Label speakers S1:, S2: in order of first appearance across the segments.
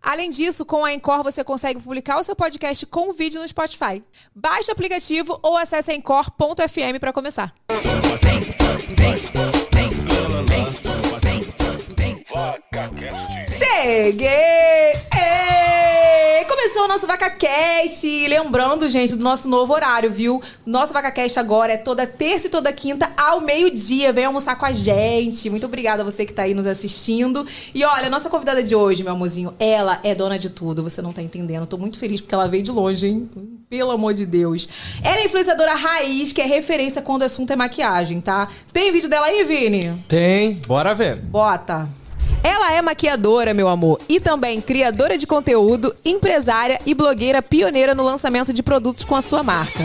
S1: Além disso, com a Encore você consegue publicar o seu podcast com vídeo no Spotify. Baixe o aplicativo ou acesse encore.fm para começar. Cheguei! Ei! Começou o nosso VacaCast. E lembrando, gente, do nosso novo horário, viu? Nosso VacaCast agora é toda terça e toda quinta ao meio-dia. Vem almoçar com a gente. Muito obrigada a você que tá aí nos assistindo. E olha, nossa convidada de hoje, meu amorzinho, ela é dona de tudo. Você não tá entendendo. Tô muito feliz porque ela veio de longe, hein? Pelo amor de Deus. Ela é influenciadora raiz, que é referência quando o assunto é maquiagem, tá? Tem vídeo dela aí, Vini?
S2: Tem, bora ver.
S1: Bota. Ela é maquiadora, meu amor, e também criadora de conteúdo, empresária e blogueira pioneira no lançamento de produtos com a sua marca.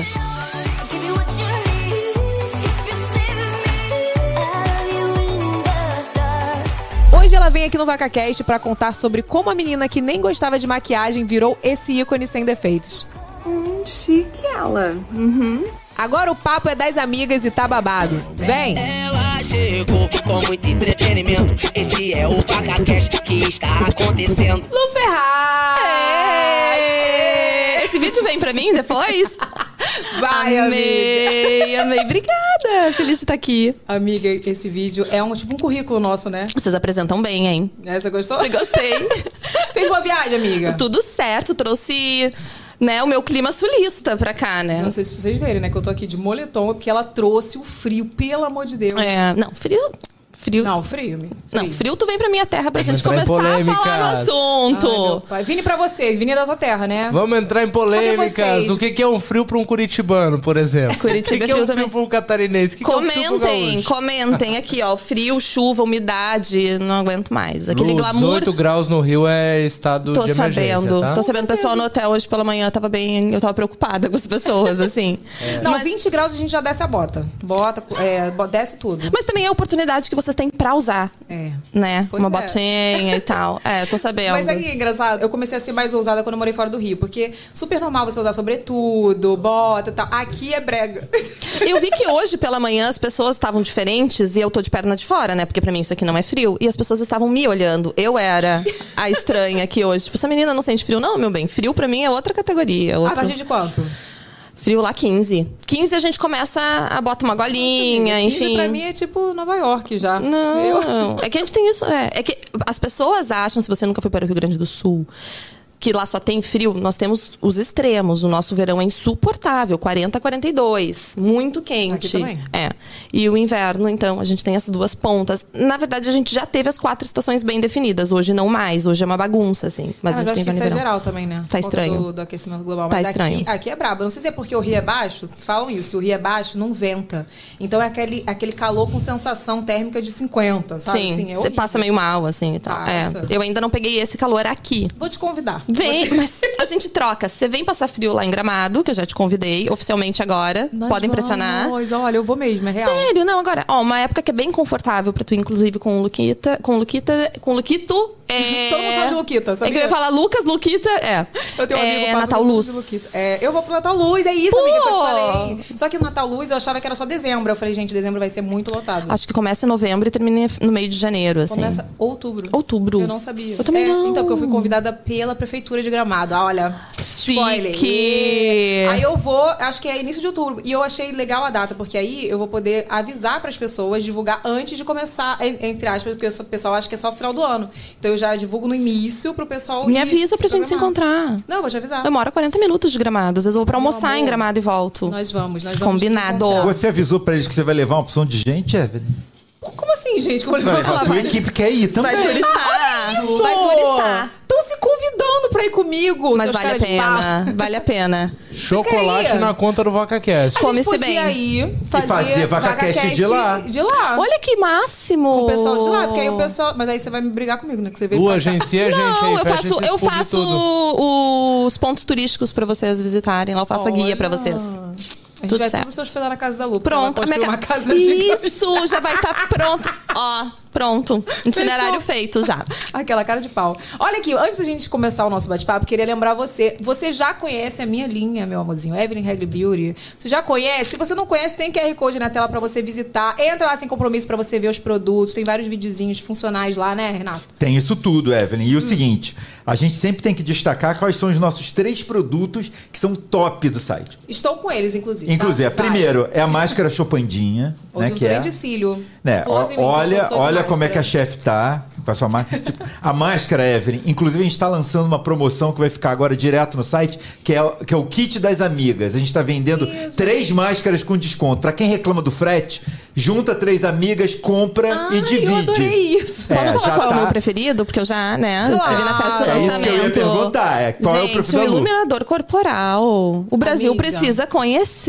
S1: Hoje ela vem aqui no VacaCast para contar sobre como a menina que nem gostava de maquiagem virou esse ícone sem defeitos.
S3: Hum, chique ela. Uhum.
S1: Agora o papo é das amigas e tá babado. Vem!
S4: Ela chegou com muito entretenimento. Esse é o PacaCast que está acontecendo.
S1: Lu Ferraz! É.
S5: Esse vídeo vem pra mim depois?
S1: Vai,
S5: amei, amei. Obrigada. Feliz de estar aqui.
S1: Amiga, esse vídeo é um tipo um currículo nosso, né?
S5: Vocês apresentam bem, hein?
S1: Né, Você gostou?
S5: Eu gostei.
S1: Fez boa viagem, amiga?
S5: Tudo certo. Trouxe né, o meu clima sulista pra cá, né?
S1: Não sei se vocês verem, né? Que eu tô aqui de moletom, é porque ela trouxe o frio, pelo amor de Deus.
S5: É, não, frio. Frio.
S1: Não, frio, amiga.
S5: Não, frio tu vem pra minha terra pra gente
S2: entrar em
S5: começar a falar no
S2: polêmica.
S1: Ai, meu
S5: assunto.
S1: pai. Vini pra você, Vini é da tua terra, né?
S2: Vamos entrar em
S1: Cadê
S2: polêmicas.
S1: vocês?
S2: O que, que é um frio pra um curitibano, por exemplo?
S5: Curitiba
S2: o que que é
S5: é frio
S2: um
S5: também.
S2: frio pra um catarinense? O que que é um frio pra um
S5: Comentem,
S2: gaúcho?
S5: comentem aqui, ó. Frio, chuva, umidade, não aguento mais. Aquele
S2: Lu,
S5: glamour.
S2: 18 graus no Rio é estado
S5: Tô
S2: de emergência,
S5: sabendo.
S2: tá?
S5: Tô sabendo, o pessoal no hotel hoje pela manhã tava bem. Eu tava preocupada com as pessoas, assim.
S2: É.
S1: Não,
S5: Mas,
S1: 20 graus a gente já desce a bota. Bota, é, bo- desce tudo.
S5: mas também é a oportunidade que vocês têm pra usar.
S1: É.
S5: Né?
S1: Pois
S5: Uma
S1: é.
S5: botinha e tal. É, tô sabendo.
S1: Mas aqui, engraçado, eu comecei a ser mais ousada quando eu morei fora do Rio, porque super normal você usar sobretudo, bota e tal. Aqui é brega.
S5: Eu vi que hoje pela manhã as pessoas estavam diferentes e eu tô de perna de fora, né? Porque pra mim isso aqui não é frio. E as pessoas estavam me olhando. Eu era a estranha aqui hoje. Tipo, essa menina não sente frio, não, meu bem. Frio pra mim é outra categoria.
S1: Ah, A
S5: Outro...
S1: partir de quanto?
S5: Frio lá 15. 15 a gente começa a bota uma golinha,
S1: Quinze
S5: enfim.
S1: pra mim é tipo Nova York já. Eu-
S5: Não. É que a gente tem isso. É, é que as pessoas acham, se você nunca foi para o Rio Grande do Sul, que lá só tem frio, nós temos os extremos. O nosso verão é insuportável 40, 42. Muito quente.
S1: Aqui também.
S5: É. E o inverno, então, a gente tem essas duas pontas. Na verdade, a gente já teve as quatro estações bem definidas. Hoje não mais. Hoje é uma bagunça, assim. Mas
S1: Ah,
S5: a
S1: mas
S5: gente
S1: acho
S5: tem
S1: que isso é
S5: inverno e verão.
S1: geral também, né?
S5: Tá
S1: Por conta
S5: estranho.
S1: Do, do aquecimento global.
S5: Tá
S1: Mas
S5: estranho.
S1: Aqui, aqui é brabo. Eu Não sei se é porque o Rio é baixo. Falam isso, que o Rio é baixo, não venta. Então é aquele, aquele calor com sensação térmica de 50, sabe?
S5: Sim,
S1: Assim, é
S5: você
S1: horrível.
S5: passa meio mal, assim e tal. É.
S1: Passa.
S5: Eu ainda não peguei esse calor aqui.
S1: Vou te convidar.
S5: Vem,
S1: Você-
S5: mas a gente troca. Você vem passar frio lá em Gramado, que eu já te convidei oficialmente agora.
S1: Nós
S5: Podem pressionar.
S1: vamos. Olha, eu vou mesmo, é real.
S5: Sério, não, agora. Ó, uma época que é bem confortável pra tu, inclusive, com o Luquita. Com o Luquita. Com o Luquito. É...
S1: Todo mundo chama de Luquita,
S5: É que
S1: sabia?
S5: eu ia falar Lucas, Luquita. É.
S1: Eu tenho um
S5: é,
S1: amigo Pablo
S5: Natal
S1: Luciano
S5: Luz.
S1: de Luquita. É, eu vou pro Natal Luz, é isso, amiga, que eu te
S5: Pô!
S1: falei. Só que o Natal Luz eu achava que era só dezembro. Eu falei, gente, dezembro vai ser muito lotado.
S5: Acho que começa em novembro e termina no meio de janeiro, assim.
S1: Começa outubro.
S5: Outubro.
S1: Eu não sabia.
S5: Eu também
S1: É,
S5: não.
S1: Então, porque eu fui convidada pela prefeitura de Gramado. Ah, olha,
S5: Chique.
S1: spoiler. E- Aí eu vou, acho que é início de outubro. E eu achei legal a data, porque aí eu vou poder avisar pras pessoas, divulgar antes de começar, en- entre aspas, porque o pessoal acha que é só final do ano. Então eu já divulgo no início pro pessoal
S5: Me
S1: ir
S5: avisa pra gente se
S1: programar.
S5: encontrar.
S1: Não, eu vou te avisar.
S5: Eu moro a 40 minutos de Gramado. Às vezes eu vou pra
S1: Meu
S5: almoçar em
S1: amor.
S5: Gramado e volto.
S1: Nós vamos, nós vamos.
S5: Combinado.
S1: nos encontrar.
S6: Você avisou pra eles que você vai levar uma opção de gente, Evelyn?
S1: Como assim, gente? Como ele
S6: Não,
S1: vai
S6: a tua equipe quer ir também.
S5: turistar.
S1: isso?
S5: Vai turistar.
S1: Estão se convidando pra ir comigo,
S5: Mas
S1: seus
S5: vale a
S1: caras de barro.
S5: pena. Vale a pena.
S2: Chocolate
S1: queriam?
S2: na conta do VacaCast.
S5: Como-
S1: A gente
S5: Come-se
S1: podia
S5: bem.
S1: ir fazer,
S6: fazer VacaCast de lá.
S1: De lá.
S5: Olha que máximo!
S1: o pessoal de lá, porque aí o pessoal. Mas aí você vai me brigar comigo, né? Que você veio
S2: Lu,
S1: pra cá.
S2: agencia a gente aí,
S5: Não, eu
S2: fecha
S5: faço,
S2: esses
S5: eu
S2: pubs
S5: faço
S2: tudo.
S5: os pontos turísticos pra vocês visitarem. Lá eu faço a guia pra
S1: Olha.
S5: vocês.
S1: A gente
S5: Tudo
S1: vai
S5: certo.
S1: tudo se hospedar na casa da Lu. porque ela
S5: Pronto.
S1: construiu
S5: ca-
S1: uma casa gigante.
S5: Isso, já vai estar pronto. Ó, pronto. Itinerário
S1: Fechou.
S5: feito já.
S1: Aquela cara de pau. Olha aqui, antes da gente começar o nosso bate-papo, queria lembrar você. Você já conhece a minha linha, meu amorzinho, Evelyn Regli Beauty. Você já conhece? Se você não conhece, tem QR Code na tela pra você visitar. Entra lá sem compromisso pra você ver os produtos. Tem vários videozinhos funcionais lá, né, Renato?
S6: Tem isso tudo, Evelyn.
S1: Hum.
S6: E o seguinte, a gente sempre tem que destacar quais são os nossos três produtos que são top do site.
S1: Estou com eles, inclusive. tá?
S6: Inclusive, a
S1: Vai.
S6: primeiro é a máscara Chopandinha, né, que
S1: Odontura
S6: é...
S1: de cílio.
S6: Né, ó,
S1: Close em mim, que eu
S6: olha
S1: sou de né?
S6: olha como é que a
S1: máscara.
S6: chefe tá com a sua máscara. Tipo, a máscara, Evelyn. Inclusive, a gente está lançando uma promoção que vai ficar agora direto no site, que é, o- que é o kit das amigas. A gente está vendendo três máscaras com desconto. Para quem reclama do frete, junta três amigas, compra
S1: Ai,
S6: e divide.
S1: Eu adorei isso.
S6: É,
S5: Posso falar
S6: já
S5: qual é
S6: tá.
S5: o meu preferido? Porque eu já, né, estive na festa de
S1: Claro.
S6: É isso
S5: lançamento.
S6: que eu ia perguntar, é qual é o
S5: Gente,
S6: preferido da Lu?
S5: iluminador corporal. O Brasil
S1: Amiga.
S5: precisa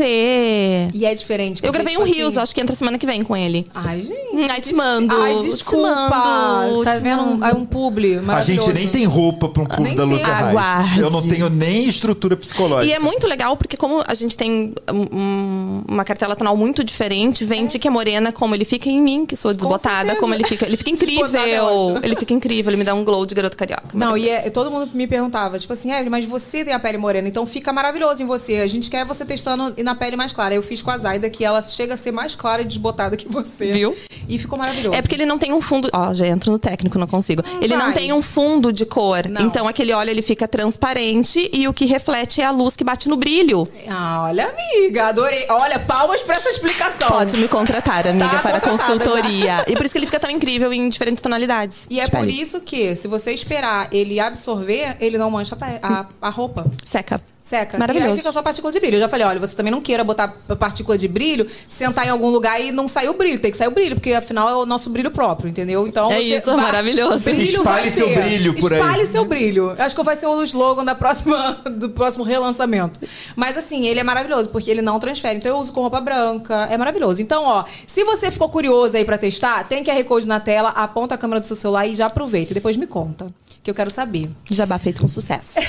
S5: conhecer.
S1: E é diferente.
S5: Eu
S1: porque,
S5: gravei um
S1: tipo
S5: Rios,
S1: assim-
S5: acho que entra semana que vem com ele.
S1: Ai, gente.
S5: Hum, ai, te
S1: des-
S5: mando,
S1: Ai,
S5: te
S1: desculpa.
S5: mando,
S1: tá
S5: te
S1: vendo? Um,
S5: mando.
S1: é um publi
S6: A
S1: maravilhoso.
S6: gente nem tem roupa para um
S1: nem
S6: clube da Lu
S1: tem.
S6: Ferraz.
S5: Aguarde.
S6: Eu não tenho nem estrutura psicológica.
S5: E é muito legal, porque como a gente tem um- um- uma cartela tonal muito diferente, vem de que é morena, como ele fica em mim, que sou desbotada,
S1: certeza.
S5: como ele fica. Ele fica
S1: Desbotada é ótimo.
S5: incrível. Ele fica incrível, ele me dá um glow de garoto carioca.
S1: Não, e
S5: maravilhoso.
S1: é- todo mundo me perguntava, tipo assim, Evelyn, mas você tem a pele morena, então fica maravilhoso em você. A gente quer você testando e na pele mais clara. Eu fiz com a Zaida, que ela chega a ser mais clara e desbotada que você.
S5: Viu?
S1: E ficou maravilhoso.
S5: É porque ele não tem um fundo. Ó, já entro no técnico, não consigo. ele
S1: vai.
S5: não tem um fundo de cor.
S1: Não.
S5: Então aquele óleo ele fica transparente e o que reflete é a luz que bate no brilho.
S1: Ah, olha, amiga, adorei. Olha, palmas pra essa explicação.
S5: Pode me contratar, amiga,
S1: Tá
S5: para
S1: contratada
S5: consultoria. E por isso que ele fica tão incrível em diferentes tonalidades. Tipo
S1: E é
S5: de
S1: por
S5: pele.
S1: isso que, se você esperar ele absorver, ele não mancha a, pe- a- a roupa.
S5: Seca.
S1: Seca. E
S5: Maravilhoso.
S1: aí fica só partícula de brilho. Eu já falei, olha, você também não queira botar p- partícula de brilho, sentar em algum lugar e não sair o brilho. Tem que sair o brilho, porque afinal é o nosso brilho próprio, entendeu? Então
S5: É
S1: você
S5: isso, é
S1: vai-
S5: maravilhoso.
S6: Espalhe
S1: vai
S6: seu
S1: ter.
S6: brilho por aí.
S1: Espalhe seu brilho. Eu Acho que vai ser o slogan da próxima, do próximo relançamento. Mas assim, ele é maravilhoso, porque ele não transfere. Então eu uso com roupa branca. É maravilhoso. Então, ó, se você ficou curioso aí pra testar, tem QR Code na tela, aponta a câmera do seu celular e já aproveita. E depois me conta, que eu quero saber.
S5: Jabá feito com sucesso.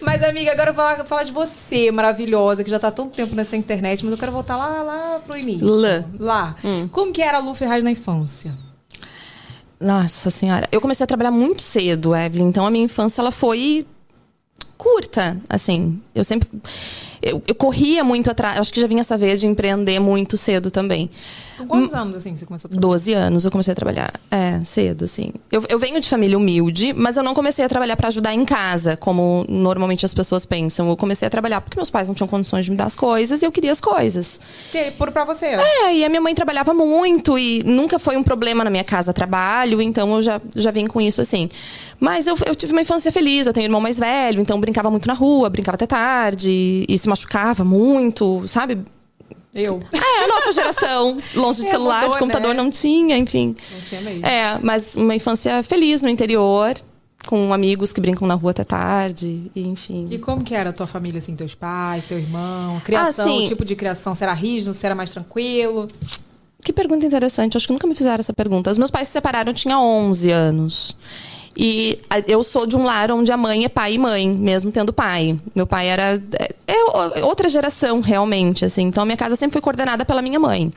S1: Mas, amiga, agora eu vou falar, falar de você, maravilhosa, que já tá há tanto tempo nessa internet, mas eu quero voltar lá, lá pro início.
S5: Lá.
S1: Lá.
S5: Hum.
S1: Como que era a Lu Ferraz na infância?
S5: Nossa senhora, eu comecei a trabalhar muito cedo, Evelyn. Então a minha infância ela foi curta, assim. Eu sempre eu, eu corria muito atrás. Acho que já vinha essa veia de empreender muito cedo também.
S1: Com
S5: Hum.
S1: quantos anos, assim, você começou a trabalhar?
S5: 12 anos eu comecei a trabalhar. É, cedo, assim. Eu, eu venho de família humilde, mas eu não comecei a trabalhar pra ajudar em casa, como normalmente as pessoas pensam. Eu comecei a trabalhar porque meus pais não tinham condições de me dar as coisas e eu queria as coisas.
S1: Ter por pra você.
S5: É, e a minha mãe trabalhava muito e nunca foi um problema na minha casa trabalho, então eu já, já vim com isso assim. Mas eu, eu tive uma infância feliz, eu tenho um irmão mais velho, então eu brincava muito na rua, brincava até tarde e, e se machucava muito, sabe?
S1: Eu.
S5: É, a nossa geração, longe de
S1: É,
S5: celular,
S1: mudou,
S5: de computador,
S1: né?
S5: não tinha, enfim.
S1: Não tinha mesmo.
S5: É, mas uma infância feliz no interior, com amigos que brincam na rua até tarde, e enfim.
S1: E como que era a tua família, assim, teus pais, teu irmão, criação,
S5: Ah, sim.
S1: o tipo de criação, se era rígido, se era mais tranquilo?
S5: Que pergunta interessante. Acho que nunca me fizeram essa pergunta. Os meus pais se separaram, eu tinha 11 anos. E a- eu sou de um lar onde a mãe é pai e mãe, mesmo tendo pai. Meu pai era. é- É o- outra geração, realmente, assim. Então a minha casa sempre foi coordenada pela minha mãe.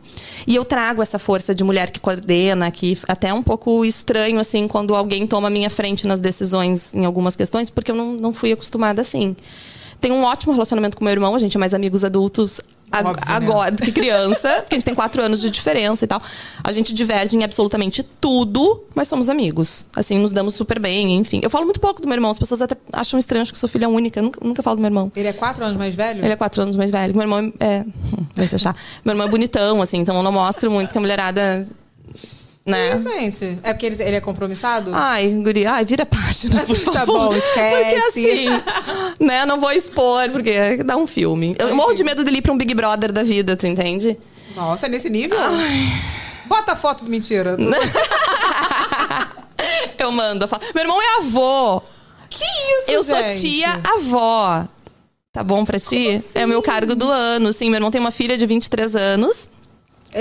S5: E eu trago essa força de mulher que coordena, que até é um pouco estranho, assim, quando alguém toma a minha frente nas decisões em algumas questões, porque eu não, não fui acostumada assim. Tenho um ótimo relacionamento com meu irmão, a gente é mais amigos adultos ag-
S1: Óbvio, né?
S5: agora do que criança, porque a gente tem quatro anos de diferença e tal. A gente diverge em absolutamente tudo, mas somos amigos. Assim, nos damos super bem, enfim. Eu falo muito pouco do meu irmão, as pessoas até acham estranho, acho que sou filha única, eu nunca, nunca falo do meu irmão.
S1: Ele é quatro anos mais velho?
S5: Ele é quatro anos mais velho. Meu irmão é. é hum, vai se achar. Meu irmão é bonitão, assim, então eu não mostro muito que a mulherada. Né?
S1: Ih, gente. É porque ele, ele é compromissado?
S5: Ai, guria, ai, vira a página, por favor.
S1: Tá bom, esquece.
S5: Porque assim, né, não vou expor, porque dá um filme. Eu morro de medo dele ir pra um Big Brother da vida, tu entende?
S1: Nossa, é nesse nível? Bota a foto do mentira.
S5: Né? Eu mando, eu falo. Meu irmão é avô.
S1: Que isso,
S5: eu
S1: gente?
S5: sou tia avó. assim? Tá bom pra ti? É o meu cargo do ano, sim. Meu irmão tem uma filha de 23 anos.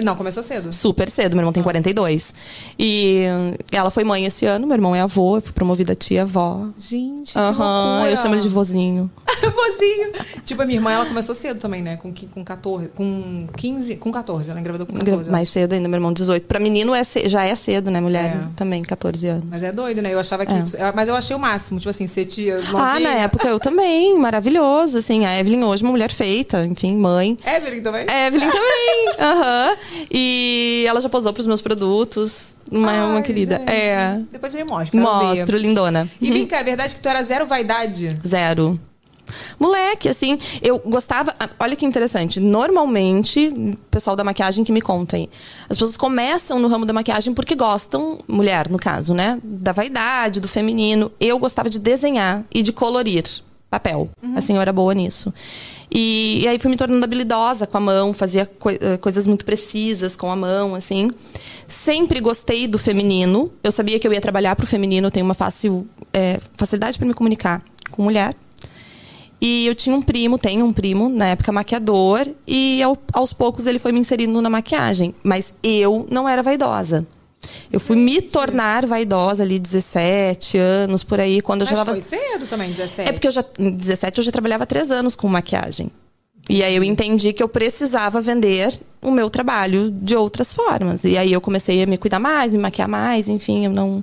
S1: Não, começou cedo.
S5: Super cedo, meu irmão tem 42. E ela foi mãe esse ano, meu irmão é avô, eu fui promovida tia-avó.
S1: Gente, que
S5: Aham,
S1: loucura.
S5: eu chamo ele de vozinho.
S1: Vozinho. Tipo, a minha irmã, ela começou cedo também, né? Com, qui- com 14, com 15, com 14. Ela engravidou com 14.
S5: Mais cedo ainda, meu irmão, 18. Pra menino é ce- já é cedo, né? Mulher
S1: É.
S5: também, 14 anos.
S1: Mas é doido, né? Eu achava que... isso- Mas eu achei o máximo. Tipo assim, ser tia
S5: Ah, na
S1: novinha.
S5: época eu também, maravilhoso, assim, a Evelyn hoje, uma mulher feita, enfim, mãe.
S1: Evelyn É, também?
S5: A Evelyn também, aham. E ela já posou pros meus produtos, uma,
S1: Ai,
S5: uma querida.
S1: gente.
S5: É,
S1: Depois ele mostra. quero
S5: mostro,
S1: ver.
S5: lindona.
S1: E vem cá, é verdade que tu era zero vaidade?
S5: Zero. Moleque, assim, eu gostava. ah, Olha que interessante. Normalmente, o pessoal da maquiagem que me conta aí. As pessoas começam no ramo da maquiagem porque gostam, mulher, no caso, né? Da vaidade, do feminino. Eu gostava de desenhar e de colorir papel. Assim, eu era boa nisso. E, e aí fui me tornando habilidosa com a mão, fazia coi- eh, coisas muito precisas com a mão, assim. Sempre gostei do feminino. Eu sabia que eu ia trabalhar pro feminino, eu tenho uma fácil, eh, facilidade para me comunicar com mulher. E eu tinha um primo, tenho um primo, na época maquiador, e ao- aos poucos ele foi me inserindo na maquiagem. Mas eu não era vaidosa. Eu fui me tornar vaidosa ali 17 anos, por aí, quando eu
S1: Mas
S5: já tava.
S1: foi cedo também, 17.
S5: É porque eu já, em 17 eu já trabalhava três anos com maquiagem. E aí eu entendi que eu precisava vender o meu trabalho de outras formas. E aí eu comecei a me cuidar mais, me maquiar mais, enfim, eu não.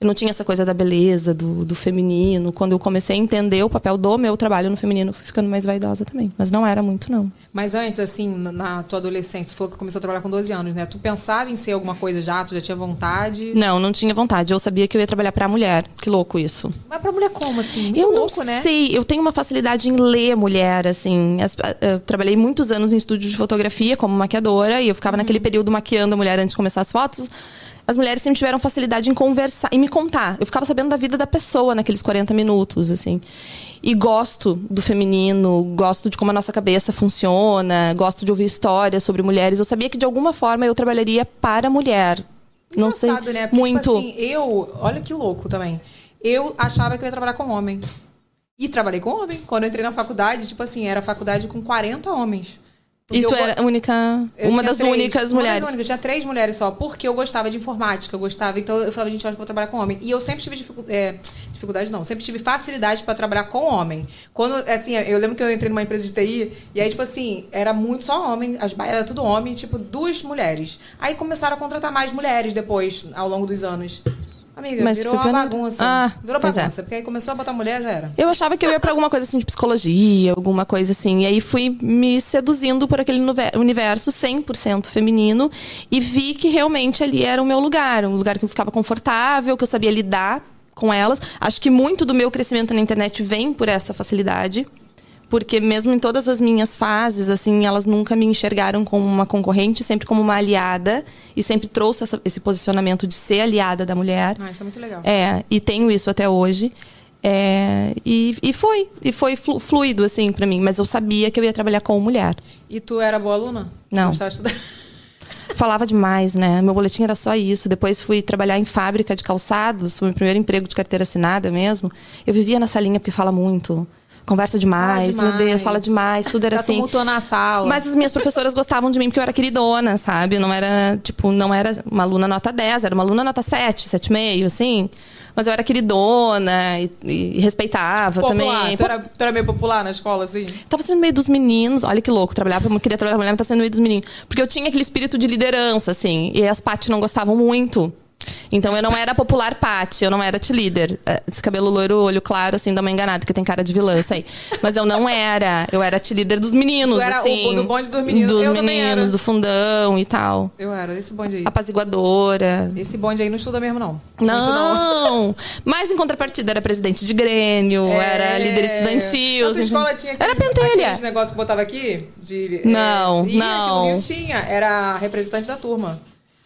S5: Eu não tinha essa coisa da beleza, do, do feminino. Quando eu comecei a entender o papel do meu trabalho no feminino, eu fui ficando mais vaidosa também. Mas não era muito, não.
S1: Mas antes, assim, na- na tua adolescência, tu falou que começou a trabalhar com 12 anos, né? Tu pensava em ser alguma coisa já? Tu já tinha vontade?
S5: Não, não tinha vontade. Eu sabia que eu ia trabalhar pra mulher. Que louco isso.
S1: Mas pra mulher como, assim? Muito
S5: eu
S1: louco,
S5: não
S1: né?
S5: sei. Eu tenho uma facilidade em ler mulher, assim. As- a- eu trabalhei muitos anos em estúdio de fotografia como maquiadora e eu
S1: Uhum.
S5: ficava naquele período maquiando a mulher antes de começar as fotos. As mulheres sempre tiveram facilidade em conversar e me contar. Eu ficava sabendo da vida da pessoa naqueles 40 minutos, assim. E gosto do feminino, gosto de como a nossa cabeça funciona, gosto de ouvir histórias sobre mulheres. Eu sabia que de alguma forma eu trabalharia para a mulher. Não sei.
S1: Engraçado, né? Porque,
S5: muito.
S1: Tipo assim, eu... Olha que louco também. Eu achava que eu ia trabalhar com homem. E trabalhei com homem. Quando eu entrei na faculdade, tipo assim, era faculdade com 40 homens.
S5: e
S1: Porque
S5: tu
S1: eu go-
S5: era a única,
S1: Eu
S5: uma
S1: tinha
S5: das
S1: três-
S5: únicas
S1: Uma
S5: mulheres.
S1: das únicas, tinha três mulheres só, porque eu gostava de informática, eu gostava, então eu falava, gente, eu acho que eu vou trabalhar com homem. E eu sempre tive dificu- é, dificuldade, não, sempre tive facilidade pra trabalhar com homem. Quando, assim, eu lembro que eu entrei numa empresa de TI, e aí, tipo assim, era muito só homem, as ba- era tudo homem, tipo, duas mulheres. Aí começaram a contratar mais mulheres depois, ao longo dos anos. Amiga,
S5: Mas
S1: virou
S5: foi
S1: uma
S5: pioneiro.
S1: bagunça.
S5: Ah,
S1: virou
S5: pois é.
S1: bagunça, porque aí começou a botar mulher, já era.
S5: Eu achava que eu ia pra alguma coisa assim de psicologia, alguma coisa assim. E aí fui me seduzindo por aquele nuve- universo 100% feminino e vi que realmente ali era o meu lugar, um lugar que eu ficava confortável, que eu sabia lidar com elas. Acho que muito do meu crescimento na internet vem por essa facilidade. Porque mesmo em todas as minhas fases, assim, elas nunca me enxergaram como uma concorrente, sempre como uma aliada. E sempre trouxe essa- esse posicionamento de ser aliada da mulher.
S1: Ah, isso é muito legal.
S5: É, e tenho isso até hoje. É, e, e foi, e foi flu- fluido, assim, pra mim. Mas eu sabia que eu ia trabalhar com mulher.
S1: E tu era boa aluna?
S5: Não.
S1: Gostava de estudar?
S5: Falava demais, né? Meu boletim era só isso. Depois fui trabalhar em fábrica de calçados, foi meu primeiro emprego de carteira assinada mesmo. Eu vivia na salinha porque fala muito. Conversa demais,
S1: Fala
S5: meu Deus,
S1: demais.
S5: fala demais, tudo era
S1: Já
S5: assim.
S1: tumultuou na sala.
S5: Mas as minhas professoras gostavam de mim porque eu era queridona, sabe? Eu Não era, tipo, não era uma aluna nota 10, era uma aluna nota 7, 7,5, assim. Mas eu era queridona e, e respeitava também.
S1: Tu Tipo, era, tu era meio popular na escola, assim?
S5: Tava sendo meio dos meninos, olha que louco, trabalhar pra, queria trabalhar pra mulher, mas tava sendo meio dos meninos. Porque eu tinha aquele espírito de liderança, assim, e as Paty não gostavam muito. Então eu não era popular Paty, eu não era te líder. É, Esse cabelo loiro, olho claro, assim, dá uma enganada, que tem cara de vilã, eu sei. Mas eu não era, eu era te líder dos meninos,
S1: Tu era o-
S5: assim.
S1: o do bonde dos meninos,
S5: Dos
S1: eu também
S5: meninos,
S1: era.
S5: do fundão e tal.
S1: Eu era, esse bonde aí.
S5: Apaziguadora.
S1: Esse bonde aí não estuda mesmo, não. Muito
S5: Não! Mas em contrapartida, era presidente de Grêmio,
S1: É.
S5: era líder
S1: Na
S5: estudantil. assim.
S1: tua escola tinha
S5: Era pentelha.
S1: Aquele negócio que botava aqui? De,
S5: Não,
S1: é, ia,
S5: não.
S1: Que no Rio tinha, era representante da turma.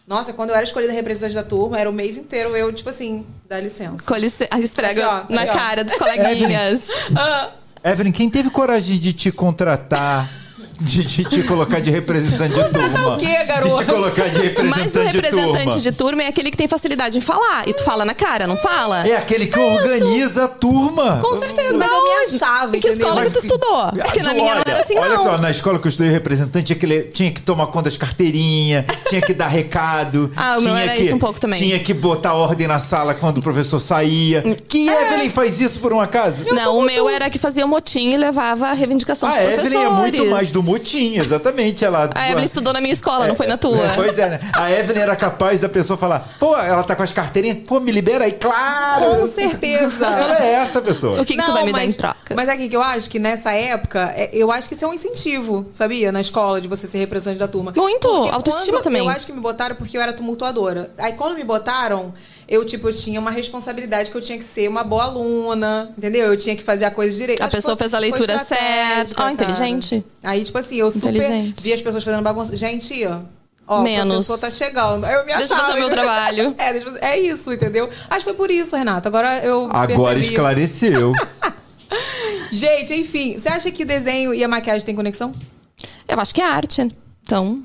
S1: Nossa, quando eu era escolhida representante da turma, era o mês inteiro eu, tipo assim, dá licença.
S5: Com licença, esfrega
S1: Aqui, ó,
S5: na
S1: aqui, ó.
S5: cara dos coleguinhas.
S6: Evelyn, quem teve coragem de te contratar de, de te colocar de representante de turma.
S1: o quê, garoto?
S6: De te colocar de representante,
S5: Mas o um representante
S6: de turma.
S5: de turma é aquele que tem facilidade em falar. E tu fala na cara, não fala?
S6: É aquele que organiza a turma.
S1: Com certeza, mas eu me achava,
S5: E que
S1: entendeu?
S5: escola É que tu estudou?
S6: Ah,
S5: Porque na
S6: tu
S5: minha
S6: olha,
S5: não era assim,
S6: Olha
S5: não.
S6: só, na escola que eu estudei, o representante tinha que, ler- tinha que tomar conta das carteirinhas, tinha que dar recado.
S5: Ah, o meu
S6: tinha
S5: era
S6: que,
S5: isso um pouco também. Hum,
S6: Tinha que botar ordem na sala quando o professor saía. Que Evelyn faz isso por um acaso?
S5: é. Não, o meu era que fazia motim e levava a reivindicação
S6: A
S5: dos professores.
S6: Evelyn é muito mais do motim, exatamente. Ela,
S5: A Evelyn estudou na minha escola, não foi na tua.
S6: É, pois é, né? A Evelyn era capaz da pessoa falar, pô, ela tá com as carteirinhas, pô, me libera aí, claro!
S1: Com certeza.
S6: Ela é essa pessoa.
S5: O que, que tu vai me dar em troca?
S1: Mas é aqui que eu acho que nessa época, é- eu acho que isso é um incentivo, sabia? Na escola, de você ser representante da turma.
S5: Muito,
S1: Porque
S5: autoestima
S1: quando-
S5: também.
S1: Eu acho que me botaram porque eu era tumultuadora. Aí quando me botaram, eu, tipo, eu tinha uma responsabilidade que eu tinha que ser uma boa aluna, entendeu? Eu tinha que fazer a coisa direito.
S5: A
S1: Acho que
S5: pessoa
S1: foi-
S5: fez a
S1: foi
S5: leitura
S1: estratégica,
S5: certa. Ó, inteligente.
S1: cara. Aí, tipo assim, eu super
S5: Inteligente.
S1: vi as pessoas fazendo bagunça. Gente, ó,
S5: Menos.
S1: o professor tá chegando. Aí Eu me achava.
S5: Deixa eu fazer o meu
S1: entendeu?
S5: trabalho.
S1: É, deixa eu fazer- é isso, entendeu? Acho que foi por isso, Renata. Agora eu
S6: Agora
S1: percebi.
S6: esclareceu.
S1: Gente, enfim, você acha que desenho e a maquiagem tem conexão?
S5: Eu acho que é arte. Então,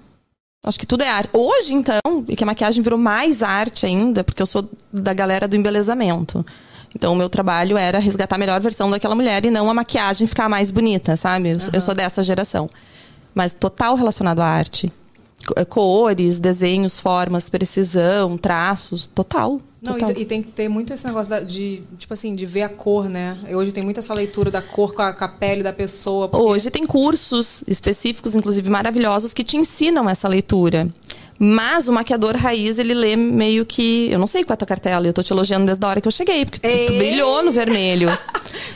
S5: acho que tudo é arte. Hoje, então, e que a maquiagem virou mais arte ainda, porque eu sou da galera do embelezamento. Então, o meu trabalho era resgatar a melhor versão daquela mulher e não a maquiagem ficar mais bonita, sabe? Eu- Eu sou dessa geração. Mas total relacionado à arte. Co- eh, Cores, desenhos, formas, precisão, traços, total.
S1: Não,
S5: total.
S1: e, e tem que ter muito esse negócio da- de, tipo assim, de ver a cor, né? Hoje tem muito essa leitura da cor com a, com a pele da pessoa. porque-
S5: Hoje tem cursos específicos, inclusive maravilhosos, que te ensinam essa leitura. Mas o maquiador raiz, ele lê meio que. Eu não sei qual é a tua cartela, eu tô te elogiando desde a hora que eu cheguei, porque tu- tu
S1: Ei!
S5: brilhou no vermelho.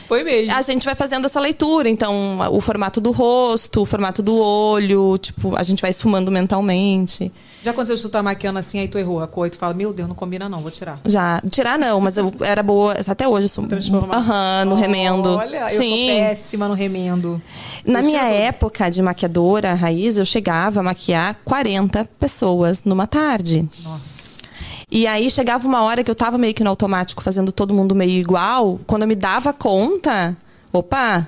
S1: Foi mesmo.
S5: A gente vai fazendo essa leitura, então, o formato do rosto, o formato do olho, tipo, a gente vai esfumando mentalmente.
S1: Já aconteceu de tu tá maquiando assim, aí tu errou a cor e tu fala, meu Deus, não combina não, vou tirar.
S5: Já. Tirar não, mas eu era boa. Até hoje eu sou.
S1: Transformar.
S5: Aham, no remendo.
S1: Olha, eu sou péssima no remendo.
S5: Na
S1: Eu
S5: minha
S1: tiro tudo.
S5: época de maquiadora raiz, eu chegava a maquiar 40 pessoas numa tarde.
S1: Nossa.
S5: E aí chegava uma hora que eu tava meio que no automático, fazendo todo mundo meio igual. Quando eu me dava conta, opa!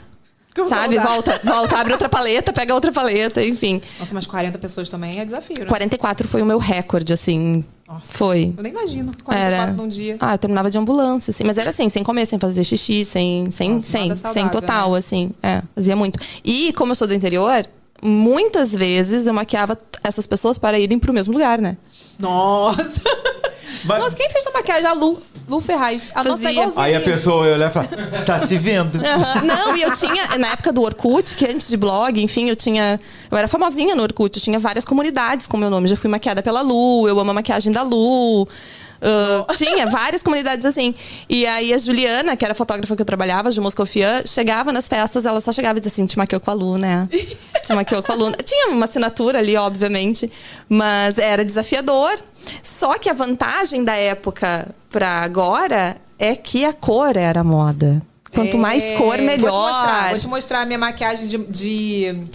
S1: Que eu vou
S5: sabe,
S1: mudar.
S5: volta, volta, abre outra paleta, pega outra paleta, enfim.
S1: Nossa, mas 40 pessoas também é desafio, né?
S5: 44 foi o meu recorde, assim.
S1: Nossa.
S5: Foi.
S1: Eu nem imagino. 44
S5: Era.
S1: num dia.
S5: Ah, eu terminava de ambulância, assim. Mas era assim, sem comer, sem fazer xixi, sem, sem,
S1: Nossa,
S5: sem,
S1: nada
S5: sem
S1: saudável,
S5: total,
S1: né?
S5: assim. É, fazia muito. E como eu sou do interior, muitas vezes eu maquiava t- essas pessoas para irem pro mesmo lugar, né?
S1: Nossa.
S6: Mas-
S1: Nossa, quem fez a maquiagem? A Lu. Lu Ferraz. A nossa é
S5: Fazia.
S1: igualzinha.
S6: Aí a pessoa olha e fala, tá se vendo.
S5: Aham. Não, e eu tinha, na época do Orkut, que antes de blog, enfim, eu tinha. Eu era famosinha no Orkut, eu tinha várias comunidades com meu nome. Já fui maquiada pela Lu, eu amo a maquiagem da Lu. Ah, tinha várias comunidades assim. E aí a Juliana, que era a fotógrafa que eu trabalhava, de Moscofian, chegava nas festas, ela só chegava e dizia assim: te maquiou com a Lu, né? Te maquiou com a Lu. Tinha uma assinatura ali, obviamente, mas era desafiador. Só que a vantagem da época pra agora é que a cor era moda. Quanto mais
S1: É,
S5: cor, melhor.
S1: Vou te mostrar, vou te mostrar a minha maquiagem de, de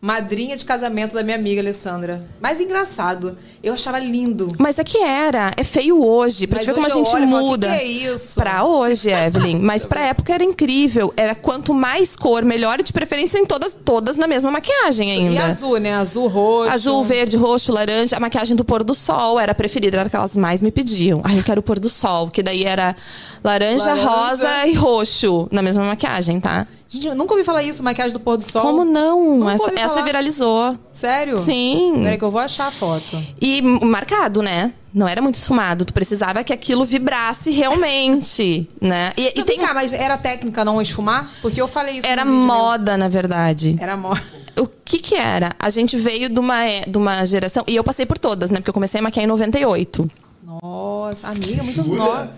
S1: madrinha de casamento da minha amiga Alessandra. Mas engraçado, eu achava lindo.
S5: Mas é que era. É feio hoje. Pra
S1: Mas
S5: te ver como a
S1: hoje eu
S5: gente
S1: olho e falo,
S5: muda.
S1: "Que que é isso?"
S5: Pra hoje, Evelyn. Mas pra época era incrível. Era quanto mais cor, melhor. E de preferência em todas, todas na mesma maquiagem ainda.
S1: E azul, né? Azul, roxo.
S5: Azul, verde, roxo, laranja. A maquiagem do pôr do sol era a preferida, era a que elas mais me pediam. Ai, eu quero o pôr do sol, que daí era laranja,
S1: Laranja.
S5: rosa e roxo na mesma maquiagem, tá?
S1: Gente, eu nunca ouvi falar isso, maquiagem do pôr do sol.
S5: Como não?
S1: Nunca
S5: Essa,
S1: ouvi
S5: essa
S1: falar.
S5: viralizou.
S1: Sério?
S5: Sim.
S1: Peraí que eu vou achar a foto.
S5: E m- marcado, né? Não era muito esfumado. Tu precisava que aquilo vibrasse realmente, né? E, e
S1: Então,
S5: tem.
S1: vem cá, mas era técnica não esfumar? Porque eu falei isso
S5: Era
S1: no vídeo meu.
S5: moda, na verdade.
S1: Era moda.
S5: O que que era? A gente veio de uma, é- de uma geração. E eu passei por todas, né? Porque eu comecei a maquiar em 98.
S1: Nossa, amiga, muito
S6: Jura?
S1: nova.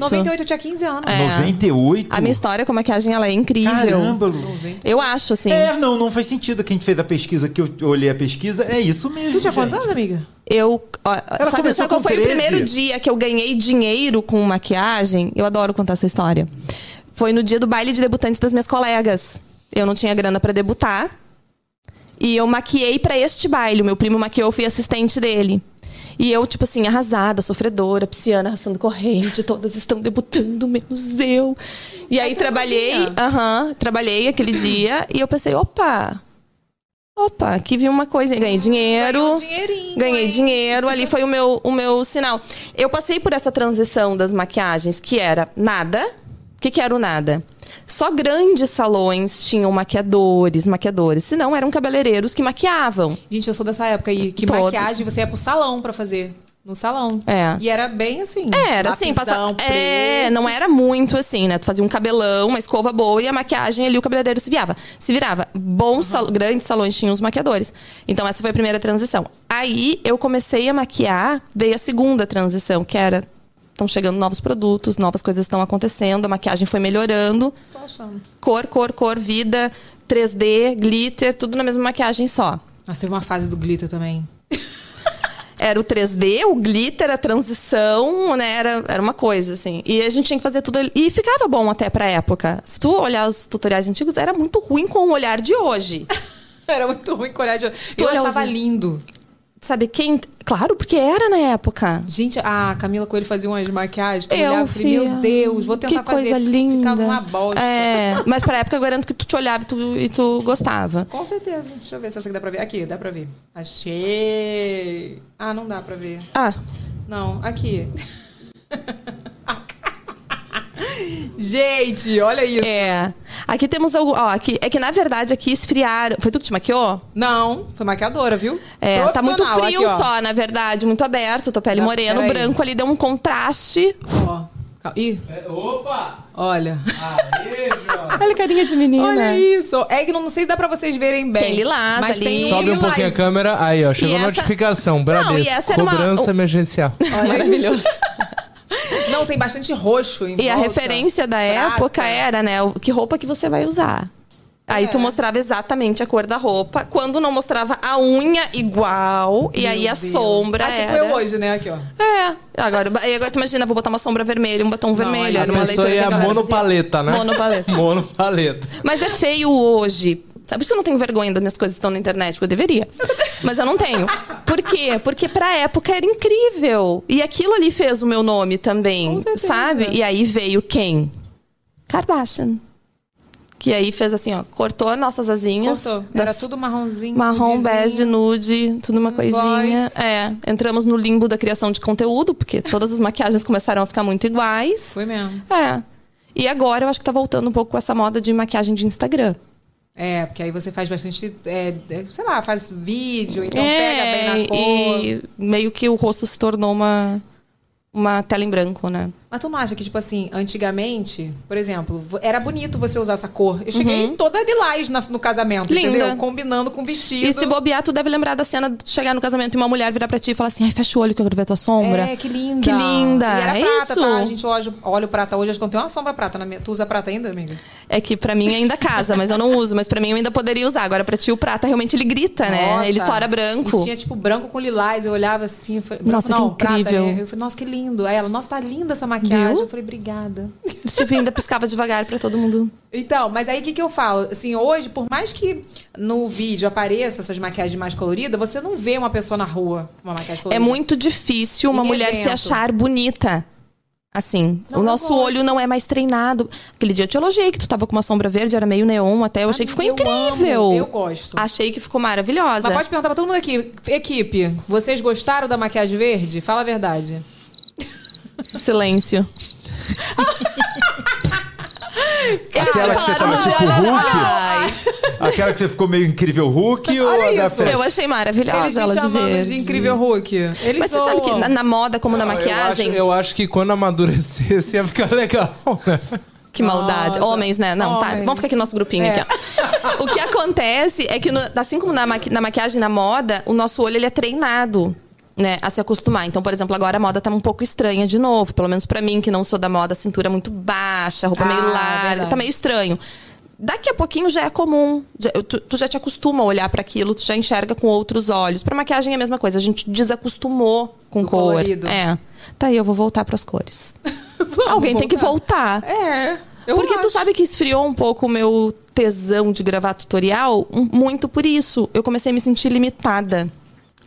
S1: Muito- 98 eu tinha 15 anos.
S5: É.
S6: 98?
S5: A minha história com a maquiagem, ela é incrível.
S6: Caramba, Lu.
S5: Eu acho, assim.
S6: É, não, não faz sentido que a gente fez a pesquisa, que eu olhei a pesquisa, é isso mesmo.
S1: Tu tinha quantos
S6: gente.
S1: anos, amiga?
S5: Eu. ó, sabe- sabe,
S6: começou
S5: qual
S6: com
S5: foi
S6: 13?
S5: o primeiro dia que eu ganhei dinheiro com maquiagem? Eu adoro contar essa história. Foi no dia do baile de debutantes das minhas colegas. Eu não tinha grana pra debutar. E eu maquiei pra este baile. O meu primo maquiou, eu fui assistente dele. E eu, tipo assim, arrasada, sofredora, pisciana, arrastando corrente, todas estão debutando, menos eu. E aí trabalhei,
S1: trabalhinha.
S5: aham, trabalhei aquele dia e eu pensei, opa, Opa, aqui vi uma coisa, ganhei dinheiro.
S1: Ganhou um dinheirinho,
S5: Ganhei
S1: hein?
S5: dinheiro, ali foi o meu, o meu sinal. Eu passei por essa transição das maquiagens, que era nada. O que, que era o nada? Só grandes salões tinham maquiadores, maquiadores. Se não, eram cabeleireiros que maquiavam.
S1: Gente, eu sou dessa época e que
S5: Todos.
S1: maquiagem você ia pro salão pra fazer. No salão.
S5: É.
S1: E era bem assim.
S5: É, Era assim,
S1: lapisão
S5: passava. É,
S1: preto.
S5: não era muito assim, né? Tu fazia um cabelão, uma escova boa e a maquiagem ali o cabeleireiro se virava. Se virava. Bons,
S1: Uhum.
S5: sal- grandes salões tinham os maquiadores. Então essa foi a primeira transição. Aí eu comecei a maquiar, veio a segunda transição, que era estão chegando novos produtos, novas coisas estão acontecendo, a maquiagem foi melhorando.
S1: Tô achando.
S5: Cor, cor, cor, vida, 3D, glitter, tudo na mesma maquiagem só.
S1: Nossa, teve uma fase do glitter também.
S5: Era o 3D, o glitter, a transição, né? Era, era uma coisa, assim. E a gente tinha que fazer tudo ali. E ficava bom até pra época. Se tu olhar os tutoriais antigos, era muito ruim com o olhar de hoje.
S1: Era muito ruim com olhar de
S5: tu
S1: Eu
S5: olhar
S1: achava
S5: os-
S1: lindo.
S5: Sabe quem. Claro, porque era na época.
S1: Gente, a Camila Coelho fazia umas maquiagens. que
S5: Eu,
S1: olhava e falei,
S5: fia,
S1: meu Deus, vou tentar
S5: que
S1: fazer.
S5: coisa linda.
S1: Ficava uma bosta.
S5: É, mas pra época eu garanto que tu te olhava e tu, e tu gostava.
S1: Com certeza. Deixa eu ver se essa aqui dá pra ver. Aqui, dá pra ver. Achei. Ah, não dá pra ver.
S5: Ah,
S1: Não, aqui. Gente, olha isso.
S5: é. Aqui temos algo. Ó, aqui, é que na verdade aqui esfriaram. Foi tu que te maquiou?
S1: Não, foi maquiadora, viu?
S5: É, tá muito
S1: Profissional,
S5: frio
S1: aqui, ó.
S5: só, na verdade, muito aberto, tua pele
S1: Não,
S5: morena, o
S1: peraí.
S5: branco ali deu um contraste.
S1: Ó. Cal- Ih,
S2: É, Opa!
S1: olha.
S2: Aê, Jô!
S5: Olha a carinha de menina.
S1: Olha isso. É que não não sei se dá pra vocês verem bem.
S5: né? Tem lilás
S1: mas
S5: ali.
S1: tem um
S2: Sobe um
S1: lilás.
S2: pouquinho a câmera. Aí, ó. Chegou
S5: E
S2: a
S5: essa-
S2: notificação. Bradesco.
S5: e essa era uma-
S2: Cobrança
S5: o-
S2: emergencial.
S1: Olha
S5: Maravilhoso.
S1: isso. Não, tem bastante roxo em
S5: E a
S1: volta.
S5: referência da
S1: Prata.
S5: época era, né, o- que roupa que você vai usar. Aí
S1: É.
S5: tu mostrava exatamente a cor da roupa, quando não mostrava a unha igual, e
S1: Meu
S5: aí a
S1: Deus.
S5: sombra
S1: Ah, tipo
S5: era...
S1: eu hoje, né? Aqui, ó.
S5: É, agora, e agora tu imagina, vou botar uma sombra vermelha, um batom vermelho,
S1: a
S5: era
S2: A
S5: uma
S2: pessoa
S5: leitura que
S2: é
S5: a
S2: a
S5: galera
S2: monopaleta, né?
S5: fazia. Monopaleta.
S2: monopaleta.
S5: Mas é feio hoje. Sabe por isso que eu não tenho vergonha das minhas coisas que estão na internet? Porque eu deveria. Mas eu não tenho. Por quê? Porque pra época era incrível. E aquilo ali fez o meu nome também.
S1: Com certeza.
S5: sabe? E aí veio quem? Kardashian. Que aí fez assim, ó, cortou nossas asinhas.
S1: Cortou. Era
S5: das-
S1: tudo marronzinho.
S5: Marrom,
S1: nudezinho. Hum,
S5: bege, nude, tudo uma coisinha.
S1: Gloss.
S5: É, entramos no limbo da criação de conteúdo, porque todas as maquiagens começaram a ficar muito iguais.
S1: Foi mesmo.
S5: É. E agora eu acho que tá voltando um pouco com essa moda de maquiagem de Instagram.
S1: É, porque aí você faz bastante, é, é, sei lá, faz vídeo, então pega bem
S5: É,
S1: na cor.
S5: E meio que o rosto se tornou uma, uma tela em branco, né?
S1: Mas tu não acha que, tipo assim, antigamente, por exemplo, vo- era bonito você usar essa cor. Eu cheguei toda lilás na- no casamento,
S5: Uhum. Linda.
S1: entendeu? Combinando com vestido.
S5: E se bobear, tu deve lembrar da cena de chegar no casamento e uma mulher virar pra ti e falar assim: ai, fecha o olho que eu quero ver tua sombra.
S1: É, que linda.
S5: Que linda.
S1: E era
S5: é
S1: prata,
S5: isso.
S1: tá? A gente olha, olha o prata hoje, acho que eu tenho uma sombra prata na minha. Tu usa prata ainda, amiga?
S5: É que pra mim ainda casa, mas eu não uso. Mas pra mim eu ainda poderia usar. Agora pra ti o prata realmente ele grita, né?
S1: Nossa.
S5: Ele estoura
S1: E
S5: branco.
S1: tinha, tipo, branco com lilás. Eu olhava assim, eu falei, branco
S5: Nossa, que
S1: não, prata,
S5: incrível.
S1: né? Eu falei, nossa, que lindo. Aí ela, nossa, tá linda essa maquiagem.
S5: Viu?
S1: Eu falei, obrigada.
S5: Tipo, ainda piscava devagar pra todo mundo.
S1: Então, mas aí o que, que eu falo? Assim, hoje, por mais que no vídeo apareça essas maquiagens mais coloridas, você não vê uma pessoa na rua com uma maquiagem
S5: É
S1: colorida.
S5: muito difícil uma
S1: Em
S5: mulher se
S1: evento.
S5: achar bonita. Assim,
S1: Não,
S5: o
S1: eu
S5: nosso
S1: gosto.
S5: olho não é mais treinado. Aquele dia eu te elogiei que tu tava com uma sombra verde, era meio neon até. Eu achei que ficou
S1: Eu
S5: incrível. Ah, é.
S1: amo, eu gosto.
S5: Achei que ficou maravilhosa.
S1: Mas pode perguntar pra todo mundo aqui. Equipe, vocês gostaram da maquiagem verde? Fala a verdade.
S5: Silêncio. Eles te
S6: Aquela que você
S5: falaram
S6: tava
S5: uma
S6: tipo
S5: hora-
S6: Hulk?
S5: Ai,
S6: Aquela que você ficou meio incrível Hulk ou
S1: Olha
S6: a da
S1: isso,
S6: festa?
S5: eu achei maravilhosa
S1: Eles
S5: ela
S1: me
S5: de
S1: chamando
S5: verde.
S1: de incrível Hulk. Eles
S5: Mas você sabe que
S1: zoam.
S5: na, na moda, como na
S2: Não, eu
S5: maquiagem,
S2: acho- Eu acho, que quando amadurecesse ia ficar legal, né?
S5: Que maldade.
S1: Nossa.
S5: Homens, né? Não, tá.
S1: Homens.
S5: Vamos ficar aqui no nosso grupinho
S1: É.
S5: aqui, ó. O que acontece é que, no- assim como na, maqui- na maquiagem, na moda, o nosso olho ele é treinado. Né, a se acostumar. Então, por exemplo, agora a moda tá um pouco estranha de novo. Pelo menos pra mim, que não sou da moda, cintura é muito baixa, roupa meio
S1: Ah,
S5: larga,
S1: verdade.
S5: tá meio estranho. Daqui a pouquinho já é comum. Já- tu, tu já te acostuma a olhar pra aquilo, tu já enxerga com outros olhos. Pra maquiagem é a mesma coisa, a gente desacostumou com
S1: Do
S5: cor.
S1: colorido.
S5: É. Tá aí, eu vou voltar pras cores. Alguém tem que voltar.
S1: É. eu
S5: Porque tu
S1: acho.
S5: sabe que esfriou um pouco o meu tesão de gravar tutorial? Um- Muito por isso. Eu comecei a me sentir limitada.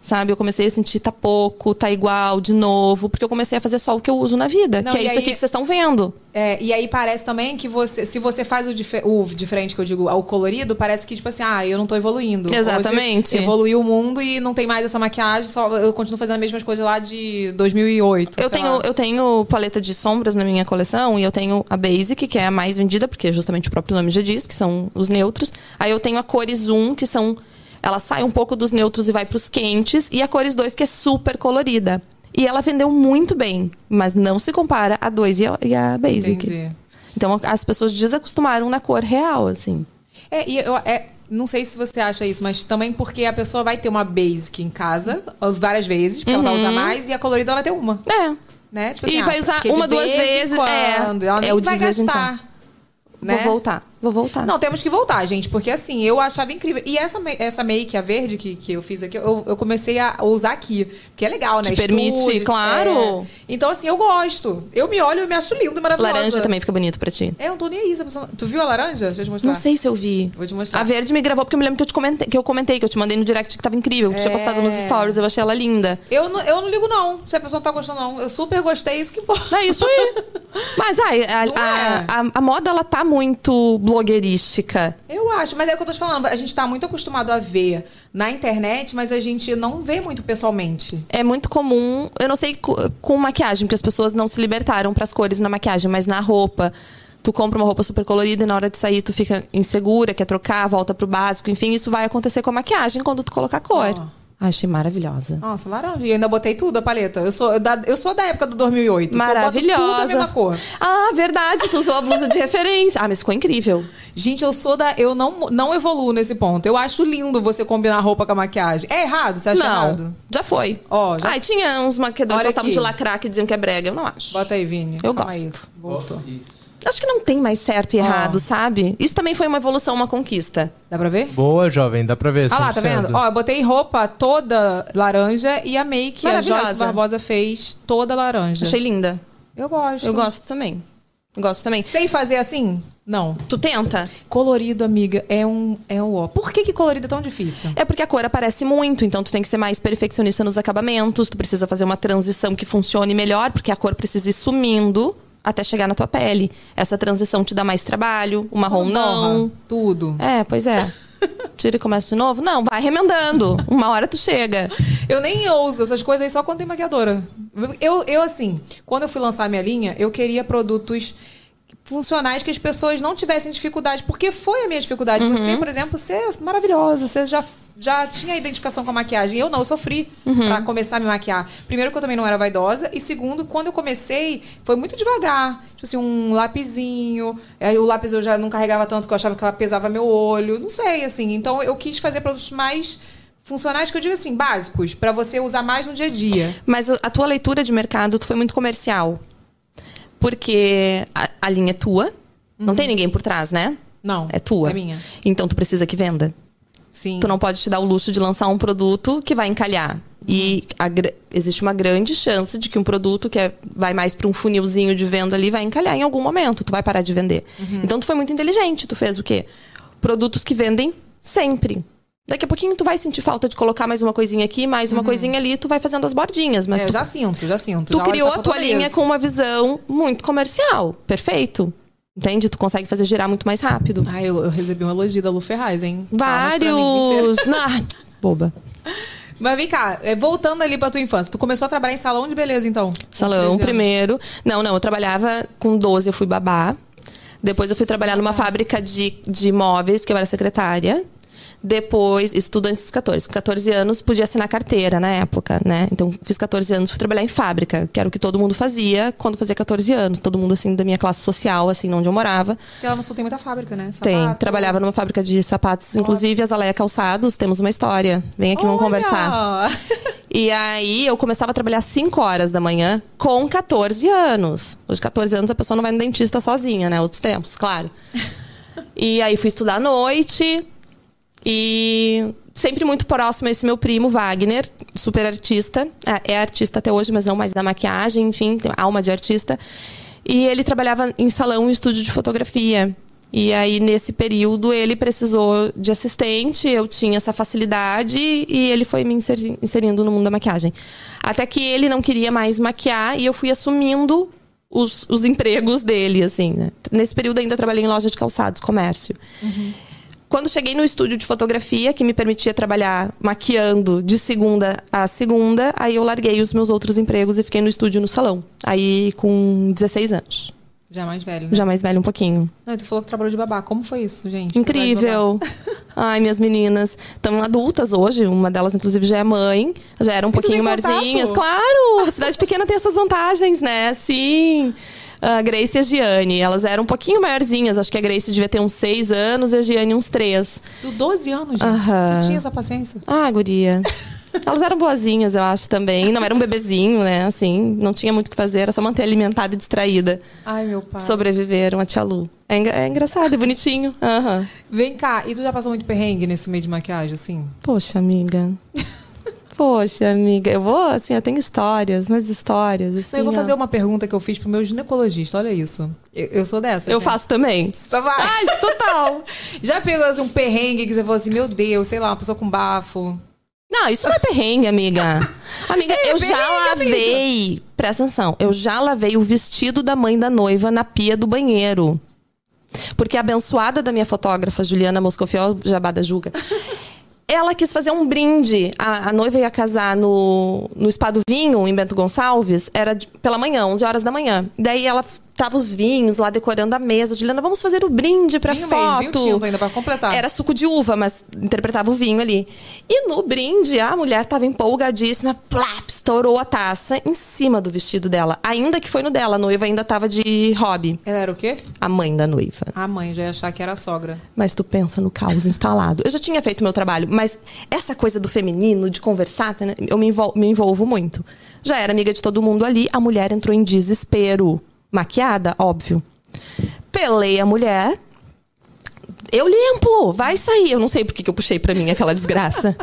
S5: Sabe? Eu comecei a sentir tá pouco, tá igual, de novo. Porque eu comecei a fazer só o que eu uso na vida.
S1: Não,
S5: que é
S1: e
S5: isso
S1: aí-
S5: aqui que vocês estão vendo.
S1: É, e aí parece também que você, se você faz o, dife- o diferente, que eu digo, o colorido, parece que, tipo assim, ah, eu não tô evoluindo.
S5: Exatamente.
S1: Hoje evoluiu o mundo e não tem mais essa maquiagem, só eu continuo fazendo as mesmas coisas lá de 2008. sei
S5: Eu tenho,
S1: lá.
S5: eu tenho paleta de sombras na minha coleção e eu tenho a Basic, que é a mais vendida, porque justamente o próprio nome já diz, que são os neutros. Aí eu tenho a cores 1, que são. Ela sai um pouco dos neutros e vai pros quentes. E a cores 2, que é super colorida. E ela vendeu muito bem, mas não se compara a 2 e a, e a Basic.
S1: Entendi.
S5: Então as pessoas desacostumaram na cor real, assim.
S1: É, e eu é, não sei se você acha isso, mas também porque a pessoa vai ter uma basic em casa ó, várias vezes, porque ela vai usar mais, e a colorida ela vai ter uma.
S5: É.
S1: Né? Tipo assim,
S5: Uhum. e
S1: ah,
S5: vai usar
S1: porque de
S5: uma, duas
S1: vez em
S5: vezes.
S1: Quando,
S5: é,
S1: ela nem
S5: é o de
S1: vai
S5: vez em
S1: gastar.
S5: quando.
S1: né?
S5: Vou voltar, vou voltar.
S1: Não, temos que voltar, gente, porque assim, eu achava incrível. E essa, ma- essa make, a verde que, que eu fiz aqui, eu, eu comecei a usar aqui. Porque é legal, né?
S5: Te permite, claro.
S1: é. Então, assim, eu gosto. Eu me olho e me acho linda, maravilhosa.
S5: Laranja também fica bonito pra ti.
S1: É, eu não tô nem aí. essa pessoa- Tu viu a laranja? Deixa eu te mostrar.
S5: Não sei se eu vi.
S1: Vou te mostrar.
S5: A Verde me gravou porque eu me lembro que eu, te comentei, que eu comentei, que eu te mandei no direct que tava incrível, que
S1: É.
S5: tu tinha postado nos stories, eu achei ela linda.
S1: Eu não, eu não ligo, não. Se a pessoa não tá gostando, não. Eu super gostei, isso que importa.
S5: É isso aí. Mas ai, a,
S1: Não
S5: a,
S1: é?
S5: a- a moda, ela tá muito blogueirística.
S1: Eu acho, mas é o que eu tô te falando. A gente tá muito acostumado a ver na internet, mas a gente não vê muito pessoalmente.
S5: É muito comum, eu não sei co- com maquiagem, porque as pessoas não se libertaram pras cores na maquiagem, mas na roupa. Tu compra uma roupa super colorida e na hora de sair tu fica insegura, quer trocar, volta pro básico, enfim, isso vai acontecer com a maquiagem quando tu colocar cor. Ai, Achei maravilhosa.
S1: Nossa, laranja. E ainda botei tudo a paleta. Eu sou da, eu sou da época do 2008. que
S5: Maravilhosa.
S1: Então Eu boto tudo a mesma cor.
S5: Ah, verdade, tu usou a blusa de referência. Ah, mas ficou incrível.
S1: Gente, eu sou da. Eu não, não evoluo nesse ponto. Eu acho lindo você combinar roupa com a maquiagem. É errado? Você acha
S5: não,
S1: errado?
S5: já foi.
S1: Ó, já-
S5: Ai, tinha uns maquiadores
S1: Olha
S5: que gostavam
S1: aqui.
S5: de lacrar que diziam que é brega, eu não acho.
S1: Bota aí, Vini.
S5: Eu
S1: Calma aí.
S5: gosto.
S1: Voltou.
S5: Acho que não tem mais certo e errado, sabe? Isso também foi uma evolução, uma conquista.
S1: Dá pra ver?
S2: Boa, jovem, dá pra ver.
S1: Ah lá, tá
S2: 100%.
S1: vendo? Ó, eu botei roupa toda laranja e a make a
S5: Maravilhosa.
S1: Joyce Barbosa fez toda laranja.
S5: Achei linda.
S1: Eu gosto.
S5: Eu gosto também. Eu gosto também.
S1: Sei fazer assim? Não.
S5: Tu tenta?
S1: Colorido, amiga, é um é um ó. Por que que colorido é tão difícil?
S5: É porque a cor aparece muito, então tu tem que ser mais perfeccionista nos acabamentos, tu precisa fazer uma transição que funcione melhor, porque a cor precisa ir sumindo até chegar na tua pele. Essa transição te dá mais trabalho, o marrom não.
S1: Borra Tudo.
S5: É, pois é. Tira e começa de novo? Não, vai remendando. Uma hora tu chega.
S1: Eu nem ouso essas coisas aí só quando tem maquiadora. Eu, eu, assim, quando eu fui lançar minha linha, eu queria produtos funcionais que as pessoas não tivessem dificuldade. Porque foi a minha dificuldade. Você, por exemplo, você é maravilhosa. Você já, já tinha identificação com a maquiagem. Eu não, eu sofri pra começar a me maquiar. Primeiro que eu também não era vaidosa. E segundo, quando eu comecei, foi muito devagar. Tipo assim, um lapisinho. Aí O lápis eu já não carregava tanto que eu achava que ela pesava meu olho. Não sei, assim. Então eu quis fazer produtos mais funcionais que eu digo assim, básicos, pra você usar mais no dia a dia.
S5: Mas a tua leitura de mercado, tu foi muito comercial. Porque a, a linha é tua. Não tem ninguém por trás, né?
S1: Uhum. Não.
S5: É tua.
S1: É minha.
S5: Então tu precisa que venda.
S1: Sim.
S5: Tu não pode te dar o luxo de lançar um produto que vai encalhar. E a gra- existe uma grande chance de que um produto que é- vai mais para um funilzinho de venda ali vai encalhar em algum momento. Tu vai parar de vender.
S1: Uhum.
S5: Então tu foi muito inteligente. Tu fez o quê? Produtos que vendem sempre. Daqui a pouquinho tu vai sentir falta de colocar mais uma coisinha aqui, mais uma coisinha ali, tu vai fazendo as bordinhas. Mas
S1: Uhum. É, eu
S5: tu
S1: já sinto, já sinto.
S5: tu
S1: já olho,
S5: criou
S1: tá
S5: a tua
S1: faltando
S5: linha
S1: isso.
S5: com uma visão muito comercial. Perfeito. Entende? Tu consegue fazer girar muito mais rápido.
S1: Ai, eu, eu recebi um elogio da Lu Ferraz, hein? Palmas pra mim, mentira.
S5: Vários. Ah, boba.
S1: Mas vem cá, é, voltando ali pra tua infância, tu começou a trabalhar em salão de beleza, então? Com
S5: Salão
S1: 13 anos.
S5: primeiro. Não, não, eu trabalhava com 12, eu fui babá. Depois eu fui trabalhar numa fábrica de, de imóveis, que eu era secretária. Depois, isso tudo antes dos 14. Com 14 anos, podia assinar carteira na época, né? Então, fiz 14 anos, fui trabalhar em fábrica, que era o que todo mundo fazia quando fazia 14 anos. Todo mundo, assim, da minha classe social, assim, onde eu morava.
S1: Porque lá no sul tem muita fábrica, né?
S5: Tem.
S1: Sapato.
S5: Trabalhava numa fábrica de sapatos, inclusive as Aleia Calçados. Temos uma história. Vem aqui, vamos
S1: Olha!
S5: conversar. E aí eu começava a trabalhar 5 horas da manhã com 14 anos. Hoje, 14 anos, a pessoa não vai no dentista sozinha, né? Outros tempos, claro. e aí fui estudar à noite. E sempre muito próximo a esse meu primo, Wagner, super artista. É- É artista até hoje, mas não mais da maquiagem, enfim, tem alma de artista. E ele trabalhava em salão e estúdio de fotografia. E aí, nesse período, ele precisou de assistente, eu tinha essa facilidade e ele foi me inseri- inserindo no mundo da maquiagem. Até que ele não queria mais maquiar e eu fui assumindo os, os empregos dele, assim, né? Nesse período ainda trabalhei em loja de calçados, comércio. Quando cheguei no estúdio de fotografia, que me permitia trabalhar maquiando de segunda a segunda, aí eu larguei os meus outros empregos e fiquei no estúdio no salão. Aí com 16 anos.
S1: Já mais velho, né?
S5: Já mais velho um pouquinho.
S1: Não, e tu falou que trabalhou de babá. Como foi isso, gente?
S5: Incrível. Ai, minhas meninas. Estão adultas hoje. Uma delas, inclusive, já é mãe. Já era um
S1: tu tem
S5: pouquinho maiorzinhas.
S1: contato?
S5: Claro! A cidade pequena tem essas vantagens, né? Sim. A Grace e a Giane. Elas eram um pouquinho maiorzinhas. Acho que a Grace devia ter uns seis anos e a Giane uns três.
S1: Tu 12 anos, gente.
S5: Aham.
S1: Tu tinha essa paciência?
S5: Ah, guria. Elas eram boazinhas, eu acho, também. Não era um bebezinho, né? Assim, não tinha muito o que fazer. Era só manter alimentada e distraída.
S1: Ai, meu pai.
S5: Sobreviveram a tia Lu. É, engra- é engraçado, é bonitinho. Aham.
S1: Vem cá, e tu já passou muito perrengue nesse meio de maquiagem, assim?
S5: Poxa, amiga. Poxa, amiga. Eu vou, assim, eu tenho histórias, mas histórias, assim.
S1: Não, Então, eu vou
S5: ó.
S1: fazer uma pergunta que eu fiz pro meu ginecologista, olha isso. Eu, eu sou dessa.
S5: Eu faço também.
S1: Ai, total. já pegou assim, um perrengue que você falou assim, meu Deus, sei lá, uma pessoa com bafo.
S5: Não, isso não é perrengue, amiga. Amiga, eu já
S1: É perrengue, amiga.
S5: lavei. Presta atenção. Eu já lavei o vestido da mãe da noiva na pia do banheiro. Porque a abençoada da minha fotógrafa, Juliana Moscofiol, Jabá da Juga, ela quis fazer um brinde. A, a noiva ia casar no, no Spa do Vinho, em Bento Gonçalves. Era de- pela manhã, 11 horas da manhã. Daí ela f- tava os vinhos lá decorando a mesa. Juliana, vamos fazer o brinde pra
S1: Vinho mesmo,
S5: foto.
S1: vinho tinto ainda pra completar.
S5: Era suco de uva, mas interpretava o vinho ali. E no brinde, a mulher tava empolgadíssima, plap, estourou a taça em cima do vestido dela. Ainda que foi no dela, a noiva ainda tava de hobby.
S1: Ela era o quê?
S5: A mãe da noiva.
S1: A mãe, já ia achar que era a sogra.
S5: Mas tu pensa no caos instalado. Eu já tinha feito meu trabalho, mas essa coisa do feminino, de conversar, tá, né? eu me envol- me envolvo, muito. Já era amiga de todo mundo ali, a mulher entrou em desespero. Maquiada, óbvio. Pelei a mulher. Eu limpo, vai sair. Eu não sei por que que eu puxei pra mim aquela desgraça.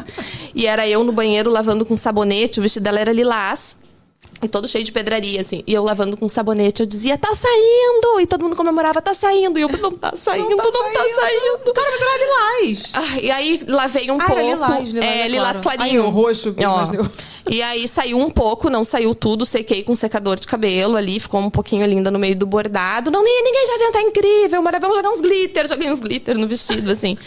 S5: e era eu no banheiro lavando com sabonete, o vestido dela era lilás. E todo cheio de pedraria, assim. E eu lavando com sabonete, eu dizia, tá saindo! E todo mundo comemorava, tá saindo! E eu, não tá saindo, não tá saindo! tá
S1: Cara, mas era lilás.
S5: Ah, e aí lavei um
S1: Ah,
S5: pouco.
S1: era lilás, lilás,
S5: é,
S1: é
S5: lilás
S1: claro.
S5: clarinho.
S1: Ai, o roxo, pelo amor de Deus.
S5: E aí saiu um pouco, não saiu tudo, sequei com secador de cabelo ali, ficou um pouquinho linda no meio do bordado. Não, nem- ninguém tá vendo, tá incrível, maravilha. Vamos jogar uns glitter, joguei uns glitter no vestido, assim.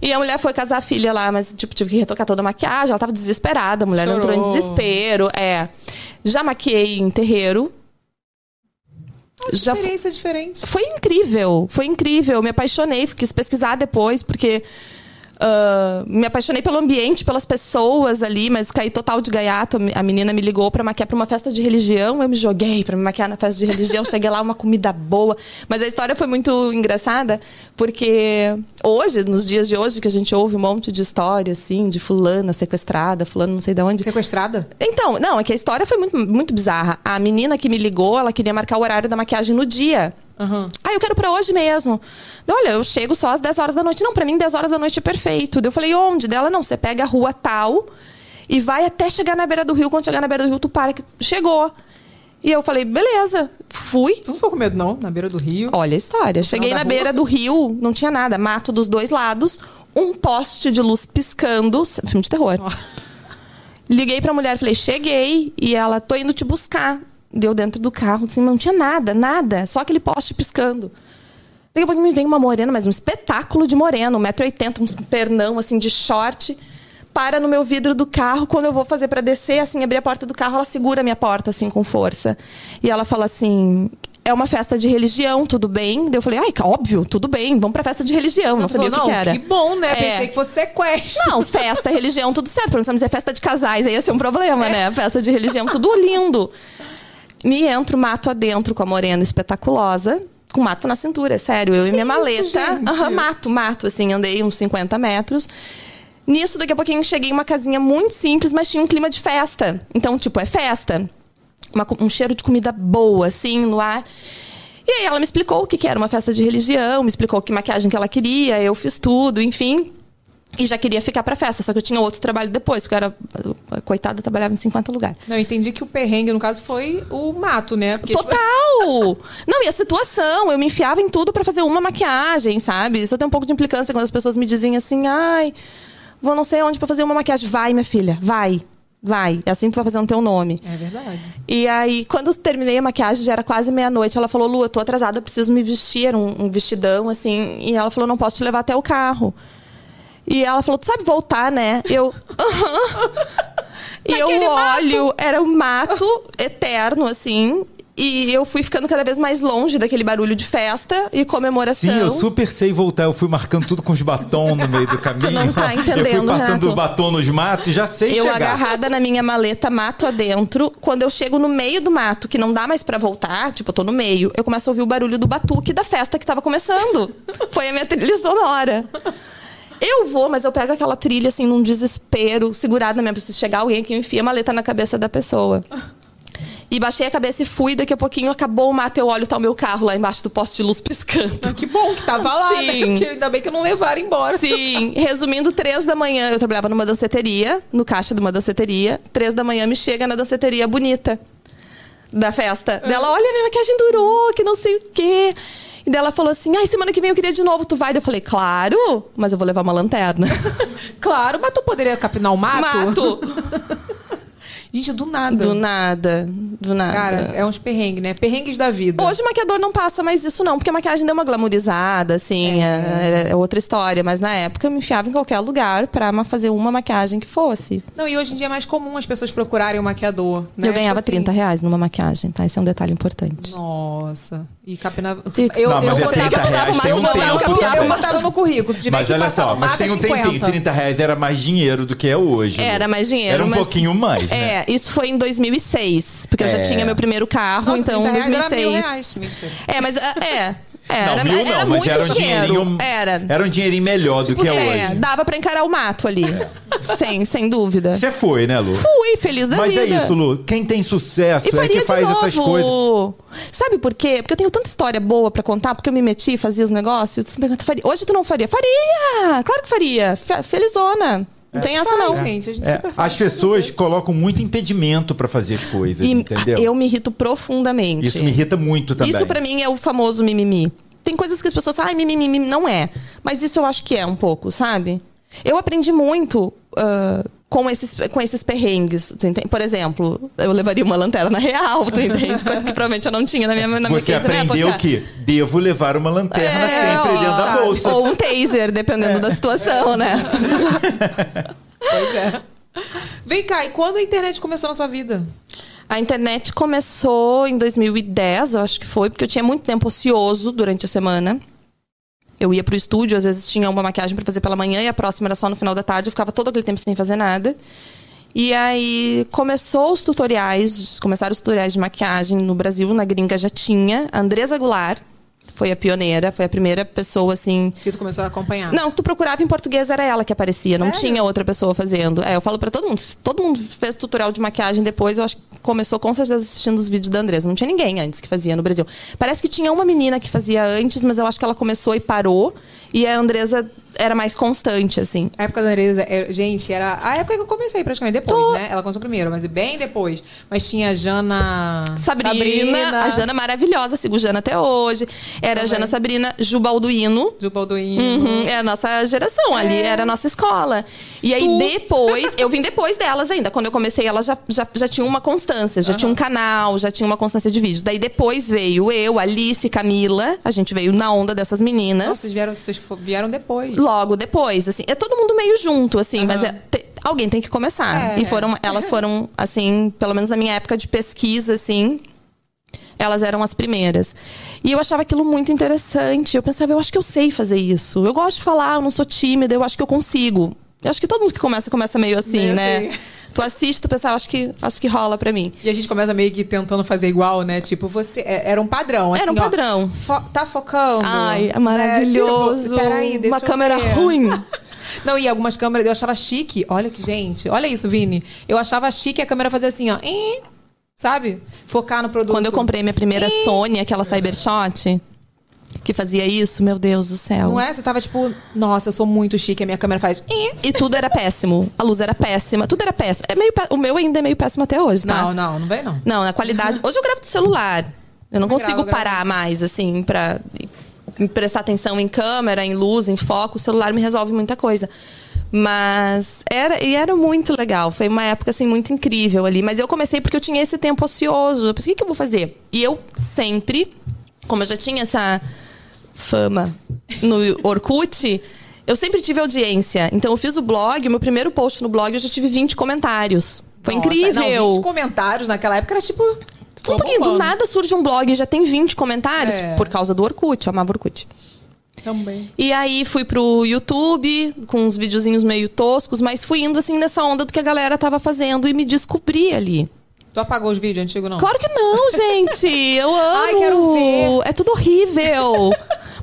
S5: E a mulher foi casar a filha lá, mas, tipo, tive que retocar toda a maquiagem. Ela tava desesperada, a mulher entrou em
S1: Chorou.
S5: desespero. É. Já maquiei em terreiro. Já fu-
S1: Experiência diferente.
S5: foi incrível, foi incrível. Eu Me apaixonei, quis pesquisar depois, porque ah, me apaixonei pelo ambiente, pelas pessoas ali, mas caí total de gaiato. A menina me ligou pra maquiar pra uma festa de religião, eu me joguei pra me maquiar na festa de religião. Cheguei lá, uma comida boa. Mas a história foi muito engraçada, porque hoje, nos dias de hoje, que a gente ouve um monte de história, assim, de fulana sequestrada, fulano não sei de onde.
S1: Sequestrada?
S5: Então, não, é que a história foi muito, muito bizarra. A menina que me ligou, ela queria marcar o horário da maquiagem no dia. Ah, eu quero pra hoje mesmo. Daí, Olha, eu chego só às 10 horas da noite. Não, pra mim 10 horas da noite é perfeito. Daí eu falei, onde? Dela, não, você pega a rua tal e vai até chegar na beira do rio. Quando chegar na beira do rio, tu para que chegou. E eu falei, beleza. Fui.
S1: Tu não ficou com medo, não? Na beira do rio.
S5: Olha a história. Cheguei
S1: da
S5: na
S1: rua?
S5: beira do rio, não tinha nada. Mato dos dois lados, um poste de luz piscando. Filme de terror. Liguei pra mulher, falei, cheguei. E ela, tô indo te buscar. Deu dentro do carro, assim, não tinha nada, nada. Só aquele poste piscando. Daqui a pouco me vem uma morena, mas um espetáculo de morena. 1,80m, um pernão, assim, de short. Para no meu vidro do carro. Quando eu vou fazer pra descer, assim, abrir a porta do carro, ela segura a minha porta, assim, com força. E ela fala assim... É uma festa de religião, tudo bem? Daí eu falei, ai, óbvio, tudo bem, vamos pra festa de religião. Não,
S1: Ela
S5: sabia
S1: falou,
S5: o que, que era.
S1: que bom, né?
S5: É.
S1: Pensei que fosse sequestro.
S5: Não, festa, religião, tudo certo. é Pelo menos vamos dizer festa de casais, aí ia ser um problema,
S1: É.
S5: né? Festa de religião, tudo lindo. Me entro, mato adentro com a morena espetaculosa, com mato na cintura, é sério. Eu e minha maleta.
S1: gente?
S5: Aham, mato, mato, assim, andei uns 50 metros. Nisso, daqui a pouquinho, cheguei em uma casinha muito simples, mas tinha um clima de festa. Então, tipo, é festa. Uma co- um cheiro de comida boa, assim, no ar. E aí ela me explicou o que, que era uma festa de religião, me explicou que maquiagem que ela queria, eu fiz tudo, enfim. E já queria ficar pra festa, só que eu tinha outro trabalho depois, porque eu era. Coitada, eu trabalhava em 50 lugares.
S1: Não, eu entendi que o perrengue, no caso, foi o mato, né? Porque, tipo,
S5: Total! Não, e a situação, eu me enfiava em tudo pra fazer uma maquiagem, sabe? Isso tem um pouco de implicância quando as pessoas me dizem assim, ai, vou não sei onde pra fazer uma maquiagem. Vai, minha filha, vai, vai. É assim que tu vai fazer no teu nome.
S1: É verdade.
S5: E aí, quando eu terminei a maquiagem, já era quase meia-noite. Ela falou, Lu, eu tô atrasada, eu preciso me vestir, era um, um vestidão, assim. E ela falou, não posso te levar até o carro. E ela falou, tu sabe voltar, né? Eu, aham. E eu
S1: Naquele mato.
S5: olho, era um mato eterno, assim. E eu fui ficando cada vez mais longe daquele barulho de festa e comemoração.
S6: Sim, eu super sei voltar. Eu fui marcando tudo com os batom no meio do caminho.
S5: não tá
S6: Eu
S5: entendendo,
S6: fui passando
S5: Renato.
S6: o batom nos matos e já sei
S5: Eu
S6: chegar.
S5: agarrada na minha maleta, mato adentro. Quando eu chego no meio do mato, que não dá mais pra voltar, tipo, eu tô no meio, eu começo a ouvir o barulho do batuque da festa que tava começando. Foi a minha trilha sonora. Eu vou, mas eu pego aquela trilha assim num desespero, segurada na minha. Preciso chegar alguém que enfia a maleta na cabeça da pessoa. E baixei a cabeça e fui, daqui a pouquinho acabou o mato, eu olho, tá o meu carro lá embaixo do poste de luz piscando.
S1: Que bom que tava lá, né?
S5: Sim.
S1: Porque ainda bem que não levaram embora.
S5: Sim, resumindo, três da manhã eu trabalhava numa danceteria, no caixa de uma danceteria. Três da manhã me chega na danceteria bonita da festa. Dela, olha, minha maquiagem durou, que não sei o quê. E dela falou assim: ai, semana que vem eu queria de novo, tu vai? Daí Eu falei, claro, mas eu vou levar uma lanterna.
S1: Claro, mas tu poderia capinar o mato?
S5: Mato!
S1: Gente, do nada.
S5: Do nada, do nada.
S1: Cara, é uns perrengues, né? Perrengues da vida.
S5: Hoje o maquiador não passa mais isso, não, porque a maquiagem deu uma glamourizada, assim, é, é outra história. Mas na época eu me enfiava em qualquer lugar pra ma- fazer uma maquiagem que fosse.
S1: Não, e hoje em dia é mais comum as pessoas procurarem um maquiador, né?
S5: Eu ganhava
S1: Tipo assim,
S5: 30 reais numa maquiagem, tá? Esse é um detalhe importante.
S1: Nossa. E capinava.
S5: E-
S1: Eu,
S6: Não,
S1: eu
S6: mas é
S1: botava,
S6: 30
S1: eu botava
S6: reais,
S1: mais
S6: tem um
S1: eu botava-
S6: tempo.
S1: eu botava no currículo. Se tiver
S6: Mas
S1: que
S6: olha
S1: passar
S6: só,
S1: no
S6: mas
S1: mato,
S6: tem
S1: é
S6: um tempinho.
S1: 50.
S6: 30 reais era mais dinheiro do que é hoje.
S5: Era mais dinheiro.
S6: Era um
S5: mas-
S6: pouquinho mais, né?
S5: É, isso foi em 2006, porque eu já
S6: É.
S5: tinha meu primeiro carro,
S1: Nossa,
S5: então
S1: 30 reais era
S5: 2006.
S1: mil reais. Mentira.
S5: É, mas ah, é. é,
S6: Não,
S5: era,
S6: mil
S5: era
S6: não, mas
S5: muito
S6: era um
S5: dinheiro.
S6: dinheirinho.
S5: Era.
S6: Era um dinheirinho melhor do que é
S5: É,
S6: hoje.
S5: dava pra encarar o mato ali. Sem, sem dúvida.
S6: Você foi, né, Lu?
S5: Fui, feliz da
S6: Mas
S5: vida.
S6: é isso, Lu. Quem tem sucesso
S5: E
S6: é
S5: faria
S6: que faz
S5: de novo.
S6: essas coisas.
S5: Sabe por quê? Porque eu tenho tanta história boa pra contar, porque eu me meti, fazia os negócios. Tu pergunta, faria- Hoje tu não faria? Faria! Claro que faria. Fe- Felizona. Não tem essa, não.
S1: Faz, gente, a gente
S6: É,
S1: super faz.
S6: as pessoas colocam muito impedimento pra fazer as coisas,
S5: E
S6: entendeu?
S5: ah, eu me irrito profundamente.
S6: Isso me irrita muito também.
S5: Isso pra mim é o famoso mimimi. Tem coisas que as pessoas falam, ai, mimimi, mimimi", não é. Mas isso eu acho que é um pouco, sabe? Eu aprendi muito ah, com, esses, com esses perrengues. tu entende? Por exemplo, eu levaria uma lanterna real, tu entende? Coisa que provavelmente eu não tinha na minha na minha
S6: Você
S5: case na
S6: aprendeu
S5: época.
S6: que devo levar uma lanterna
S5: né, É,
S6: sempre
S5: ó,
S6: dentro da
S5: sabe?
S6: bolsa. É.
S5: Ou um taser, dependendo da situação, né?
S1: Vem cá, e quando a internet começou na sua vida?
S5: A internet começou em 2010, eu acho que foi, porque eu tinha muito tempo ocioso durante a semana. Eu ia pro estúdio, às vezes tinha uma maquiagem pra fazer pela manhã e a próxima era só no final da tarde, eu ficava todo aquele tempo sem fazer nada. E aí começou os tutoriais, começaram os tutoriais de maquiagem no Brasil, na gringa já tinha. A Andresa Goulart foi a pioneira, foi a primeira pessoa assim
S1: Que tu começou a acompanhar?
S5: não, tu procurava em português, era ela que aparecia, não
S1: Sério?
S5: tinha outra pessoa fazendo. É, eu falo pra todo mundo, se todo mundo fez tutorial de maquiagem depois, eu acho que começou com certeza assistindo os vídeos da Andresa. Não tinha ninguém antes que fazia no Brasil. Parece que tinha uma menina que fazia antes, mas eu acho que ela começou e parou. E a Andresa era mais constante, assim.
S1: A época da Andresa, era- gente, era a época que eu comecei praticamente. Depois, né? Ela começou primeiro, mas bem depois. Mas tinha a Jana.
S5: Sabrina, a Jana maravilhosa, sigo Jana até hoje. Era a Jana Sabrina, Jubalduino.
S1: do Balduino.
S5: Uhum, é a nossa geração, ali era a nossa escola. E aí
S1: É. Tu.
S5: depois, eu vim depois delas ainda. Quando eu comecei, elas já, já, já tinham uma constância, já tinha um canal, já tinha uma constância de vídeos. Daí depois veio eu, Alice, Camila, a gente veio na onda dessas meninas.
S1: Nossa, vocês vieram, vocês fo- vieram depois.
S5: Logo depois, assim, é todo mundo meio junto, assim, mas é- te- alguém tem que começar.
S1: É.
S5: E foram, elas foram, assim, pelo menos na minha época de pesquisa, assim, elas eram as primeiras. E eu achava aquilo muito interessante. Eu pensava, eu acho que eu sei fazer isso. Eu gosto de falar, eu não sou tímida, eu acho que eu consigo. Eu acho que todo mundo que começa, começa meio assim,
S1: Meio
S5: né?
S1: assim.
S5: Tu assiste, tu pensa, "Ah, acho que, acho que rola pra mim.
S1: E a gente começa meio que tentando fazer igual, né? Tipo, você. é- Era um padrão, assim.
S5: Era um
S1: ó,
S5: padrão.
S1: fo- tá focando.
S5: Ai, é
S1: né?
S5: maravilhoso.
S1: Tipo, peraí, deixa
S5: Uma
S1: eu
S5: câmera
S1: ver.
S5: ruim.
S1: Não, e algumas câmeras eu achava chique. Olha que, gente, olha isso, Vini. Eu achava chique a câmera fazer assim, ó. "Ih", Sabe? Focar no produto. É.
S5: Quando eu comprei minha primeira Sony, aquela Cybershot, que fazia isso, meu Deus do céu.
S1: Não é? Você tava tipo, nossa, eu sou muito chique, a minha câmera faz. "Ih".
S5: E tudo era péssimo. A luz era péssima, tudo era péssimo. É meio pé- O meu ainda é meio péssimo até hoje, tá?
S1: Não, não, não vem não.
S5: Não, na qualidade. Hoje eu gravo do celular. Eu não
S1: Eu gravo,
S5: consigo
S1: eu gravo.
S5: parar mais, assim, pra em- prestar atenção em câmera, em luz, em foco. O celular me resolve muita coisa. Mas era e era muito legal. Foi uma época assim muito incrível ali, mas eu comecei porque eu tinha esse tempo ocioso. Eu pensei, o que que eu vou fazer? E eu sempre, como eu já tinha essa fama no Orkut, eu sempre tive audiência. Então eu fiz o blog, o meu primeiro post no blog, eu já tive 20 comentários. Foi
S1: Nossa,
S5: incrível.
S1: Não, 20 comentários naquela época era tipo.
S5: Só um
S1: tô
S5: pouquinho, do
S1: bombando.
S5: nada surge um blog, já tem 20 comentários
S1: É.
S5: por causa do Orkut, eu amava Orkut.
S1: Também.
S5: E aí fui pro YouTube com uns videozinhos meio toscos, mas fui indo assim nessa onda do que a galera tava fazendo e me descobri ali.
S1: Tu apagou os vídeos antigos, não?
S5: Claro que não, gente! Eu amo!
S1: Ai, quero ver.
S5: É tudo horrível!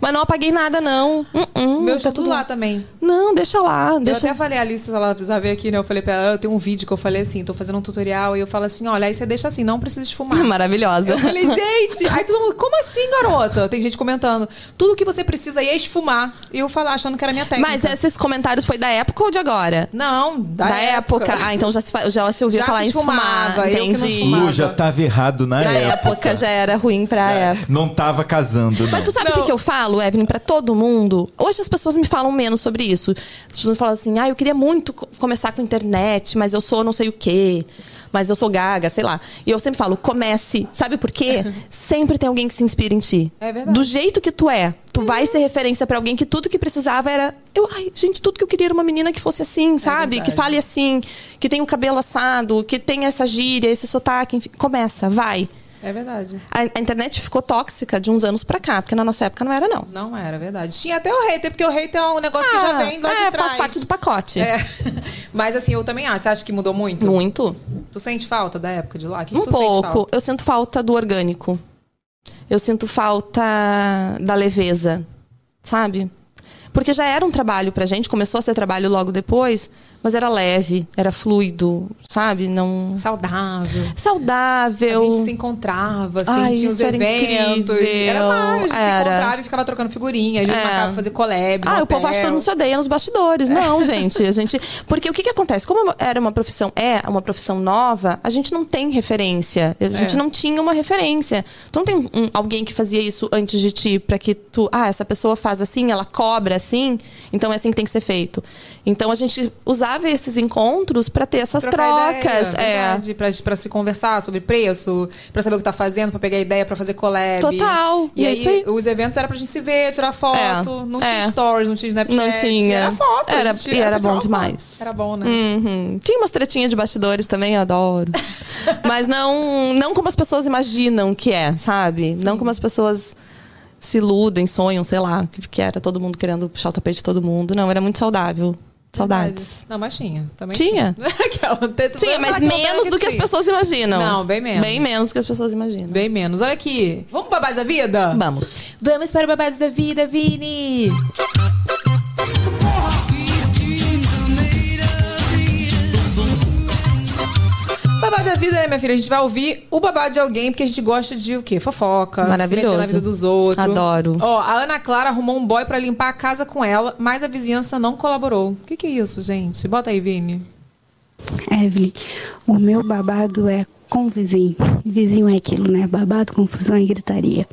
S5: mas não apaguei nada, não. Uh-uh,
S1: Meu
S5: tá
S1: tá tudo lá também.
S5: Não, deixa lá.
S1: Eu
S5: Deixa...
S1: até falei a Alice, ela precisava ver aqui, né? Eu falei pra ela, eu tenho um vídeo que eu falei assim, tô fazendo um tutorial, e eu falo assim, olha, aí você deixa assim, não precisa esfumar.
S5: Maravilhosa.
S1: Eu falei, gente, aí todo mundo, como assim, garota? Tem gente comentando, tudo que você precisa aí é esfumar. E eu falo, achando né, que era minha técnica.
S5: Mas esses comentários foi da época ou de agora?
S1: Não, da,
S5: Da, época. Ah, então já se, fa- já se ouvia
S1: Já
S5: falar
S1: se
S5: em esfumar.
S1: esfumava, eu que não
S5: entendi.
S1: esfumava.
S6: Lu já tava errado na,
S5: Na
S6: época.
S5: época. já era ruim pra época.
S6: Não tava casando, né? não.
S5: Mas tu sabe o que, que eu falo, Evelyn, pra todo mundo? Hoje as pessoas me falam menos sobre isso. As pessoas me falam assim, ah, eu queria muito co- começar com internet, mas eu sou não sei o quê. Mas eu sou gaga, sei lá. E eu sempre falo, comece. Sabe por quê? sempre tem alguém que se inspira em ti.
S1: É verdade. Uhum.
S5: Do jeito que tu é. Tu vai ser referência pra alguém que tudo que precisava era... Eu, ai, gente, tudo que eu queria era uma menina que fosse assim, sabe? que
S1: É verdade.
S5: fale assim, que tenha o cabelo assado, que tenha essa gíria, esse sotaque. Enfim, começa, vai.
S1: É verdade.
S5: A, a internet ficou tóxica de uns anos pra cá, porque na nossa época não era, não.
S1: Não era, é verdade. Tinha até o hater, porque o hater é um negócio que já vem lá
S5: é,
S1: de trás.
S5: faz parte do pacote.
S1: É. Mas assim, eu também acho. Você acha que mudou muito?
S5: Muito.
S1: Tu sente falta da época de lá? O que que
S5: Um
S1: tu sente
S5: pouco.
S1: falta?
S5: Eu sinto falta do orgânico. Eu sinto falta da leveza, sabe? Porque já era um trabalho pra gente, começou a ser trabalho logo depois, mas era leve, era fluido, sabe? Não.
S1: Saudável.
S5: Saudável.
S1: A gente se encontrava, assim,
S5: Ai,
S1: tinha os
S5: isso era
S1: eventos.
S5: incrível.
S1: Era vários, a gente se
S5: Era.
S1: encontrava e ficava trocando figurinha. Às vezes
S5: É.
S1: marcava pra fazer collab. no
S5: Ah, o
S1: hotel.
S5: povo
S1: É.
S5: acha que todo mundo se odeia nos bastidores. Não, gente. A gente. Porque o que, que acontece? Como era uma profissão, é uma profissão nova, a gente não tem referência. A gente
S1: É.
S5: não tinha uma referência. Tu não tem um- alguém que fazia isso antes de ti pra que tu. Ah, essa pessoa faz assim, ela cobra assim, então é assim que tem que ser feito. Então a gente usava esses encontros pra ter essas
S1: Trocar
S5: trocas.
S1: Ideia,
S5: é.
S1: verdade, pra, pra se conversar sobre preço, pra saber o que tá fazendo, pra pegar ideia, pra fazer collab.
S5: Total.
S1: E
S5: E é
S1: aí,
S5: isso aí.
S1: os eventos era pra gente se ver, tirar foto.
S5: É.
S1: Não tinha
S5: É.
S1: stories, não tinha Snapchat.
S5: Não tinha.
S1: Era foto. a
S5: Era-
S1: gente-
S5: e era
S1: pra tirar
S5: bom
S1: uma foto.
S5: demais.
S1: Era bom, né?
S5: Uhum. Tinha umas tretinhas de bastidores também, eu adoro. Mas não, não como as pessoas imaginam que é, sabe? Não como as pessoas se iludem, sonham, sei lá, que, que era todo mundo querendo puxar o tapete de todo mundo. Não, era muito saudável. Saudades.
S1: Verdade. Não, mas tinha. Também
S5: Tinha?
S1: Aquela- tanto-
S5: Tinha, mas
S1: aquela
S5: menos do que as
S1: tinha.
S5: pessoas imaginam.
S1: Não, bem menos.
S5: Bem menos do que as pessoas imaginam.
S1: Bem menos. Olha aqui. Vamos pro babado da vida?
S5: Vamos.
S1: Vamos para o babado da vida, Vini. Babado da vida, né, minha filha? A gente vai ouvir o babado de alguém, porque a gente gosta de o quê? Fofoca. se
S5: Maravilhoso.
S1: meter na vida dos outros.
S5: Adoro.
S1: Ó, a Ana Clara arrumou um boy pra limpar a casa com ela, mas a vizinhança não colaborou. O que, que é isso, gente? Bota aí, Vini.
S7: Evelyn, o meu babado é com vizinho. Vizinho é aquilo, né? Babado, confusão e gritaria.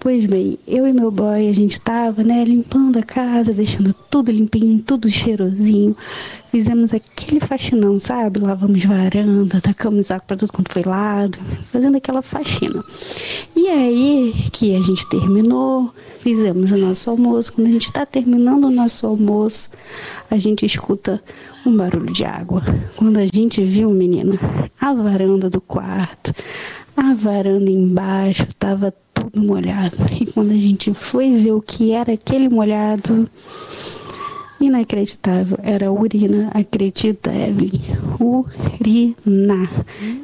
S7: Pois bem, eu e meu boy, a gente tava, né, limpando a casa, deixando tudo limpinho, tudo cheirosinho. Fizemos aquele faxinão, sabe? Lavamos varanda, tacamos água pra tudo quanto foi lado, fazendo aquela faxina. E aí que a gente terminou, fizemos o nosso almoço. Quando a gente tá terminando o nosso almoço, a gente escuta um barulho de água. Quando a gente viu, menina, a varanda do quarto, a varanda embaixo, tava tudo molhado. E quando a gente foi ver o que era aquele molhado, Inacreditável, era urina, acredita, Evelyn? Urina.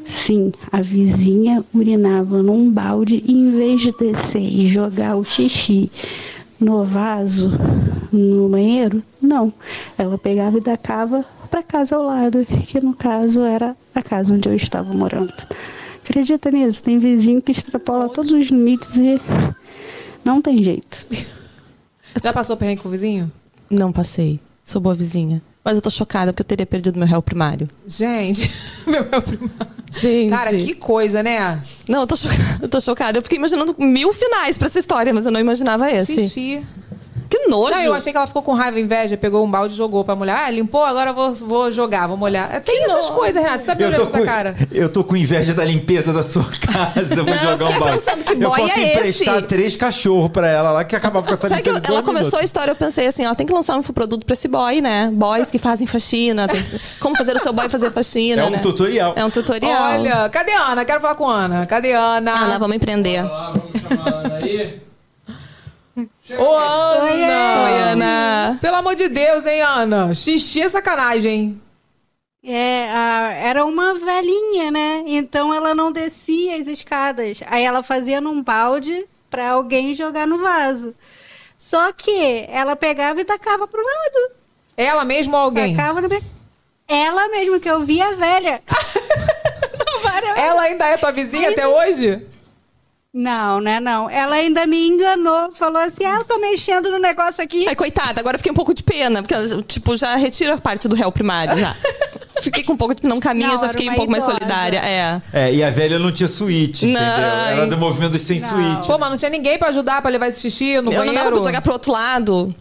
S7: Sim, a vizinha urinava num balde e em vez de descer e jogar o xixi no vaso, no banheiro, não. Ela pegava e tacava para casa ao lado, que no caso era a casa onde eu estava morando. Acredita nisso? Tem vizinho que extrapola todos os limites e Não tem jeito.
S1: Já passou perrengue com o vizinho?
S5: Não passei. Sou boa vizinha. Mas eu tô chocada porque eu teria perdido meu réu primário.
S1: Gente, meu é o primário.
S5: Gente.
S1: Cara, que coisa, né?
S5: Não, eu tô chocada. Eu tô chocada. Eu fiquei imaginando mil finais pra essa história, mas eu não imaginava
S1: É assim.
S5: esse.
S1: Xixi.
S5: Que nojo.
S1: Não, eu achei que ela ficou com raiva e inveja, pegou um balde e jogou pra mulher. Ah, limpou, agora eu vou, vou jogar, vou molhar. É, Tem essas coisas, Renata. Você tá me
S6: Eu
S1: olhando
S6: tô,
S1: com
S6: com,
S1: essa cara?
S6: eu tô com inveja da limpeza da sua casa. Vou
S5: eu
S6: jogar um
S5: fiquei
S6: balde.
S5: pensando que
S6: eu
S5: boy
S6: posso
S5: é esse?
S6: emprestar três cachorros pra ela lá que acabava com essa
S5: Sabe que eu-
S6: limpeza. em
S5: ela
S6: dois
S5: começou a
S6: minutos.
S5: história, eu pensei assim, ó, tem que lançar um produto pra esse boy, né? Boys que fazem faxina, tem que- como fazer o seu boy fazer faxina,
S6: É um
S5: né?
S6: tutorial.
S5: É um tutorial.
S1: Olha, cadê a Ana? Quero falar com a Ana. Cadê a Ana?
S5: Ana, vamos empreender.
S2: Ah, vamos chamar a Ana aí.
S1: Ô, Ana!
S5: Oi, Ana.
S1: Pelo amor de Deus, hein, Ana? Xixi é sacanagem, hein?
S8: É, a- era uma velhinha, né? Então ela não descia as escadas. Aí ela fazia num balde pra alguém jogar no vaso. Só que ela pegava e tacava pro lado.
S1: Ela mesmo ou alguém?
S8: Tacava no... be- Ela mesmo, que eu via a velha. Varanda.
S1: Ela ainda é tua vizinha até hoje?
S8: Não, né? Não. Ela ainda me enganou. Falou assim: ah, eu tô mexendo no negócio aqui.
S5: Ai, coitada, agora eu fiquei um pouco de pena, porque, ela, tipo, já retira a parte do réu primário, já. Fiquei com um pouco de... Não caminha,
S8: Não,
S5: já
S8: era
S5: fiquei um
S8: uma
S5: pouco mais
S8: idosa.
S5: solidária. É.
S6: É, e a velha não tinha suíte,
S5: Não.
S6: entendeu? Era do movimento dos sem
S8: Não.
S6: suíte.
S1: Pô, mas não tinha ninguém pra ajudar pra levar esse xixi no
S5: eu não dava
S1: banheiro?
S5: pra jogar pro outro lado.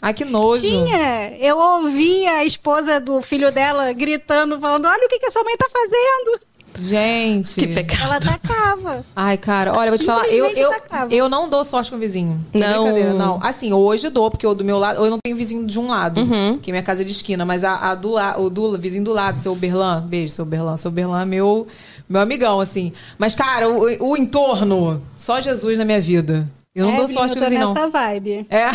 S1: Ai, que nojo.
S8: Tinha, eu ouvia a esposa do filho dela gritando, falando: olha o que, que a sua mãe tá fazendo.
S1: Gente.
S5: Que pecado.
S8: Ela tacava.
S1: Ai, cara, olha, eu vou te falar, eu,
S8: Infelizmente tá
S1: eu,
S8: atacava.
S1: eu não dou sorte com o vizinho. Sem
S5: Não.
S1: Brincadeira, não. Assim, hoje dou, porque eu do meu lado, eu não tenho vizinho de um lado, que minha casa é de esquina, mas a, a do la- o do vizinho do lado, seu Berlan, beijo, seu Berlan, seu Berlan é meu, meu amigão, assim. Mas, cara, o, o entorno, só Jesus na minha vida. Eu não dou
S8: Evelyn,
S1: sorte com
S8: É, eu
S1: o
S8: tô
S1: vizinho,
S8: nessa
S1: não.
S8: vibe.
S1: É.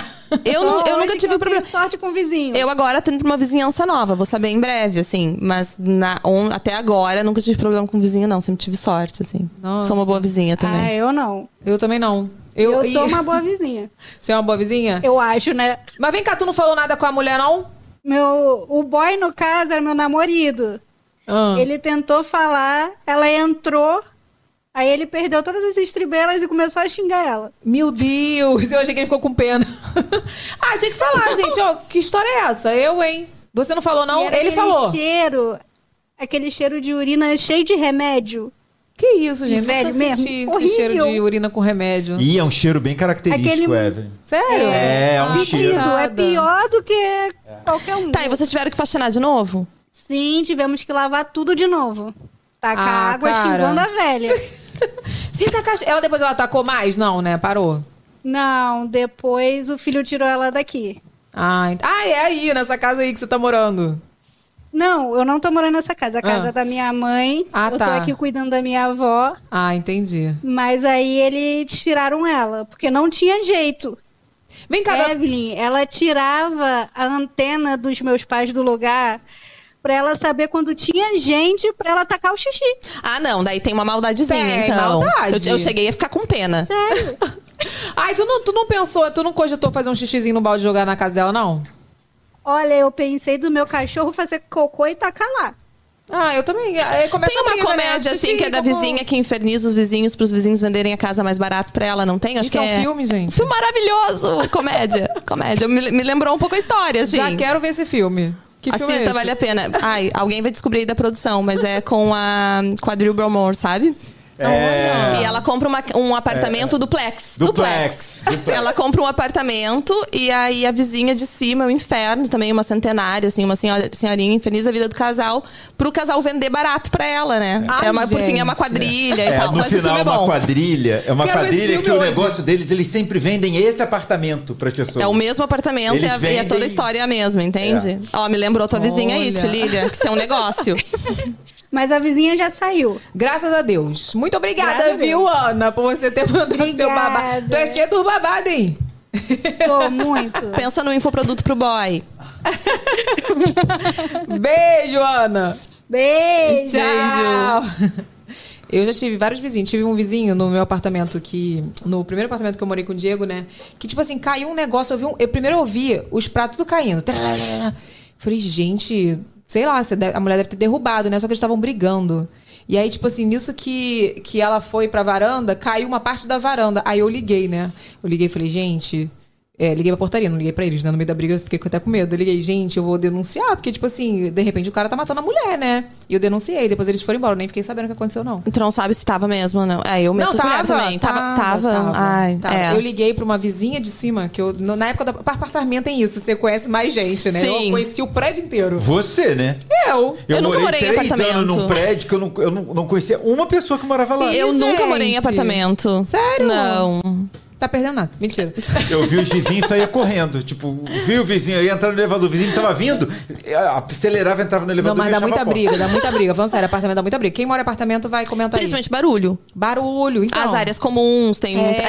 S5: Eu, não,
S8: Só hoje
S5: eu nunca
S8: que
S5: tive
S8: eu
S5: problema.
S8: tenho sorte com o vizinho.
S5: Eu agora tô indo pra uma vizinhança nova, vou saber em breve, assim. Mas na- on- até agora nunca tive problema com vizinho, não. Sempre tive sorte, assim.
S1: Nossa.
S5: Sou uma boa vizinha também.
S8: Ah, eu não.
S1: Eu também não.
S8: Eu,
S1: Eu, e-
S8: sou uma boa vizinha.
S1: Você é uma boa vizinha?
S8: Eu acho, né?
S1: Mas vem cá, tu não falou nada com a mulher, não?
S8: Meu, o boy, no caso, era meu namorado.
S1: Ah.
S8: Ele tentou falar, ela entrou, aí ele perdeu todas as estribelas e começou a xingar ela.
S1: Meu Deus, eu achei que ele ficou com pena. ah, tinha que falar, gente. Ó, que história é essa? Eu, hein? Você não falou,
S8: E
S1: não?
S8: era
S1: Ele
S8: aquele
S1: falou.
S8: Cheiro, aquele cheiro de urina cheio de remédio.
S1: Que isso, gente?
S8: velho
S1: Nunca
S5: é
S8: mesmo.
S1: senti esse
S8: Horrível.
S1: cheiro de urina com remédio.
S6: E é um cheiro bem característico,
S8: Aquele-
S6: Evelyn.
S1: Sério?
S6: É, é um cheiro.
S8: Pedido, é pior do que qualquer um.
S5: Tá, e vocês tiveram que faxinar de novo?
S8: Sim, tivemos que lavar tudo de novo. Tá, Tacar
S1: Ah,
S8: água
S1: cara.
S8: xingando a velha.
S1: Se tacar... Ela depois ela atacou mais? Não, né? Parou.
S8: Não, depois o filho tirou ela daqui.
S1: Ah, ent- ah, é aí, nessa casa aí que você tá morando.
S8: Não, eu não tô morando nessa casa. A casa
S1: Ah.
S8: é da minha mãe.
S1: Ah,
S8: eu tô
S1: tá.
S8: aqui cuidando da minha avó.
S1: Ah, entendi.
S8: Mas aí eles tiraram ela, porque não tinha jeito.
S1: Vem
S5: É.
S1: cá, dá-
S8: Evelyn, ela tirava a antena dos meus pais do lugar pra ela saber quando tinha gente pra ela tacar o xixi.
S5: Ah, não, daí tem uma maldadezinha,
S1: Tem,
S5: então.
S1: maldade.
S5: Eu, eu cheguei a ficar com pena.
S8: Sério?
S1: Ai, tu não, tu não pensou, tu não cogitou fazer um xixizinho no balde e jogar na casa dela, não?
S8: Olha, eu pensei do meu cachorro fazer cocô e tacar lá.
S1: Ah, eu também. Aí começa
S5: Tem
S1: a
S5: uma
S1: briga, né?
S5: comédia, assim,
S1: Xixi,
S5: que é da
S1: cocô.
S5: vizinha que inferniza os vizinhos pros vizinhos venderem a casa mais barato pra ela, não tem? Acho
S1: Isso
S5: que
S1: é um filme, gente?
S5: Filme maravilhoso! Comédia. comédia. Me, me lembrou um pouco a história, assim.
S1: Já é quero ver esse filme. Que
S5: Assista,
S1: filme é esse?
S5: vale a pena. Ai, alguém vai descobrir aí da produção, mas é com a, com a Drew Barrymore, sabe?
S6: É.
S5: E ela compra uma- um apartamento duplex.
S6: Duplex, duplex.
S5: Ela compra um apartamento e aí a vizinha de cima, o inferno, também uma centenária, assim, uma senhora, senhorinha, infeliz a vida do casal, pro casal vender barato pra ela, né?
S1: Ai,
S5: é uma, por fim, é uma
S1: gente.
S5: quadrilha e
S6: É,
S5: tal.
S6: no
S5: Mas
S6: final,
S5: o filme é
S6: uma
S5: bom.
S6: quadrilha. É uma
S1: Quero esse
S6: quadrilha
S1: filme
S6: que o
S1: hoje.
S6: negócio deles, eles sempre vendem esse apartamento pras pessoas.
S5: É o mesmo apartamento
S6: Eles
S5: e, a- e é toda a
S6: vendem- É.
S5: história a mesma, entende? Ó, me lembrou tua vizinha aí,
S1: Olha.
S5: te liga, que isso é um negócio.
S8: Mas a vizinha já saiu.
S1: Graças a Deus. Muito obrigada,
S8: Graças a
S1: viu, Ana, por você ter mandado seu
S8: Obrigada.
S1: babado. Tu é cheia dos babados, hein?
S8: Sou muito.
S5: Pensa no infoproduto pro boy.
S1: Beijo, Ana.
S8: Beijo.
S1: Tchau. Eu já tive vários vizinhos. Tive um vizinho no meu apartamento que. No primeiro apartamento que eu morei com o Diego, né? Que, tipo assim, caiu um negócio. Eu, vi um- eu primeiro ouvi os pratos tudo caindo. Falei, gente, sei lá, você deve- a mulher deve ter derrubado, né? Só que eles estavam brigando. E aí, tipo assim, nisso que, que ela foi pra varanda, caiu uma parte da varanda. Aí eu liguei, né? Eu liguei e falei, gente. É, liguei pra portaria, não liguei pra eles, né? No meio da briga eu fiquei até com medo. Eu liguei, gente, eu vou denunciar, porque, tipo assim, de repente o cara tá matando a mulher, né? E eu denunciei, depois eles foram embora, eu nem fiquei sabendo o que aconteceu, não.
S5: Então não sabe se tava mesmo ou não. É, eu meto
S1: Não,
S5: o colher
S1: tava,
S5: também. Tava, tava. Ai,
S1: tava.
S5: é.
S1: Eu liguei pra uma vizinha de cima, que eu. no- Na época do apar- apartamento tem isso, você conhece mais gente, né?
S5: Sim.
S1: Eu conheci o prédio inteiro.
S6: Você, né?
S1: Eu.
S6: Eu,
S5: Eu nunca morei
S6: morei,
S5: em
S6: três
S5: apartamento.
S6: anos num prédio que eu não, eu não, não conhecia uma pessoa que morava lá.
S5: Eu
S1: Ih,
S5: nunca morei em
S1: gente.
S5: apartamento.
S1: Sério?
S5: Não.
S1: Tá perdendo nada. Mentira.
S6: Eu vi os vizinhos sair correndo. Tipo, vi o vizinho, eu ia entrar no elevador, o vizinho tava vindo, eh, acelerava, entrava no
S1: Não,
S6: elevador
S1: mas
S6: e
S1: dá
S6: fechava
S1: muita
S6: a porta.
S1: briga, dá muita briga. Vamos sério, apartamento dá muita briga. Quem mora em apartamento vai comentar Tá aí.
S5: Principalmente barulho.
S1: Barulho, então.
S5: As áreas comuns tem muito.
S1: É,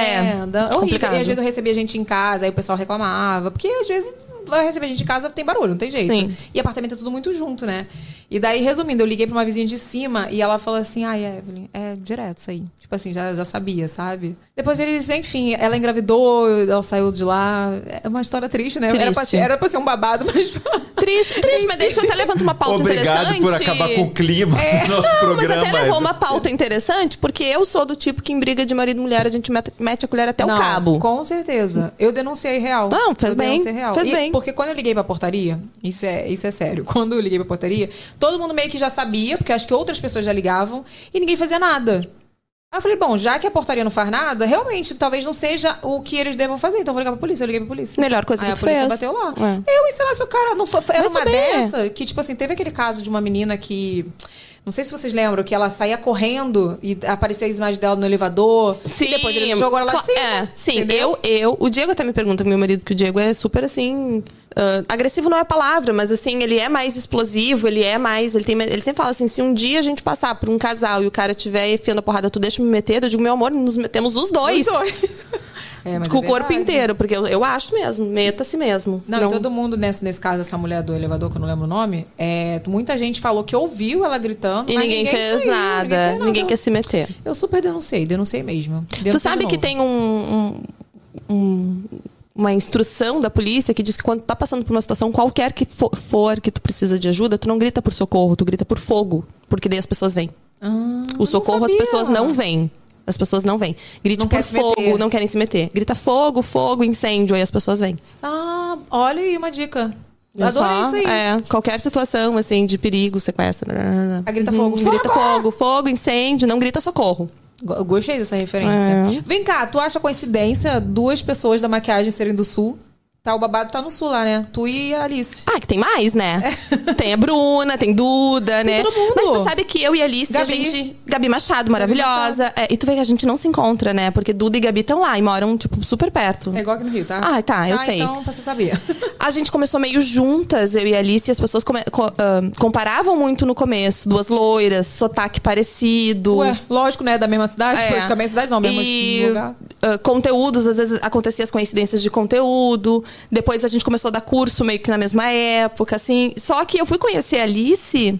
S5: É,
S1: dá- horrível.
S5: complicado.
S1: E às vezes eu recebia gente em casa, aí o pessoal reclamava. Porque às vezes vai receber gente em casa, tem barulho, não tem jeito.
S5: Sim.
S1: E apartamento é tudo muito junto, né? E daí, resumindo, eu liguei pra uma vizinha de cima e ela falou assim: ai, Evelyn, é direto isso aí. Tipo assim, já, já sabia, sabe? Depois eles, enfim, ela engravidou, ela saiu de lá. É uma história triste, né? Era, pra
S5: Triste.
S1: ser, era pra ser um babado, mas.
S5: Triste, triste, mas daí tu até levanta uma pauta
S6: Obrigado
S5: interessante.
S6: por acabar com o clima
S1: É,
S6: do nosso
S5: Não, mas
S6: programa.
S5: até levou
S6: Eva.
S5: uma pauta interessante, porque eu sou do tipo que em briga de marido e mulher a gente mete- mete a colher até
S1: Não,
S5: o cabo.
S1: Com certeza. Eu denunciei real.
S5: Não, fez
S1: eu
S5: bem,
S1: denunciei real.
S5: fez
S1: E-
S5: bem.
S1: Porque quando eu liguei pra portaria, isso é, isso é sério. Quando eu liguei pra portaria, todo mundo meio que já sabia, porque acho que outras pessoas já ligavam, e ninguém fazia nada. Aí eu falei, bom, já que a portaria não faz nada, realmente talvez não seja o que eles devam fazer. Então eu vou ligar pra polícia. Eu liguei pra polícia.
S5: Melhor coisa
S1: Aí
S5: que
S1: a
S5: tu
S1: polícia
S5: fez.
S1: bateu lá.
S5: É.
S1: Eu, e sei lá, se o cara não foi. foi- Era
S5: Vai
S1: uma
S5: saber.
S1: dessa que, tipo assim, teve aquele caso de uma menina que. Não sei se vocês lembram, que ela saía correndo e aparecia as imagens dela no elevador. E depois ele jogou ela lá de
S5: Cla-
S1: cima.
S5: É, sim,
S1: entendeu?
S5: eu, eu. O Diego até me pergunta, meu marido, que o Diego é super assim. ah, agressivo não é a palavra, mas assim, ele é mais explosivo, ele é mais. Ele, tem, ele sempre fala assim: se um dia a gente passar por um casal e o cara tiver enfiando a porrada, tu deixa eu me meter, eu digo, meu amor, nos metemos os dois.
S1: É, mas
S5: Com
S1: é
S5: o corpo
S1: verdade.
S5: inteiro, porque eu, eu acho mesmo, meta-se mesmo.
S1: Não, e todo mundo, nesse, nesse caso dessa mulher do elevador, que eu não lembro o nome, é, muita gente falou que ouviu ela gritando.
S5: E
S1: mas
S5: ninguém, fez
S1: saiu,
S5: nada,
S1: ninguém fez
S5: ninguém, quer se meter.
S1: Eu super denunciei, denunciei mesmo. Denunciei
S5: tu
S1: de
S5: sabe
S1: novo.
S5: que tem um, um- um- uma instrução da polícia que diz que quando tá passando por uma situação qualquer que fo- for que tu precisa de ajuda, tu não grita por socorro, tu grita por fogo, porque daí as pessoas vêm. o socorro as
S1: Ah, sabia.
S5: pessoas não vêm. As pessoas não vêm. Grite
S1: Não
S5: por
S1: quer se
S5: fogo,
S1: meter.
S5: não querem se meter. Grita fogo, fogo, incêndio, aí as pessoas vêm.
S1: Ah, olha aí uma dica.
S5: Eu
S1: Adorei
S5: só-
S1: isso aí.
S5: É, qualquer situação, assim, de perigo, sequestro.
S1: A grita fogo,
S5: Grita
S1: fogo!
S5: fogo, fogo, incêndio, não grita socorro.
S1: Go- eu Gostei dessa referência. Vem cá, tu acha coincidência duas pessoas da maquiagem serem do sul? Tá, o babado tá no sul lá, né? Tu e a Alice.
S5: Ah, que tem mais, né? Tem a Bruna, tem Duda, né?
S1: É. todo mundo.
S5: Mas tu sabe que eu e a Alice, a
S1: Gabi.
S5: gente. Gabi Machado, maravilhosa. É, e tu vê que a gente não se encontra, né? Porque Duda e Gabi estão lá e moram, tipo, super perto.
S1: É igual aqui no Rio, tá?
S5: Ah, tá, eu sei.
S1: Então, pra você saber.
S5: A gente começou meio juntas, eu e a Alice, e as pessoas come- co- ahn, comparavam muito no começo. Duas loiras, sotaque parecido.
S1: Ué, lógico, né? Da mesma cidade,
S5: É.
S1: praticamente cidade não, mesmo
S5: E,
S1: lugar.
S5: ah, conteúdos, às vezes acontecia as coincidências de conteúdo. Depois a gente começou a dar curso meio que na mesma época, assim. Só que eu fui conhecer a Alice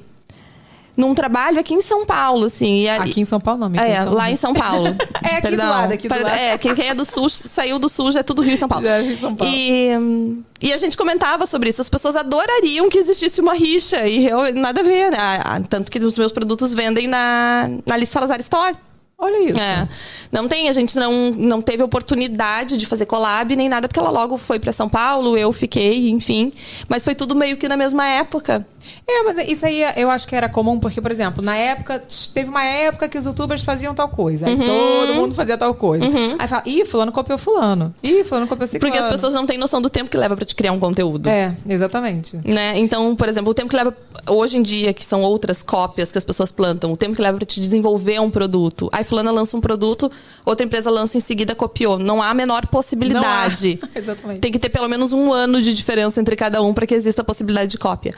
S5: num trabalho aqui em São Paulo, assim. E a-
S1: Aqui em São Paulo, não, amiga.
S5: é,
S1: então-
S5: lá em São Paulo.
S1: É, aqui do
S5: Perdão.
S1: lado, aqui do
S5: Perdão.
S1: lado.
S5: É, quem, quem é do Sul, saiu do Sul, já é tudo Rio e São Paulo.
S1: Já é Rio e São Paulo.
S5: E, hum, e a gente comentava sobre isso. As pessoas adorariam que existisse uma rixa. E eu, nada a ver, né? Ah, Tanto que os meus produtos vendem na, na Alice Salazar Store.
S1: Olha isso.
S5: É. Não tem, a gente não, não teve oportunidade de fazer collab nem nada, porque ela logo foi pra São Paulo, eu fiquei, enfim. Mas foi tudo meio que na mesma época.
S1: É, mas isso aí eu acho que era comum, porque, por exemplo, na época, teve uma época que os youtubers faziam tal coisa.
S5: Uhum.
S1: Aí todo mundo fazia tal coisa. Aí fala, ih, fulano copiou fulano. Ih, fulano copiou ciclano.
S5: Porque as pessoas não têm noção do tempo que leva pra te criar um conteúdo.
S1: É, exatamente.
S5: Né? Então, por exemplo, o tempo que leva hoje em dia, que são outras cópias que as pessoas plantam, o tempo que leva pra te desenvolver um produto. Aí fulana lança um produto, outra empresa lança em seguida, copiou. Não há a menor possibilidade.
S1: Não há. Exatamente.
S5: Tem que ter pelo menos um ano de diferença entre cada um para que exista a possibilidade de cópia.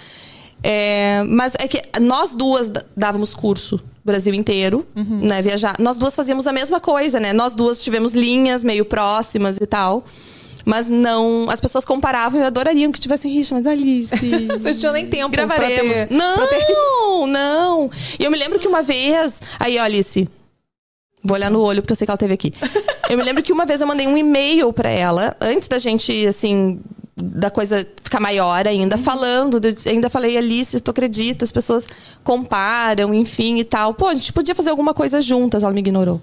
S5: É, mas é que nós duas d- dávamos curso Brasil inteiro, né? Viajar. Nós duas fazíamos a mesma coisa, né? Nós duas tivemos linhas meio próximas e tal. Mas não. As pessoas comparavam e adorariam que tivessem rixa, mas Alice.
S1: Vocês tinham nem tempo pra
S5: Gravaremos.
S1: ter...
S5: Não, não. E eu me lembro que uma vez. Aí, ó, Alice. Vou olhar no olho porque eu sei que ela teve aqui. Eu me lembro que uma vez eu mandei um e-mail pra ela, antes da gente, assim, da coisa ficar maior ainda,
S1: Uhum.
S5: falando, de- ainda falei Alice, tu acredita, as pessoas comparam, enfim e tal. Pô, a gente podia fazer alguma coisa juntas, ela me ignorou.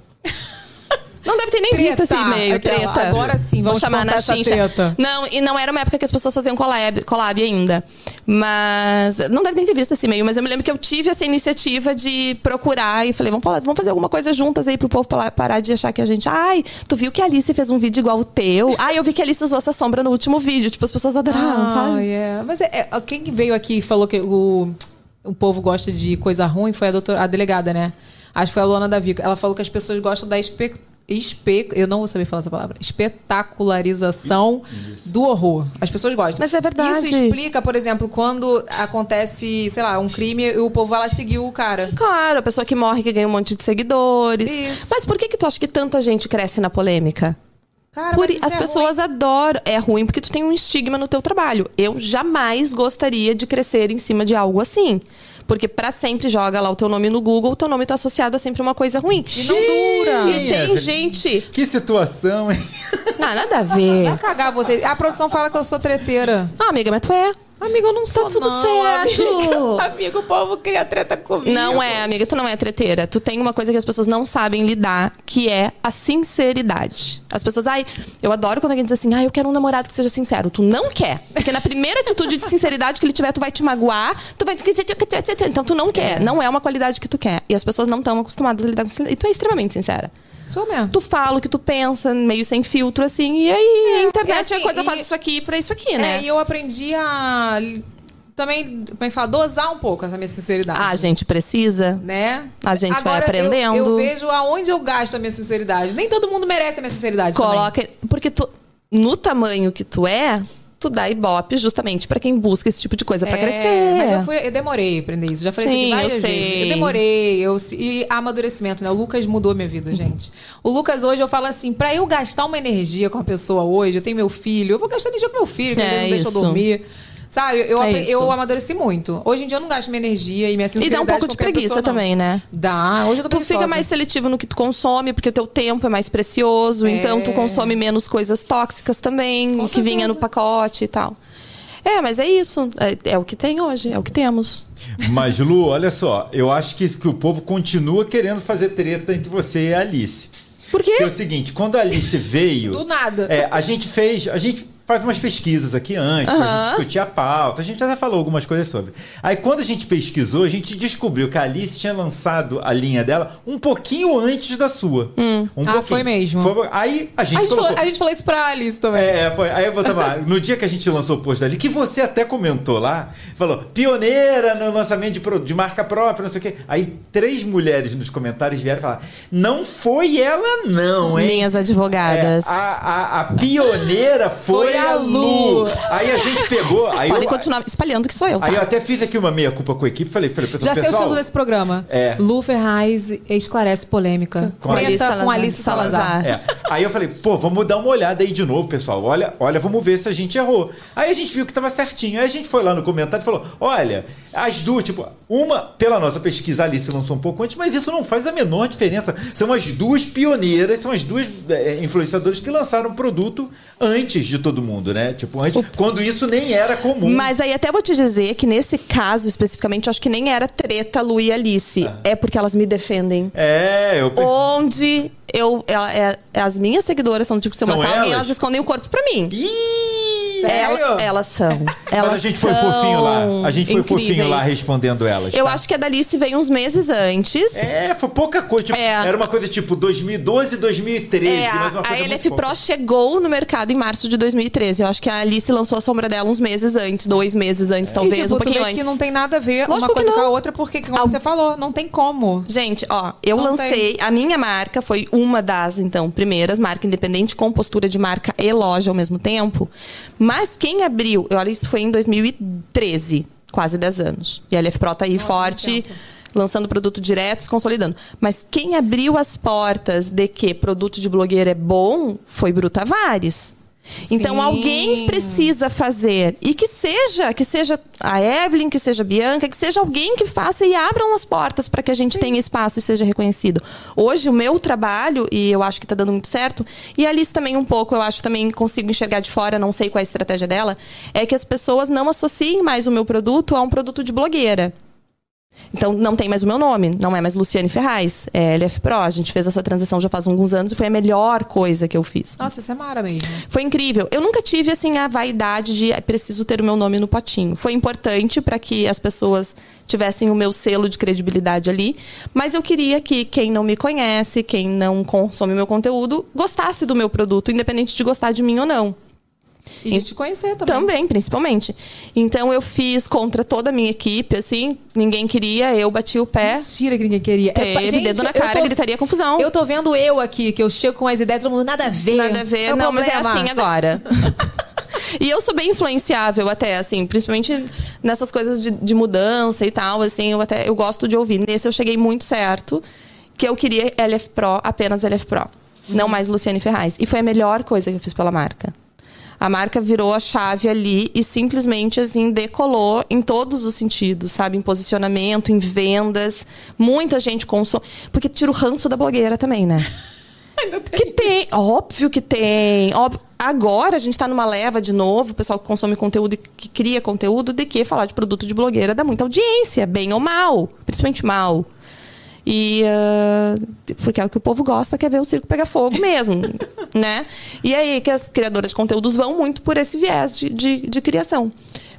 S5: Não deve ter nem visto esse e-mail,
S1: aquela,
S5: treta.
S1: agora sim,
S5: Vou
S1: vamos
S5: chamar
S1: contar
S5: na
S1: essa
S5: chincha.
S1: treta.
S5: Não, e não era uma época que as pessoas faziam collab, collab ainda. Mas não deve nem ter visto esse e-mail, mas eu me lembro que eu tive essa iniciativa de procurar e falei, vamos, falar- vamos fazer alguma coisa juntas aí pro povo pala- parar de achar que a gente, ai, tu viu que a Alice fez um vídeo igual o teu? Ai, eu vi que a Alice usou essa sombra no último vídeo, tipo as pessoas adoraram, sabe?
S1: Ah, yeah. Mas é, é, quem veio aqui e falou que o, o povo gosta de coisa ruim foi a, doutora, a delegada, né? Acho que foi a Luana da Vico. Ela falou que as pessoas gostam da espe, espe, eu não vou saber falar essa palavra, espetacularização do horror. As pessoas gostam.
S5: Mas é verdade.
S1: Isso explica, por exemplo, quando acontece, sei lá, um crime e o povo vai lá seguir o cara.
S5: Claro, a pessoa que morre que ganha um monte de seguidores.
S1: Isso.
S5: Mas por que que tu acha que tanta gente cresce na polêmica?
S1: Cara,
S5: Por-
S1: mas isso
S5: as
S1: é
S5: pessoas adoram. É ruim porque tu tem um estigma no teu trabalho. Eu jamais gostaria de crescer em cima de algo assim. Porque pra sempre joga lá o teu nome no Google, o teu nome tá associado a sempre uma coisa ruim. E
S1: não dura.
S5: E tem
S6: Evelyn.
S5: gente.
S6: Que situação, hein?
S5: Ah, nada a ver.
S1: Vai cagar você. A produção fala que eu sou treteira.
S5: Ah, amiga, mas tu é.
S1: Amiga, eu não sou
S5: tudo
S1: não,
S5: certo.
S1: Amiga. Amiga, o povo cria treta comigo.
S5: Não é, amiga, tu não é treteira. Tu tem uma coisa que as pessoas não sabem lidar, que é a sinceridade. As pessoas, ai, eu adoro quando alguém diz assim, ai, eu quero um namorado que seja sincero. Tu não quer. Porque na primeira atitude de sinceridade que ele tiver, tu vai te magoar, tu vai. Então tu não quer. Não é uma qualidade que tu quer. E as pessoas não estão acostumadas a lidar com sinceridade. E tu é extremamente sincera.
S1: Sou mesmo.
S5: Tu fala o que tu pensa, meio sem filtro, assim, e aí a internet
S1: e
S5: é,
S1: É, assim,
S5: coisa,
S1: e-
S5: faz isso aqui pra isso aqui,
S1: É,
S5: né?
S1: e eu aprendi a li- também, como é que fala, dosar um pouco essa minha sinceridade.
S5: Ah, gente, precisa.
S1: né?
S5: a gente vai
S1: Agora, eu-
S5: aprendendo.
S1: Eu, vejo aonde eu gasto a minha sinceridade. Nem todo mundo merece a minha sinceridade. também.
S5: coloca porque tu- no tamanho que tu é tu dá ibope justamente pra quem busca esse tipo de coisa pra
S1: É,
S5: crescer
S1: Mas eu, fui, eu demorei a aprender isso. Já falei
S5: Sim,
S1: isso aqui várias
S5: eu sei.
S1: vezes. Eu demorei. Eu, se- e amadurecimento, né? O Lucas mudou minha vida, gente. O Lucas hoje, eu falo assim, pra eu gastar uma energia com a pessoa hoje, eu tenho meu filho, eu vou gastar energia pro meu filho, que às
S5: É,
S1: vezes não deixa eu
S5: isso.
S1: dormir. Sabe? Eu,
S5: É
S1: apre- eu
S5: isso.
S1: amadureci muito. Hoje em dia eu não gasto minha energia e minha
S5: e
S1: sinceridade
S5: dá um pouco
S1: com
S5: de
S1: qualquer
S5: preguiça
S1: pessoa, não.
S5: também né
S1: Dá. Hoje eu tô
S5: Tu fica
S1: preguiçosa.
S5: mais seletivo no que tu consome, porque o teu tempo é mais precioso,
S1: É.
S5: então tu consome menos coisas tóxicas também, que vinha no pacote e tal. É, mas é isso. É, é o que tem hoje, é o que temos.
S6: Mas, Lu, olha só, eu acho que, isso que o povo continua querendo fazer treta entre você e a Alice.
S5: Por quê?
S6: Porque é o seguinte, quando a Alice veio.
S1: Do nada.
S6: É, a gente fez. A gente faz umas pesquisas aqui antes, pra
S5: Aham.
S6: gente discutir a pauta. A gente até falou algumas coisas sobre. Aí quando a gente pesquisou, a gente descobriu que a Alice tinha lançado a linha dela um pouquinho antes da sua. Um
S1: Ah, foi mesmo.
S6: Foi- aí a gente,
S1: A gente,
S6: colocou.
S1: falou, a gente falou isso pra Alice também.
S6: É, foi. Aí eu botava lá, no dia que a gente lançou o post dali, que você até comentou lá, falou, pioneira no lançamento de, pro- de marca própria, não sei o quê. Aí três mulheres nos comentários vieram falar, não foi ela não, hein?
S5: Minhas
S6: É,
S5: advogadas.
S6: a, a- a pioneira foi,
S1: Foi a
S6: a Lu. Aí a gente pegou. Aí
S5: Podem
S6: eu,
S5: continuar espalhando que sou eu. Tá?
S6: aí eu até fiz aqui uma meia-culpa com a equipe. Falei, falei pessoal,
S1: Já sei o
S6: pessoal,
S1: título desse programa.
S6: É.
S1: Lu Ferraz esclarece polêmica.
S6: Com a
S1: Preta com
S5: Alice Salazar.
S1: Alice Salazar.
S5: Salazar.
S6: É. Aí eu falei, pô, vamos dar uma olhada aí de novo, pessoal. Olha, olha, vamos ver se a gente errou. Aí a gente viu que tava certinho. Aí a gente foi lá no comentário e falou: olha, as duas, tipo, uma, pela nossa pesquisa ali, se lançou um pouco antes, mas isso não faz a menor diferença. São as duas pioneiras, são as duas é, influenciadoras que lançaram o produto antes de todo mundo, né? Tipo, antes, quando isso nem era comum.
S5: Mas aí até vou te dizer que nesse caso especificamente, eu acho que nem era treta Lu e Alice. É porque elas me defendem.
S6: É, eu pensei.
S5: Onde eu. ela- é- as minhas seguidoras são do tipo, se eu
S6: São
S5: matar alguém,
S6: elas?
S5: elas escondem o corpo pra mim.
S6: Ih!
S5: Ela-
S1: Sério?
S5: elas são. Elas
S6: Mas a gente foi
S5: são
S6: fofinho lá. A gente foi fofinho
S5: incríveis.
S6: lá respondendo elas.
S5: Eu
S6: tá?
S5: acho que a da Alice veio uns meses antes.
S6: É, foi pouca coisa. Tipo,
S5: É.
S6: Era uma coisa tipo 2012, 2013.
S5: É,
S6: mas uma
S5: a, a
S6: coisa
S5: LF
S6: muito pouca.
S5: Pro chegou no mercado em março de 2013. Eu acho que a Alice lançou a sombra dela uns meses antes, dois meses
S6: É.
S5: antes,
S1: E,
S5: talvez,
S1: tipo,
S5: um
S1: tu
S5: pouquinho
S1: vê
S5: antes.
S1: que não tem nada a ver
S5: Lógico
S1: uma
S5: que
S1: coisa com a
S5: não.
S1: outra, porque, como você falou, não tem como.
S5: Gente, ó, eu
S1: Não
S5: lancei. A minha marca foi uma das, então, primeiras, marca independente, com postura de marca e loja ao mesmo tempo. Mas quem abriu, olha, isso foi em 2013, quase 10 anos. E a LF Pro tá aí forte, lançando produto direto, se consolidando. Mas quem abriu as portas de que produto de blogueira é bom foi Bruta Vares. Então
S1: Sim.
S5: alguém precisa fazer e que seja, que seja a Evelyn, que seja a Bianca, que seja alguém que faça e abram as portas para que a gente tenha espaço e seja reconhecido. Hoje o meu trabalho e eu acho que tá dando muito certo e a Alice também um pouco, eu acho também consigo enxergar de fora, não sei qual é a estratégia dela, é que as pessoas não associem mais o meu produto a um produto de blogueira. Então não tem mais o meu nome, não é mais Luciane Ferraz, é LF Pro. A gente fez essa transição já faz alguns anos e foi a melhor coisa que eu fiz.
S1: Nossa, isso é mara mesmo.
S5: Foi incrível. Eu nunca tive assim a vaidade de "Ah, preciso ter o meu nome no potinho. Foi importante para que as pessoas tivessem o meu selo de credibilidade ali, mas eu queria que quem não me conhece, quem não consome meu conteúdo, gostasse do meu produto, independente de gostar de mim ou não.
S1: E a gente conhecer também.
S5: Também, principalmente. Então eu fiz contra toda a minha equipe, assim, ninguém queria, eu bati o pé.
S1: Mentira que ninguém queria.
S5: Teve
S1: pa- gente,
S5: dedo na
S1: eu
S5: cara,
S1: tô-
S5: gritaria confusão.
S1: Eu tô vendo eu aqui, que eu chego com as ideias, todo mundo, nada a ver.
S5: Nada a ver.
S1: É o
S5: não, mas é
S1: problema.
S5: assim agora. E eu sou bem influenciável até, assim, principalmente nessas coisas de, de mudança e tal, assim, eu até eu gosto de ouvir. Nesse eu cheguei muito certo, que eu queria LF Pro, apenas LF Pro, não mais Luciane Ferraz. E foi a melhor coisa que eu fiz pela marca. A marca virou a chave ali e simplesmente assim decolou em todos os sentidos, sabe? Em posicionamento, em vendas, muita gente consome, porque tira o ranço da blogueira também, né? Que tem, óbvio que tem. óbvio. Agora a gente tá numa leva de novo, o pessoal que consome conteúdo e que cria conteúdo, de que falar de produto de blogueira dá muita audiência, bem ou mal, principalmente mal. E ah, porque é o que o povo gosta, quer ver o circo pegar fogo mesmo, né? E aí que as criadoras de conteúdos vão muito por esse viés de, de, de criação.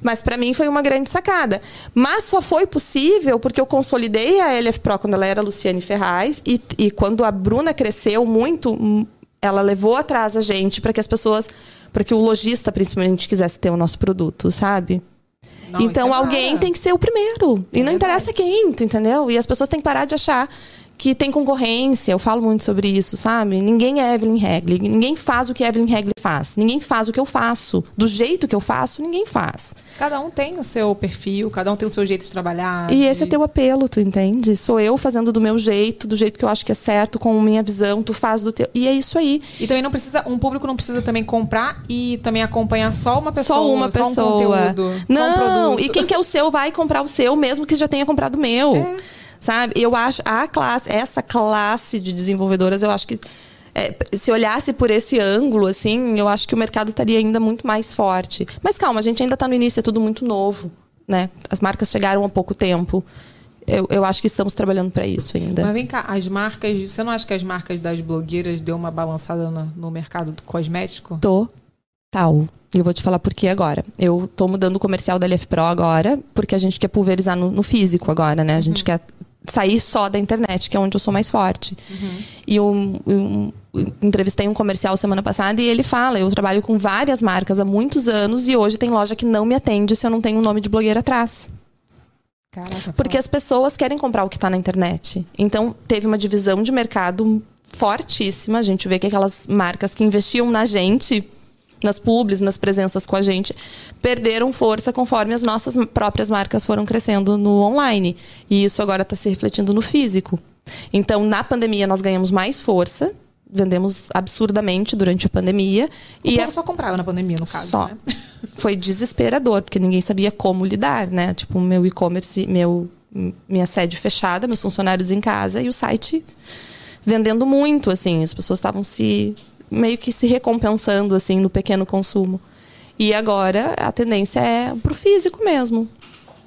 S5: Mas pra mim foi uma grande sacada. Mas só foi possível porque eu consolidei a LF Pro quando ela era Luciane Ferraz e, e quando a Bruna cresceu muito, hum, ela levou atrás a gente para que as pessoas, para que o lojista principalmente quisesse ter o nosso produto, sabe?
S1: Não,
S5: então
S1: isso é
S5: alguém
S1: mara.
S5: tem que ser o primeiro. E não interessa quem, tu entendeu? E as pessoas têm que parar de achar que tem concorrência. Eu falo muito sobre isso, sabe? Ninguém é Evelyn Regli. Ninguém faz o que Evelyn Regli faz. Ninguém faz o que eu faço. Do jeito que eu faço, ninguém faz.
S1: Cada um tem o seu perfil, cada um tem o seu jeito de trabalhar.
S5: E
S1: de-
S5: esse é teu apelo, tu entende? Sou eu fazendo do meu jeito, do jeito que eu acho que é certo, com minha visão, tu faz do teu. E é isso aí.
S1: E também não precisa, um público não precisa também comprar e também acompanhar só uma pessoa,
S5: só uma pessoa.
S1: só um conteúdo, só um
S5: Não,
S1: produto.
S5: e quem quer o seu vai comprar o seu, mesmo que já tenha comprado o meu.
S1: É.
S5: Sabe? Eu acho a classe, essa classe de desenvolvedoras, eu acho que é, se olhasse por esse ângulo, assim, eu acho que o mercado estaria ainda muito mais forte. Mas calma, a gente ainda está no início, é tudo muito novo, né? As marcas chegaram há pouco tempo. Eu, eu acho que estamos trabalhando para isso ainda.
S1: Mas vem cá, as marcas, você não acha que as marcas das blogueiras deu uma balançada no, no mercado do cosmético?
S5: Total. E eu vou te falar por que agora. Eu tô mudando o comercial da LF Pro agora, porque a gente quer pulverizar no, no físico agora, né? A gente quer sair só da internet, que é onde eu sou mais forte. E um, um- entrevistei um comercial semana passada e ele fala: eu trabalho com várias marcas há muitos anos e hoje tem loja que não me atende se eu não tenho um nome de blogueira atrás.
S1: Caraca.
S5: Porque as pessoas querem comprar o que está na internet. Então, teve uma divisão de mercado fortíssima. A gente vê que aquelas marcas que investiam na gente, nas pubs, nas presenças com a gente, perderam força conforme as nossas próprias marcas foram crescendo no online. E isso agora está se refletindo no físico. Então, na pandemia, nós ganhamos mais força. Vendemos absurdamente durante a pandemia.
S1: o
S5: e
S1: povo só comprava na pandemia, no caso,
S5: é só.
S1: né?
S5: Foi desesperador, porque ninguém sabia como lidar, né? Tipo, meu e-commerce, meu, minha sede fechada, meus funcionários em casa e o site vendendo muito, assim. As pessoas estavam se meio que se recompensando, assim, no pequeno consumo. E agora a tendência é pro físico mesmo.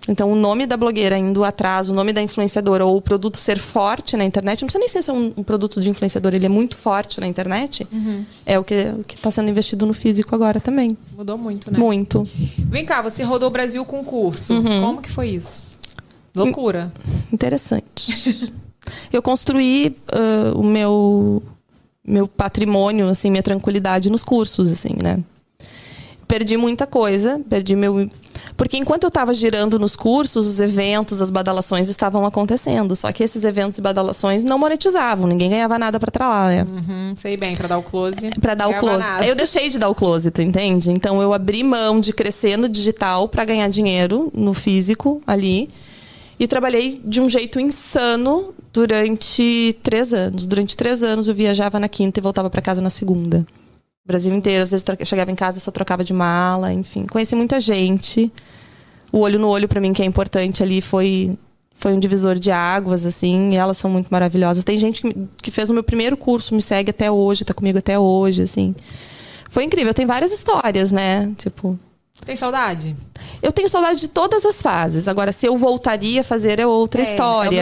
S5: Então, o nome da blogueira indo atrás, o nome da influenciadora ou o produto ser forte na internet, não precisa nem ser se é um, um produto de influenciador, ele é muito forte na internet, é o que o está sendo investido no físico agora também.
S1: Mudou muito, né?
S5: Muito. Uhum.
S1: Vem cá, você rodou o Brasil com curso. Como que foi isso? Loucura.
S5: Interessante. eu construí ah, o meu meu patrimônio, assim, minha tranquilidade nos cursos, assim, né? Perdi muita coisa, perdi meu porque enquanto eu estava girando nos cursos, os eventos, as badalações estavam acontecendo. Só que esses eventos e badalações não monetizavam, ninguém ganhava nada para lá, né?
S1: Uhum, sei bem, pra dar o close.
S5: Pra dar o
S1: Ganhava
S5: close.
S1: nada.
S5: Eu deixei de dar o close, tu entende? Então eu abri mão de crescer no digital pra ganhar dinheiro no físico ali. E trabalhei de um jeito insano durante três anos. Durante três anos eu viajava na quinta e voltava pra casa na segunda. Brasil inteiro. Às vezes troca- chegava em casa, só trocava de mala, enfim. Conheci muita gente. O olho no olho, pra mim, que é importante ali, foi, foi um divisor de águas, assim. E elas são muito maravilhosas. Tem gente que, me- que fez o meu primeiro curso, me segue até hoje, tá comigo até hoje, assim. Foi incrível. Tem várias histórias, né? Tipo,
S1: Tem saudade?
S5: eu tenho saudade de todas as fases. Agora, se eu voltaria a fazer é outra
S1: É,
S5: história.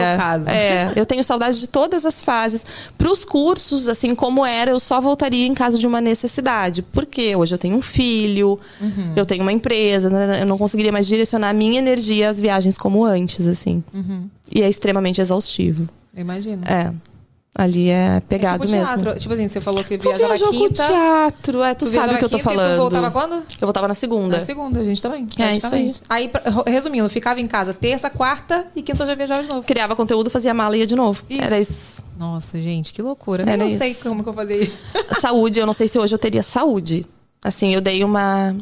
S1: é o meu caso.
S5: É, eu tenho saudade de todas as fases. Para os cursos, assim como era, eu só voltaria em caso de uma necessidade. Porque hoje eu tenho um filho,
S1: Uhum.
S5: eu tenho uma empresa, né? eu não conseguiria mais direcionar a minha energia às viagens como antes, assim.
S1: Uhum.
S5: E é extremamente exaustivo.
S1: Eu imagino.
S5: É. Ali é pegado
S1: é tipo
S5: mesmo.
S1: teatro. Tipo assim, você falou que
S5: Tu
S1: viajava
S5: viajou com o
S1: quinta.
S5: teatro, é, tu,
S1: tu
S5: sabe
S1: viajava
S5: o que eu tô
S1: quinta
S5: falando.
S1: E tu voltava quando?
S5: Eu voltava na segunda.
S1: Na segunda, a gente também.
S5: É, isso aí.
S1: praticamente. Aí, pra- ro- resumindo, ficava em casa terça, quarta e quinta eu já viajava de novo.
S5: Criava conteúdo, fazia mala e ia de novo.
S1: Isso.
S5: Era isso.
S1: Nossa, gente, que loucura. Eu
S5: Era
S1: não sei
S5: isso.
S1: como que eu fazia isso.
S5: saúde, eu não sei se hoje eu teria saúde. Assim, eu dei uma.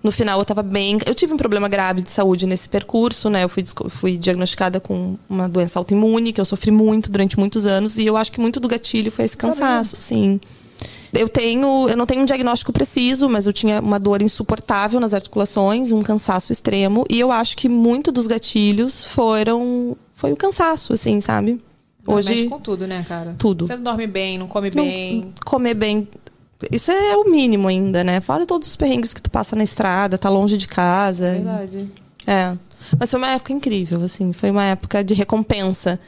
S5: No final eu tava bem. Eu tive um problema grave de saúde nesse percurso, né? Eu fui, desco- fui diagnosticada com uma doença autoimune, que eu sofri muito durante muitos anos, e eu acho que muito do gatilho foi esse
S1: né?
S5: cansaço, sim. Eu tenho, eu não tenho um diagnóstico preciso, mas eu tinha uma dor insuportável nas articulações, um cansaço extremo, e eu acho que muito dos gatilhos foram foi o cansaço, assim, sabe?
S1: Não, mexe com tudo, né, cara?
S5: Tudo.
S1: Você não dorme bem, não come
S5: Não-
S1: bem.
S5: comer bem. Isso é o mínimo ainda, né? Fora todos os perrengues que tu passa na estrada, tá longe de casa.
S1: Verdade.
S5: É. Mas foi uma época incrível, assim. Foi uma época de recompensa.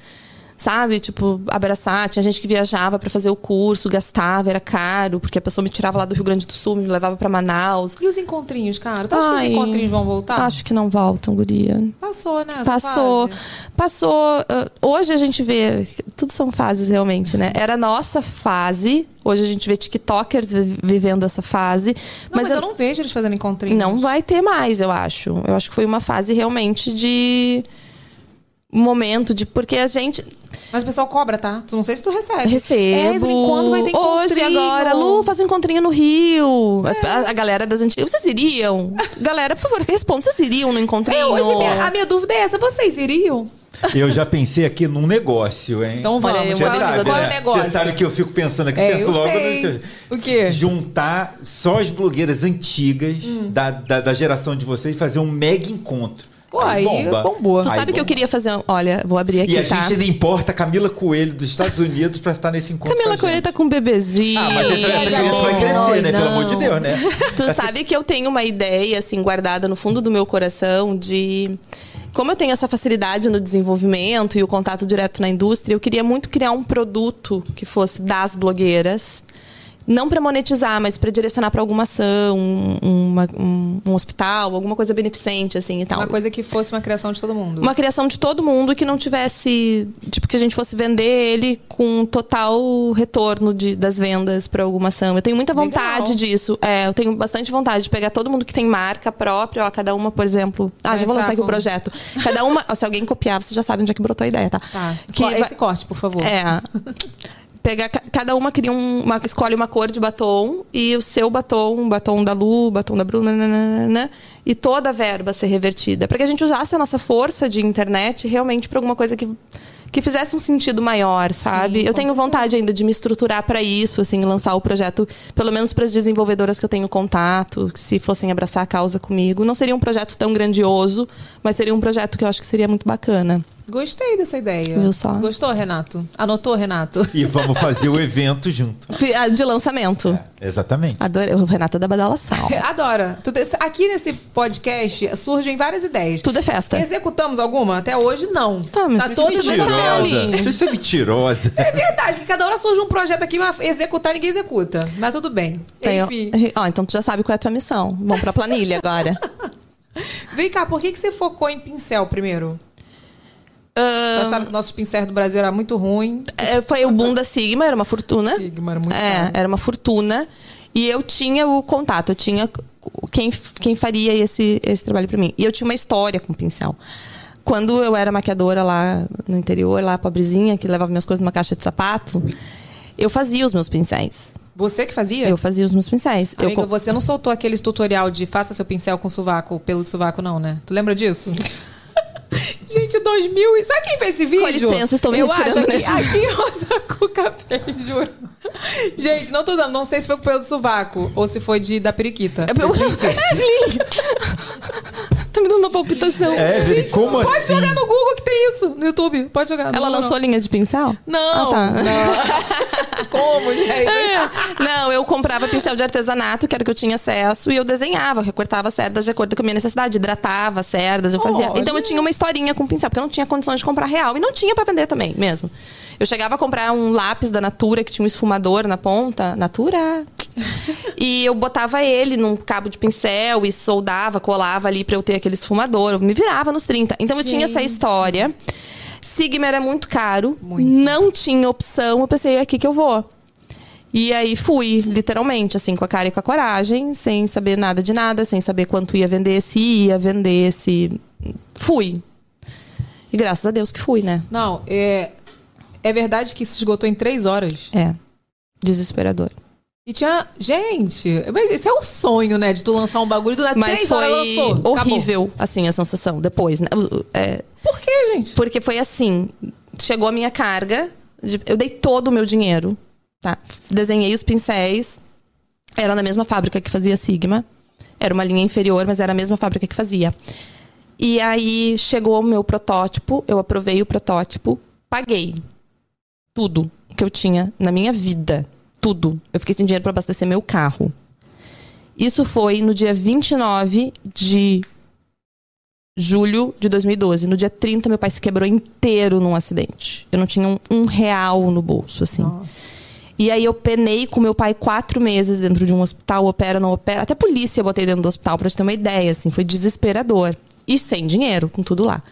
S5: Sabe? Tipo, abraçar. Tinha gente que viajava pra fazer o curso, gastava, era caro, porque a pessoa me tirava lá do Rio Grande do Sul, me levava pra Manaus.
S1: E os encontrinhos, cara? Tu acha que
S5: Ai,
S1: os encontrinhos vão voltar?
S5: Acho que não voltam, guria.
S1: Passou, né? essa
S5: Passou.
S1: fase?
S5: Passou. ah, Hoje a gente vê. Tudo são fases, realmente, né? Era a nossa fase. Hoje a gente vê TikTokers vi- vivendo essa fase.
S1: Não, mas, eu... não vejo eles fazendo encontrinhos.
S5: não vai ter mais, eu acho. Eu acho que foi uma fase realmente de momento de porque a gente
S1: Mas o pessoal cobra, tá? Tu não sei se tu
S5: É,
S1: recebe.
S5: recebo
S1: Evelyn, quando vai ter
S5: hoje
S1: encontrinho?
S5: agora Lu faz um encontrinho no Rio As- a, a galera das antigas vocês iriam galera por favor responda vocês iriam no encontrinho
S1: Eu, hoje, minha- a minha dúvida é essa. Vocês iriam?
S6: Eu já pensei aqui num negócio, hein?
S1: Então vamos.
S5: Olha, eu
S1: qual,
S5: vou
S1: é o-
S5: avisar,
S1: qual é
S6: né?
S1: o negócio?
S6: Você sabe que eu fico pensando aqui,
S1: É,
S6: penso
S1: eu
S6: logo.
S1: sei.
S6: no-
S1: O quê?
S6: Juntar só as blogueiras antigas
S5: Hum.
S6: da, da, da geração de vocês e fazer um mega encontro.
S1: Pô, aí bombou.
S5: é Tu
S6: Aí
S5: sabe que eu
S6: bomba.
S5: queria fazer. um- Olha, vou abrir aqui,
S6: E a
S5: tá?
S6: gente ainda importa Camila Coelho dos Estados Unidos pra estar nesse encontro.
S5: Camila
S6: com a
S5: Coelho
S6: gente.
S5: tá com um bebezinho.
S6: Ah, mas essa, essa
S1: Ai,
S6: criança vai
S1: amor.
S6: crescer, né?
S5: Ai,
S6: Pelo
S5: não.
S6: amor de Deus, né?
S5: Tu sabe que eu tenho uma ideia, assim, guardada no fundo do meu coração de. Como eu tenho essa facilidade no desenvolvimento e o contato direto na indústria, eu queria muito criar um produto que fosse das blogueiras. Não para monetizar, mas para direcionar para alguma ação, um, uma- um- um hospital, alguma coisa beneficente, assim e tal.
S1: Uma coisa que fosse uma criação de todo mundo.
S5: Uma criação de todo mundo que não tivesse. Tipo, que a gente fosse vender ele com total retorno de- das vendas para alguma ação. Eu tenho muita vontade
S1: Legal.
S5: disso. É, eu tenho bastante vontade de pegar todo mundo que tem marca própria, ó, cada uma, por exemplo. Ah,
S1: Vai
S5: já vou
S1: entrar
S5: lançar aqui o
S1: com-
S5: projeto. Cada uma. ó, se alguém copiar, você já sabe onde é que brotou a ideia, tá?
S1: Tá.
S5: Que
S1: Qual-
S5: vai-
S1: Esse corte, por favor.
S5: é. Pega, ca- cada uma cria um- uma, escolhe uma cor de batom e o seu batom, o batom da Lu, o batom da Bruna, né, nananana, e toda a verba ser revertida. Para que a gente usasse a nossa força de internet realmente para alguma coisa que, que fizesse um sentido maior, sabe? eu tenho vontade ainda de me estruturar para isso, assim, lançar o projeto, pelo menos para as desenvolvedoras que eu tenho contato, que se fossem abraçar a causa comigo. Não seria um projeto tão grandioso, mas seria um projeto que eu acho que seria muito bacana.
S1: Gostei dessa ideia.
S5: Viu só?
S1: Gostou, Renato? Anotou, Renato?
S6: E vamos fazer o evento junto.
S5: De lançamento.
S6: Exatamente.
S5: Adorei. O Renato é da badalação.
S1: Adora. Tu te- Aqui nesse podcast surgem várias ideias.
S5: Tudo é festa.
S1: Executamos alguma? Até hoje, não.
S5: Tá, mas
S1: tá
S5: isso
S1: todo
S5: me
S1: no
S5: tirou.
S1: detalhe.
S5: detalhe.
S6: Você é mentirosa.
S1: É verdade, que cada hora surge um projeto aqui, mas executar ninguém executa. Mas tudo bem.
S5: Tem-
S1: Enfim.
S5: Tá Ó, então tu já sabe qual é a tua missão. Vamos pra planilha agora.
S1: Vem cá, por que, que você focou em pincel primeiro?
S5: Ah,
S1: Você achava que nossos pincéis do Brasil era muito ruim.
S5: é, foi o boom da Sigma, era uma fortuna.
S1: Sigma era muito
S5: É,
S1: caro.
S5: era uma fortuna. E eu tinha o contato, eu tinha o- quem, quem faria esse, esse trabalho pra mim. E eu tinha uma história com o pincel. Quando eu era maquiadora lá no interior, lá pobrezinha, que levava minhas coisas numa caixa de sapato, eu fazia os meus pincéis.
S1: Você que fazia?
S5: Eu fazia os meus pincéis. Eu
S1: Amiga,
S5: co-
S1: você não soltou aquele tutorial de faça seu pincel com sovaco, pelo de sovaco, não, né? Tu lembra disso? Gente, 2000 e... Sabe quem fez esse vídeo?
S5: licença, estou me
S1: Eu
S5: retirando
S1: acho aqui,
S5: nesse-
S1: aqui Rosa Cuca fez, juro. Gente, não tô usando. Não sei se foi com o pelo do sovaco ou se foi de, da periquita.
S5: É meu... Evelyn! tá me dando uma palpitação.
S6: É, Evelyn, como
S1: Pode
S6: assim?
S1: jogar no Google que tem isso. No YouTube. Pode jogar.
S5: Ela
S1: Não,
S5: lançou linhas de pincel?
S1: Não.
S5: Ah, tá.
S1: não. Como, gente?
S5: É. Não, eu comprava pincel de artesanato, que era o que eu tinha acesso, e eu desenhava, recortava as cerdas de acordo com a minha necessidade, hidratava as cerdas, eu fazia.
S1: Olha.
S5: Então eu tinha uma historinha com pincel, porque eu não tinha condições de comprar real. E não tinha pra vender também, mesmo. Eu chegava a comprar um lápis da Natura, que tinha um esfumador na ponta. Natura! E eu botava ele num cabo de pincel e soldava, colava ali pra eu ter aquele esfumador. Eu me virava nos 30. Então eu tinha essa
S1: Gente.
S5: história. Sigma era muito caro, não tinha opção. Eu pensei, é aqui que eu vou. E aí fui, literalmente, assim, com a cara e com a coragem, sem saber nada de nada, sem saber quanto ia vender, se ia vender, se. Fui. E graças a Deus que fui, né?
S1: Não, é... É verdade que se esgotou em três horas.
S5: É. Desesperador.
S1: E tinha... Gente, mas esse é o sonho, né? De tu lançar um bagulho do nada.
S5: Mas
S1: três horas
S5: foi
S1: lançou. Acabou.
S5: horrível, assim, a sensação depois, né? É,
S1: Por quê, gente?
S5: Porque foi assim: chegou a minha carga, de- eu dei todo o meu dinheiro, tá? Desenhei os pincéis, era na mesma fábrica que fazia Sigma, era uma linha inferior, mas era a mesma fábrica que fazia. E aí chegou o meu protótipo, eu aprovei o protótipo, paguei tudo que eu tinha na minha vida, tudo. Eu fiquei sem dinheiro para abastecer meu carro. Isso foi no dia 29 de julho de 2012. No dia 30, meu pai se quebrou inteiro num acidente. Eu não tinha um, um real no bolso, assim.
S1: Nossa.
S5: E aí eu penei com meu pai quatro meses dentro de um hospital, opera, não opera. Até polícia eu botei dentro do hospital, pra gente ter uma ideia, assim. Foi desesperador. E sem dinheiro, com tudo lá.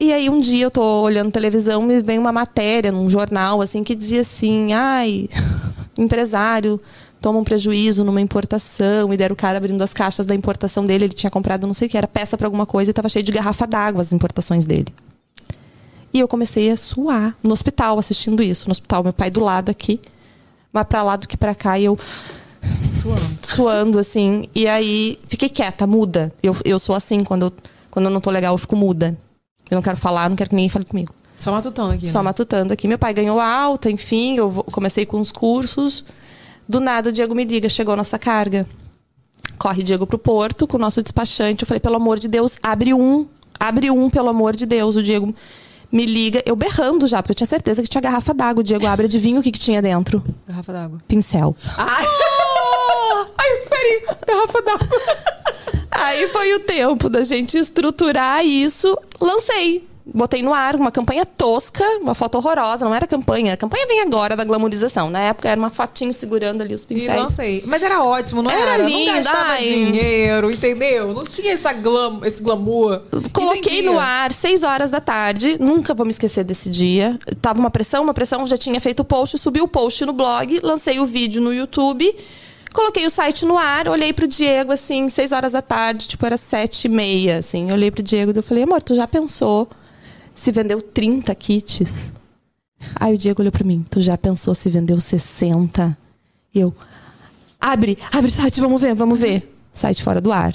S5: E aí um dia eu tô olhando televisão, me vem uma matéria num jornal, assim, que dizia assim, ai, empresário toma um prejuízo numa importação, e deram o cara abrindo as caixas da importação dele, ele tinha comprado não sei o que, era peça pra alguma coisa e tava cheio de garrafa d'água as importações dele. E eu comecei a suar no hospital, assistindo isso. No hospital, meu pai do lado aqui, mas pra lá do que pra cá, e eu
S1: Suando.
S5: suando, assim. E aí, fiquei quieta, muda. Eu, eu sou assim, quando eu, quando eu não tô legal, eu fico muda. Eu não quero falar, não quero que ninguém fale comigo.
S1: Só matutando aqui.
S5: Só
S1: né?
S5: matutando aqui. Meu pai ganhou alta, enfim, eu vou- comecei com os cursos. Do nada, o Diego me liga, chegou a nossa carga. Corre Diego pro Porto com o nosso despachante. Eu falei, pelo amor de Deus, abre um. Abre um, pelo amor de Deus. O Diego me liga, eu berrando já, porque eu tinha certeza que tinha garrafa d'água. O Diego abre, adivinha o que, que tinha dentro?
S1: Garrafa d'água. Ah,
S5: Pincel.
S1: Ai, Ai sério, garrafa d'água.
S5: Aí foi o tempo da gente estruturar isso. Lancei. Botei no ar uma campanha tosca, uma foto horrorosa. Não era campanha. A campanha vem agora da glamorização. Na época era uma fotinho segurando ali os
S1: E
S5: pincéis.
S1: não sei. Mas era ótimo, não era?
S5: Era
S1: não
S5: lindo,
S1: gastava
S5: ai.
S1: dinheiro, entendeu? Não tinha essa glam, esse glamour. E
S5: Coloquei
S1: vendia.
S5: no ar, seis horas da tarde. Nunca vou me esquecer desse dia. Tava uma pressão, uma pressão. Já tinha feito o post, subi o post no blog, lancei o vídeo no YouTube. Coloquei o site no ar, olhei pro Diego, assim, seis horas da tarde. Tipo, era sete e meia, assim. Olhei pro Diego e eu falei, amor, tu já pensou se vendeu 30 kits? Aí o Diego olhou pra mim, tu já pensou se vendeu 60? E eu, abre, abre o site, vamos ver, vamos ver. Site fora do ar.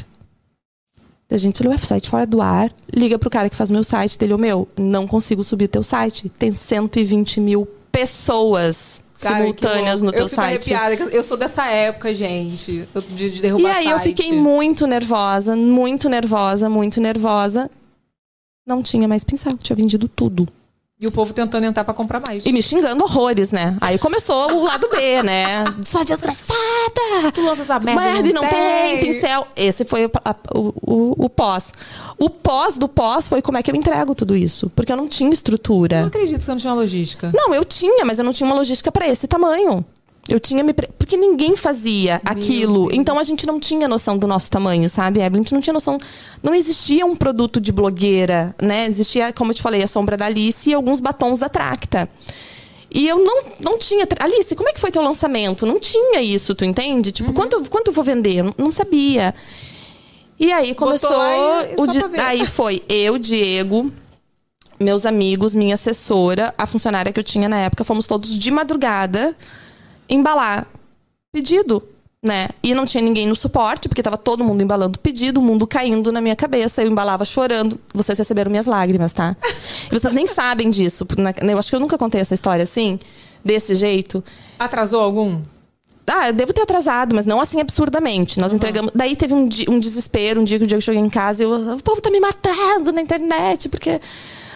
S5: A gente olhou, "Ué, site fora do ar, liga pro cara que faz meu site, dele, o meu, não consigo subir teu site. Tem 120 mil pessoas
S1: Cara,
S5: simultâneas
S1: que louco.
S5: no teu
S1: eu fico
S5: site.
S1: Arrepiada. que Eu sou dessa época, gente. eu- De, de derrubar
S5: E aí eu
S1: site.
S5: fiquei muito nervosa, muito nervosa, muito nervosa. Não tinha mais pincel, tinha vendido tudo.
S1: E o povo tentando entrar pra comprar mais.
S5: E me xingando horrores, né? Aí começou o lado B, né? Só desgraçada!
S1: tu lança essa merda,
S5: Merda,
S1: e
S5: e não tem. pincel. Esse foi o, a- o- o- o pós. O pós do pós foi como é que eu entrego tudo isso. Porque eu não tinha
S1: Eu Não
S5: estrutura.
S1: acredito que você não tinha logística.
S5: Não, eu tinha, mas eu não tinha uma logística pra esse tamanho. Eu tinha me. pre- Porque ninguém fazia aquilo. Então a gente não tinha noção do nosso tamanho, sabe, Evelyn? A gente não tinha noção. Não existia um produto de blogueira, né? Existia, como eu te falei, a sombra da Alice e alguns batons da Tracta. E eu não, não tinha. tra- Alice, como é que foi teu lançamento? Não tinha isso, tu entende? Tipo, quanto, quanto eu vou vender? Eu não- não sabia. E aí começou.
S1: lá e- e
S5: o
S1: só
S5: di-
S1: pra ver.
S5: Aí foi eu, Diego, meus amigos, minha assessora, a funcionária que eu tinha na época, fomos todos de madrugada embalar pedido. né? E não tinha ninguém no suporte, porque tava todo mundo embalando o pedido, o mundo caindo na minha cabeça, eu embalava chorando. Vocês receberam minhas lágrimas, tá? E vocês nem sabem disso. porque na- Eu acho que eu nunca contei essa história assim, desse jeito.
S1: Atrasou algum?
S5: Ah, eu devo ter atrasado, mas não assim absurdamente. Nós entregamos. Daí teve um, di- um desespero, um dia que o Diego chegou em casa e eu. O povo tá me matando na internet, porque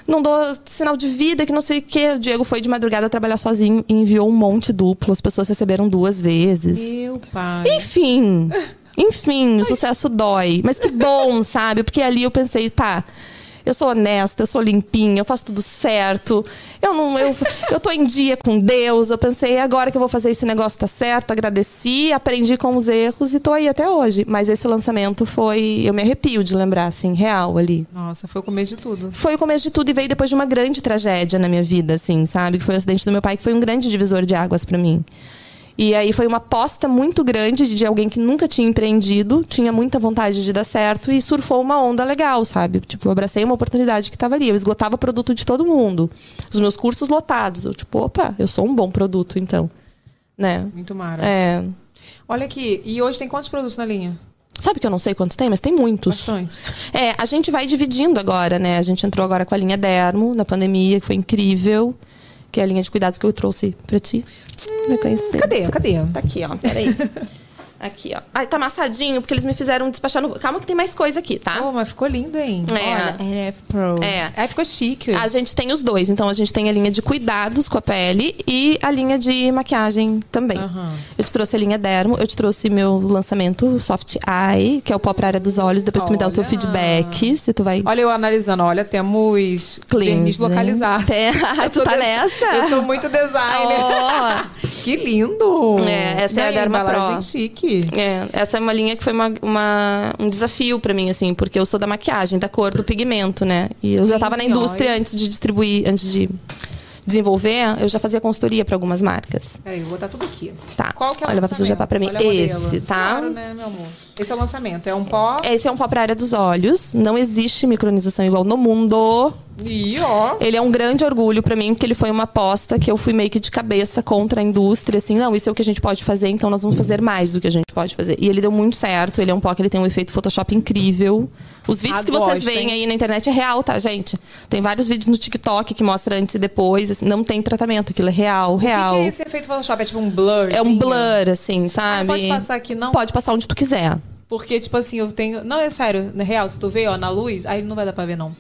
S5: não dou sinal de vida, que não sei o quê. O Diego foi de madrugada trabalhar sozinho e enviou um monte duplo. As pessoas receberam duas vezes.
S1: Meu pai.
S5: Enfim. Enfim, o sucesso dói. Mas que bom, sabe? Porque ali eu pensei, tá. Eu sou honesta, eu sou limpinha, eu faço tudo certo. Eu não eu, eu tô em dia com Deus. Eu pensei, "É agora que eu vou fazer esse negócio tá certo, agradeci, aprendi com os erros e tô aí até hoje. Mas esse lançamento foi, eu me arrepio de lembrar assim, real ali
S1: Nossa, foi o começo de tudo.
S5: foi o começo de tudo e veio depois de uma grande tragédia na minha vida, assim, sabe? Que foi o acidente do meu pai, que foi um grande divisor de águas pra mim. E aí foi uma aposta muito grande de alguém que nunca tinha empreendido, tinha muita vontade de dar certo e surfou uma onda legal, sabe? Tipo, eu abracei uma oportunidade que tava ali. Eu esgotava produto de todo mundo. Os meus cursos lotados. Eu, tipo, opa, eu sou um bom produto, então. Né?
S1: Muito mara.
S5: É.
S1: Olha aqui, e hoje tem quantos produtos na linha?
S5: Sabe que eu não sei quantos tem, mas tem muitos.
S1: Bastante.
S5: É, a gente vai dividindo agora, né? A gente entrou agora com a linha Dermo na pandemia, que foi incrível. Que é a linha de cuidados que eu trouxe pra ti. me conhecer.
S1: Cadê? Cadê?
S5: Tá aqui, ó. Peraí. Aqui, ó. Ai, tá amassadinho, porque eles me fizeram despachar no. Calma que tem mais coisa aqui, tá?
S1: Oh, mas ficou lindo, hein?
S5: É.
S1: Olha, NF Pro.
S5: É.
S1: Aí ficou chique.
S5: A gente tem os dois. Então, a gente tem a linha de cuidados com a pele e a linha de maquiagem também.
S1: Aham.
S5: Eu te trouxe a linha dermo, eu te trouxe meu lançamento Soft Eye, que é o pó pra área dos olhos. Depois tu me dá o teu
S1: Olha.
S5: feedback, se tu vai...
S1: Olha eu analisando, olha, temos
S5: Cleansing.
S1: verniz localizado.
S5: Tem- Ah,
S1: Eu sou
S5: tu tá
S1: de-
S5: nessa?
S1: Eu sou muito né? designer. que lindo!
S5: É, essa é a
S1: Não, e
S5: Dharma Pro.
S1: embalagem chique.
S5: É, essa é uma linha que foi uma, uma- um desafio pra mim, assim, porque eu sou da maquiagem, da cor, do pigmento, né? E eu já tava na
S1: Sim, senhora.
S5: indústria antes de distribuir, antes de desenvolver, eu já fazia consultoria pra algumas marcas.
S1: Peraí, eu vou botar tudo aqui.
S5: Tá.
S1: Qual que é o
S5: Olha, vai fazer o jabá pra mim.
S1: lançamento? Olha o modelo.
S5: Esse, tá?
S1: Claro, né, meu amor? Esse é o lançamento. É um pó.
S5: Esse é um pó pra área dos olhos. Não existe micronização igual no mundo.
S1: E ó.
S5: Ele é um grande orgulho pra mim, porque ele foi uma aposta que eu fui meio que de cabeça contra a indústria, assim, não, isso é o que a gente pode fazer, então nós
S1: Uhum.
S5: vamos fazer mais do que a gente pode fazer. E ele deu muito certo, ele é um pó que ele tem um efeito Photoshop incrível. Os vídeos
S1: Ah,
S5: que vocês
S1: gosto,
S5: veem
S1: hein?
S5: aí na internet é real, tá, gente? Tem vários vídeos no TikTok que mostra antes e depois, assim, não tem tratamento, aquilo é real,
S1: O
S5: real.
S1: que que é esse efeito Photoshop? É tipo um blur?
S5: É um
S1: assim?
S5: blur, assim,
S1: Ah,
S5: sabe?
S1: não pode passar aqui, não?
S5: Pode passar onde tu quiser.
S1: Porque, tipo assim, eu tenho. Não, é sério, na real, se tu vê, ó, na luz, aí não vai dar pra ver, não.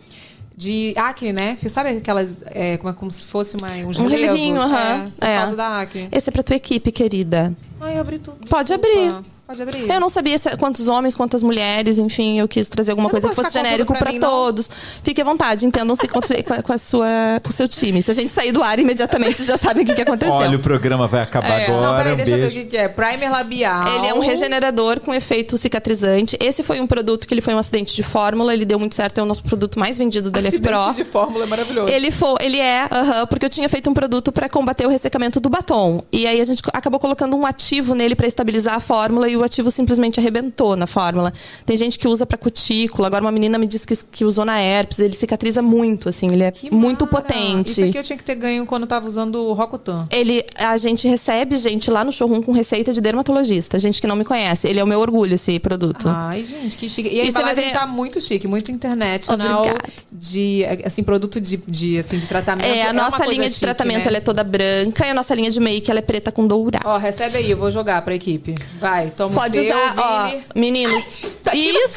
S1: De acne, né? Fica- Sabe aquelas. É, como, é- como se fosse uma, uns
S5: Um
S1: relevos?
S5: relevinho, aham.
S1: é, por causa da acne.
S5: Esse é pra tua equipe, querida.
S1: Ai, abri tudo.
S5: Pode
S1: Desculpa.
S5: abrir.
S1: Pode abrir.
S5: Eu não sabia se- quantos homens, quantas mulheres, enfim, eu quis trazer
S1: Eu
S5: alguma
S1: não
S5: coisa que
S1: posso
S5: fosse
S1: ficar contando
S5: genérico
S1: pra
S5: pra
S1: mim, não.
S5: todos. Fique à vontade, entendam-se com, com a- com a sua, com o seu time. Se a gente sair do ar imediatamente, vocês já sabem o que, que aconteceu.
S6: Olha, o programa vai acabar
S5: É,
S6: agora.
S1: Não, peraí,
S6: um
S1: deixa eu ver o
S6: beijo.
S1: que, que é. Primer labial.
S5: Ele é um regenerador com efeito cicatrizante. Esse foi um produto que ele foi um acidente de fórmula, ele deu muito certo, é o nosso produto mais vendido da LF
S1: Acidente
S5: Pro.
S1: de fórmula é maravilhoso.
S5: Ele foi, ele é, aham, porque eu tinha feito um produto pra combater o ressecamento do batom. E aí a gente co- acabou colocando um ativo nele pra estabilizar a fórmula e o ativo simplesmente arrebentou na fórmula. Tem gente que usa pra cutícula. Agora uma menina me disse que, que usou na herpes, ele cicatriza muito, assim, ele é
S1: Que
S5: muito
S1: mara.
S5: potente.
S1: Isso aqui eu tinha que ter ganho quando eu tava usando o Rocutan.
S5: Ele, a gente recebe gente lá no showroom com receita de dermatologista, gente que não me conhece. Ele é o meu orgulho esse produto.
S1: Ai, gente, que chique. E a
S5: E você vai
S1: embalagem
S5: ver-
S1: tá muito chique, muito international.
S5: Obrigada.
S1: De, assim, produto de, de, assim, de tratamento.
S5: É, a
S1: uma
S5: nossa
S1: coisa
S5: linha de
S1: chique,
S5: tratamento
S1: né?
S5: ela é toda branca e a nossa linha de make ela é preta com dourado.
S1: Ó, recebe aí, eu vou jogar pra equipe. Vai, toma
S5: Pode
S1: o seu,
S5: usar, ó,
S1: Vini. tá
S5: meninos.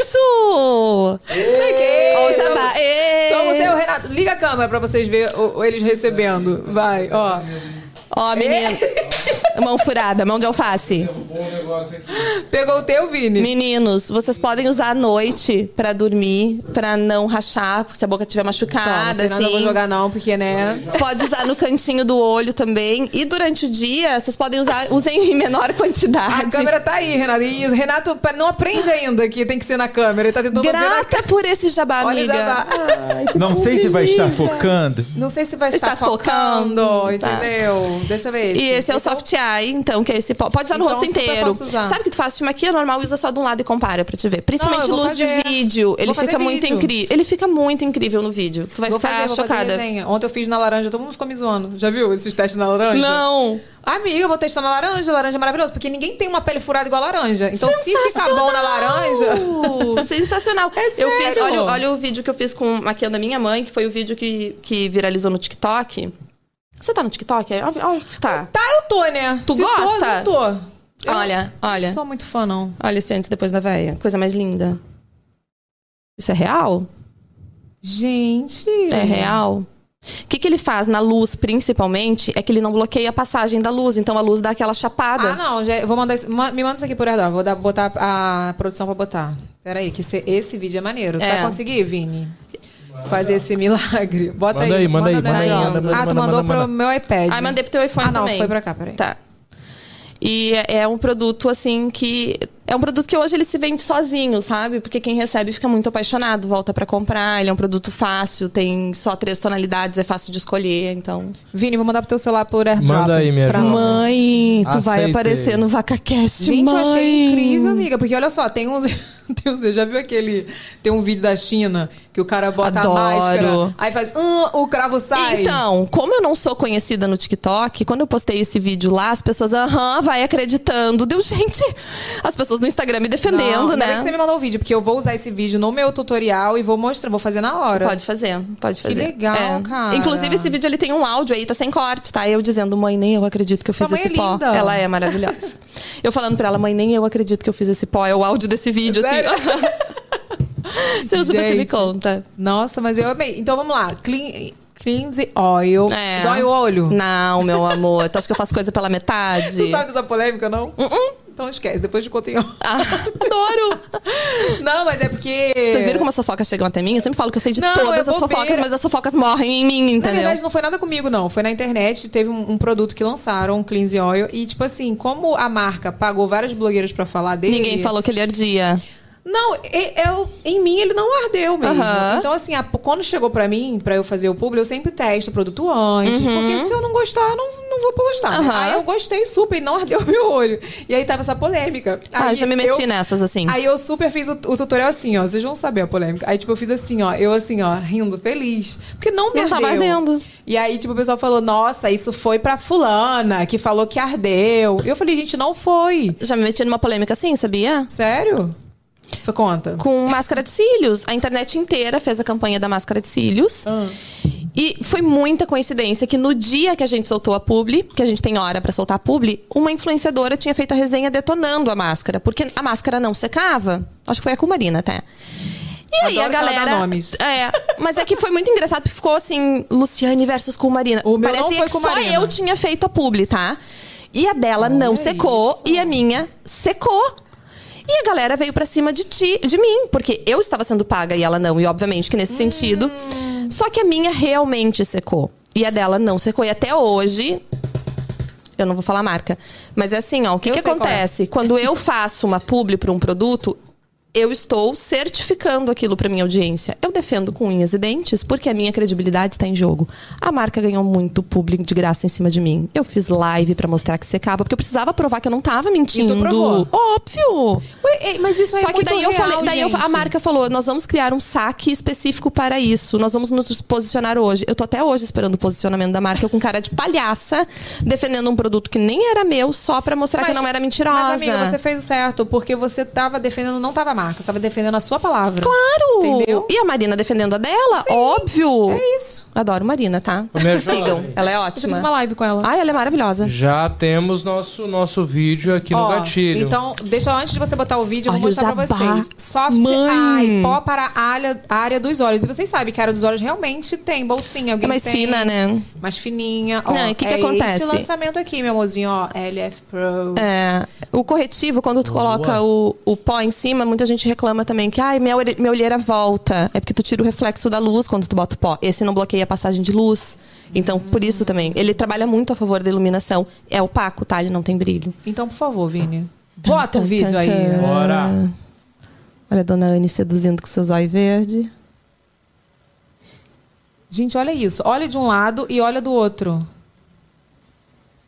S5: Isso! Ó, o jabá. Ê!
S1: Toma o seu, Renato. Liga a câmera pra vocês verem o- o- eles recebendo. Vai, ó. É.
S5: Ó, menino. Mão furada, mão de alface.
S1: Pegou o teu, Vini.
S5: Meninos, vocês podem usar à noite pra dormir, pra não rachar, porque se a boca estiver
S1: Toma,
S5: machucada,
S1: Fernanda, eu
S5: assim.
S1: não vou jogar não, porque, né...
S5: Pode usar no cantinho do olho também. E durante o dia, vocês podem usar, usem em menor
S1: A
S5: quantidade.
S1: câmera tá aí, Renato. Isso, Renato pa- não aprende ainda que tem que ser na câmera. Ele tá tentando ver na
S5: Grata por esse jabá,
S1: Olha o
S5: amiga.
S1: jabá.
S6: Não sei se vai estar focando.
S1: Não sei se vai estar
S5: Está tá focando,
S1: focando,
S5: tá.
S1: entendeu? Deixa eu ver.
S5: E esse é o
S1: Esse
S5: Soft vai, então, que é esse pó. Pode usar no
S1: Então,
S5: rosto
S1: super
S5: inteiro.
S1: posso usar.
S5: Sabe o que tu faz? Te maquia normal e usa só de um lado e compara pra te ver. Principalmente
S1: Não, eu vou
S5: luz
S1: fazer.
S5: de vídeo. Ele
S1: Vou fazer
S5: fica muito
S1: vídeo.
S5: incrível. Ele fica muito incrível no vídeo. Tu vai
S1: Vou
S5: ficar
S1: fazer, vou fazer
S5: tá chocada.
S1: resenha. Ontem eu fiz na laranja, todo mundo ficou me zoando. Já viu esses testes na laranja?
S5: Não.
S1: Amiga, eu vou testar na laranja, laranja é maravilhoso, porque ninguém tem uma pele furada igual a laranja. Então, se ficar bom na laranja.
S5: Uh, Sensacional.
S1: É
S5: Eu fiz,
S1: sério?
S5: olha, olha o vídeo que eu fiz com maquiando a minha mãe, que foi o vídeo que, que viralizou no TikTok. Você tá no TikTok? É Óbvio óbvio que tá.
S1: Tá, eu tô, né?
S5: Tu
S1: se
S5: gosta?
S1: Tô, eu não tô. Eu
S5: Olha, olha.
S1: não sou muito fã, não.
S5: Olha esse antes e depois da véia. Coisa mais linda. Isso é real?
S1: Gente.
S5: É real? O que, que ele faz na luz, principalmente, é que ele não bloqueia a passagem da luz. Então a luz dá aquela chapada.
S1: Ah, não, já, eu vou mandar. esse- ma- me manda isso aqui por Erdó. Vou dar, botar a produção pra botar. Peraí, que esse, esse vídeo é maneiro. Tu
S5: É.
S1: vai conseguir, Vini? Fazer esse milagre. Bota
S2: Manda aí, manda aí,
S1: no
S2: manda
S5: aí,
S1: Erdó.
S5: manda,
S1: Ah,
S2: manda,
S1: tu mandou
S2: manda,
S1: pro
S2: manda.
S1: meu iPad.
S5: Ah, mandei pro teu iPhone
S1: Ah, não,
S5: também.
S1: foi pra cá, peraí.
S5: Tá. E é- é um produto, assim, que... É um produto que hoje ele se vende sozinho, sabe? Porque quem recebe fica muito apaixonado, volta pra comprar. Ele é um produto fácil, tem só três tonalidades, é fácil de escolher, então...
S1: Vini, vou mandar pro teu celular por AirDrop.
S2: Manda aí, minha
S1: pra...
S2: jovem.
S5: Mãe, tu vai
S2: Aceitei.
S5: aparecer no VacaCast,
S1: Gente,
S5: mãe!
S1: eu achei incrível, amiga. Porque olha só, tem uns. Tem uns já viu aquele. Tem um vídeo da China que o cara bota
S5: Adoro.
S1: a máscara. Aí faz. "Hum", o cravo sai.
S5: Então, como eu não sou conhecida no TikTok, quando eu postei esse vídeo lá, as pessoas, aham, vai acreditando. Deu, gente, as pessoas no Instagram me defendendo,
S1: não, ainda bem
S5: né?
S1: que você me mandou o vídeo, porque eu vou usar esse vídeo no meu tutorial e vou mostrar, vou fazer na hora.
S5: Pode fazer, pode fazer. É.
S1: legal, cara.
S5: Inclusive, esse vídeo ele tem um áudio aí, tá sem corte, tá? Eu dizendo, mãe, nem eu acredito que eu
S1: Sua
S5: fiz
S1: mãe
S5: esse
S1: é
S5: pó.
S1: linda.
S5: Ela é maravilhosa. eu falando pra ela, mãe, nem eu acredito que eu fiz esse pó. É o áudio desse vídeo,
S1: Sério?
S5: assim. Seu super se me
S1: Gente.
S5: conta.
S1: Nossa, mas eu amei. Então vamos lá. Clean, cleanse oil.
S5: É.
S1: Dói o olho.
S5: Não, meu amor. Tu acha que eu faço coisa pela metade? Uh-uh.
S1: Tu sabe dessa polêmica, não?
S5: Hum.
S1: Então esquece, depois de conta em off.
S5: Ah, adoro!
S1: Não, mas é porque.
S5: Vocês viram como as fofocas chegam até mim? Eu sempre falo que eu sei de
S1: Não, é
S5: todas as
S1: bobeira.
S5: fofocas, mas as fofocas morrem em mim,
S1: Na
S5: entendeu?
S1: verdade, não foi nada comigo, não. Foi na internet, teve um, um produto que lançaram, um Cleanse Oil. E, tipo assim, como a marca pagou várias blogueiras pra falar dele.
S5: Ninguém falou que ele ardia.
S1: Não, e- eu, em mim ele não ardeu mesmo.
S5: Aham.
S1: Então, assim, a- quando chegou pra mim, pra eu fazer o público, eu sempre testo o produto antes. Porque se eu não gostar, eu não, não vou postar. né?
S5: Uhum. Aham.
S1: Aí eu gostei super e não ardeu meu olho. E aí tava essa polêmica.
S5: Ah,
S1: aí
S5: eu já me meti
S1: eu-
S5: nessas, assim.
S1: Aí eu super fiz o, o tutorial assim, ó. Vocês vão saber a polêmica. Aí, tipo, eu fiz assim, ó. Eu assim, ó, rindo, feliz. Porque não me
S5: Não tava
S1: ardeu.
S5: ardendo.
S1: E aí, tipo, o pessoal falou, nossa, isso foi pra fulana, que falou que ardeu. Eu falei, gente, não foi.
S5: Já me meti numa polêmica assim, sabia?
S1: Sério? Foi conta.
S5: Com máscara de cílios. A internet inteira fez a campanha da máscara de cílios.
S1: Ah.
S5: E foi muita coincidência que no dia que a gente soltou a publi, que a gente tem hora pra soltar a publi, uma influenciadora tinha feito a resenha detonando a máscara, porque a máscara não secava. Acho que foi a Cumarina até. E aí
S1: Adoro
S5: a
S1: que ela dá
S5: galera.
S1: nomes.
S5: É, mas é que foi muito engraçado, porque ficou assim, Luciane versus Cumarina.
S1: O meu não
S5: Parecia
S1: foi
S5: que
S1: Cumarina.
S5: só eu tinha feito a publi, tá? E a dela não secou e a minha secou. E a galera veio pra cima de ti, de mim, porque eu estava sendo paga e ela não, e obviamente que nesse sentido.
S1: Hum.
S5: Só que a minha realmente secou e a dela não secou e até hoje eu não vou falar a marca, mas é assim, ó, o que,
S1: Eu
S5: que
S1: sei qual é.
S5: acontece? Quando eu faço uma publi para um produto, eu estou certificando aquilo para minha audiência. Eu defendo com unhas e dentes porque a minha credibilidade está em jogo. A marca ganhou muito publi de graça em cima de mim. Eu fiz live para mostrar que secava porque eu precisava provar que eu não tava mentindo.
S1: provou?
S5: Óbvio.
S1: Ué, mas isso aí
S5: Só
S1: é
S5: que
S1: muito
S5: daí eu
S1: real,
S5: falei, daí eu- a
S1: gente.
S5: marca falou, nós vamos criar um saque específico para isso. Nós vamos nos posicionar hoje. Eu tô até hoje esperando o posicionamento da marca eu com cara de palhaça, defendendo um produto que nem era meu, só pra mostrar que eu não era mentirosa.
S1: Mas, amiga, você fez o certo, porque você tava defendendo, não tava a marca, você tava defendendo a sua palavra.
S5: Claro!
S1: Entendeu?
S5: E a Marina defendendo a dela, óbvio.
S1: É isso.
S5: Adoro Marina, tá?
S2: Ô, minha
S5: Sigam.
S2: jovem.
S5: Ela é
S1: Eu fiz
S5: ótima.
S1: uma live com ela.
S5: Ai, ela é maravilhosa.
S2: Já temos nosso, nosso vídeo aqui
S1: Ó,
S2: no gatilho.
S1: Então, deixa eu- antes de você botar o vídeo, eu vou
S5: Olha o
S1: mostrar pra
S5: jabá.
S1: vocês. Soft
S5: Mãe.
S1: Eye, pó para a área, a área dos olhos. E vocês sabem que a área dos olhos realmente tem bolsinha. Alguém
S5: É mais
S1: tem,
S5: fina, né?
S1: Mais fininha. Ó,
S5: Não, e o que que
S1: é
S5: acontece?
S1: Esse lançamento aqui, meu amorzinho, ó. LF Pro.
S5: É, o corretivo, quando tu coloca o, o pó em cima, muita gente reclama também que, ai, minha, ore- minha olheira volta. É porque tu tira o reflexo da luz quando tu bota o pó. Esse não bloqueia a passagem de luz. Então, por
S1: Hum.
S5: isso também. Ele trabalha muito a favor da iluminação. É opaco, tá? Ele não tem brilho.
S1: Então, por favor, Vini. Bota o
S5: tan,
S1: vídeo
S5: tan,
S1: aí.
S5: tan.
S2: Bora.
S5: Olha a dona Anne seduzindo com seus olhos verdes.
S1: Gente, olha isso. Olha de um lado e olha do outro.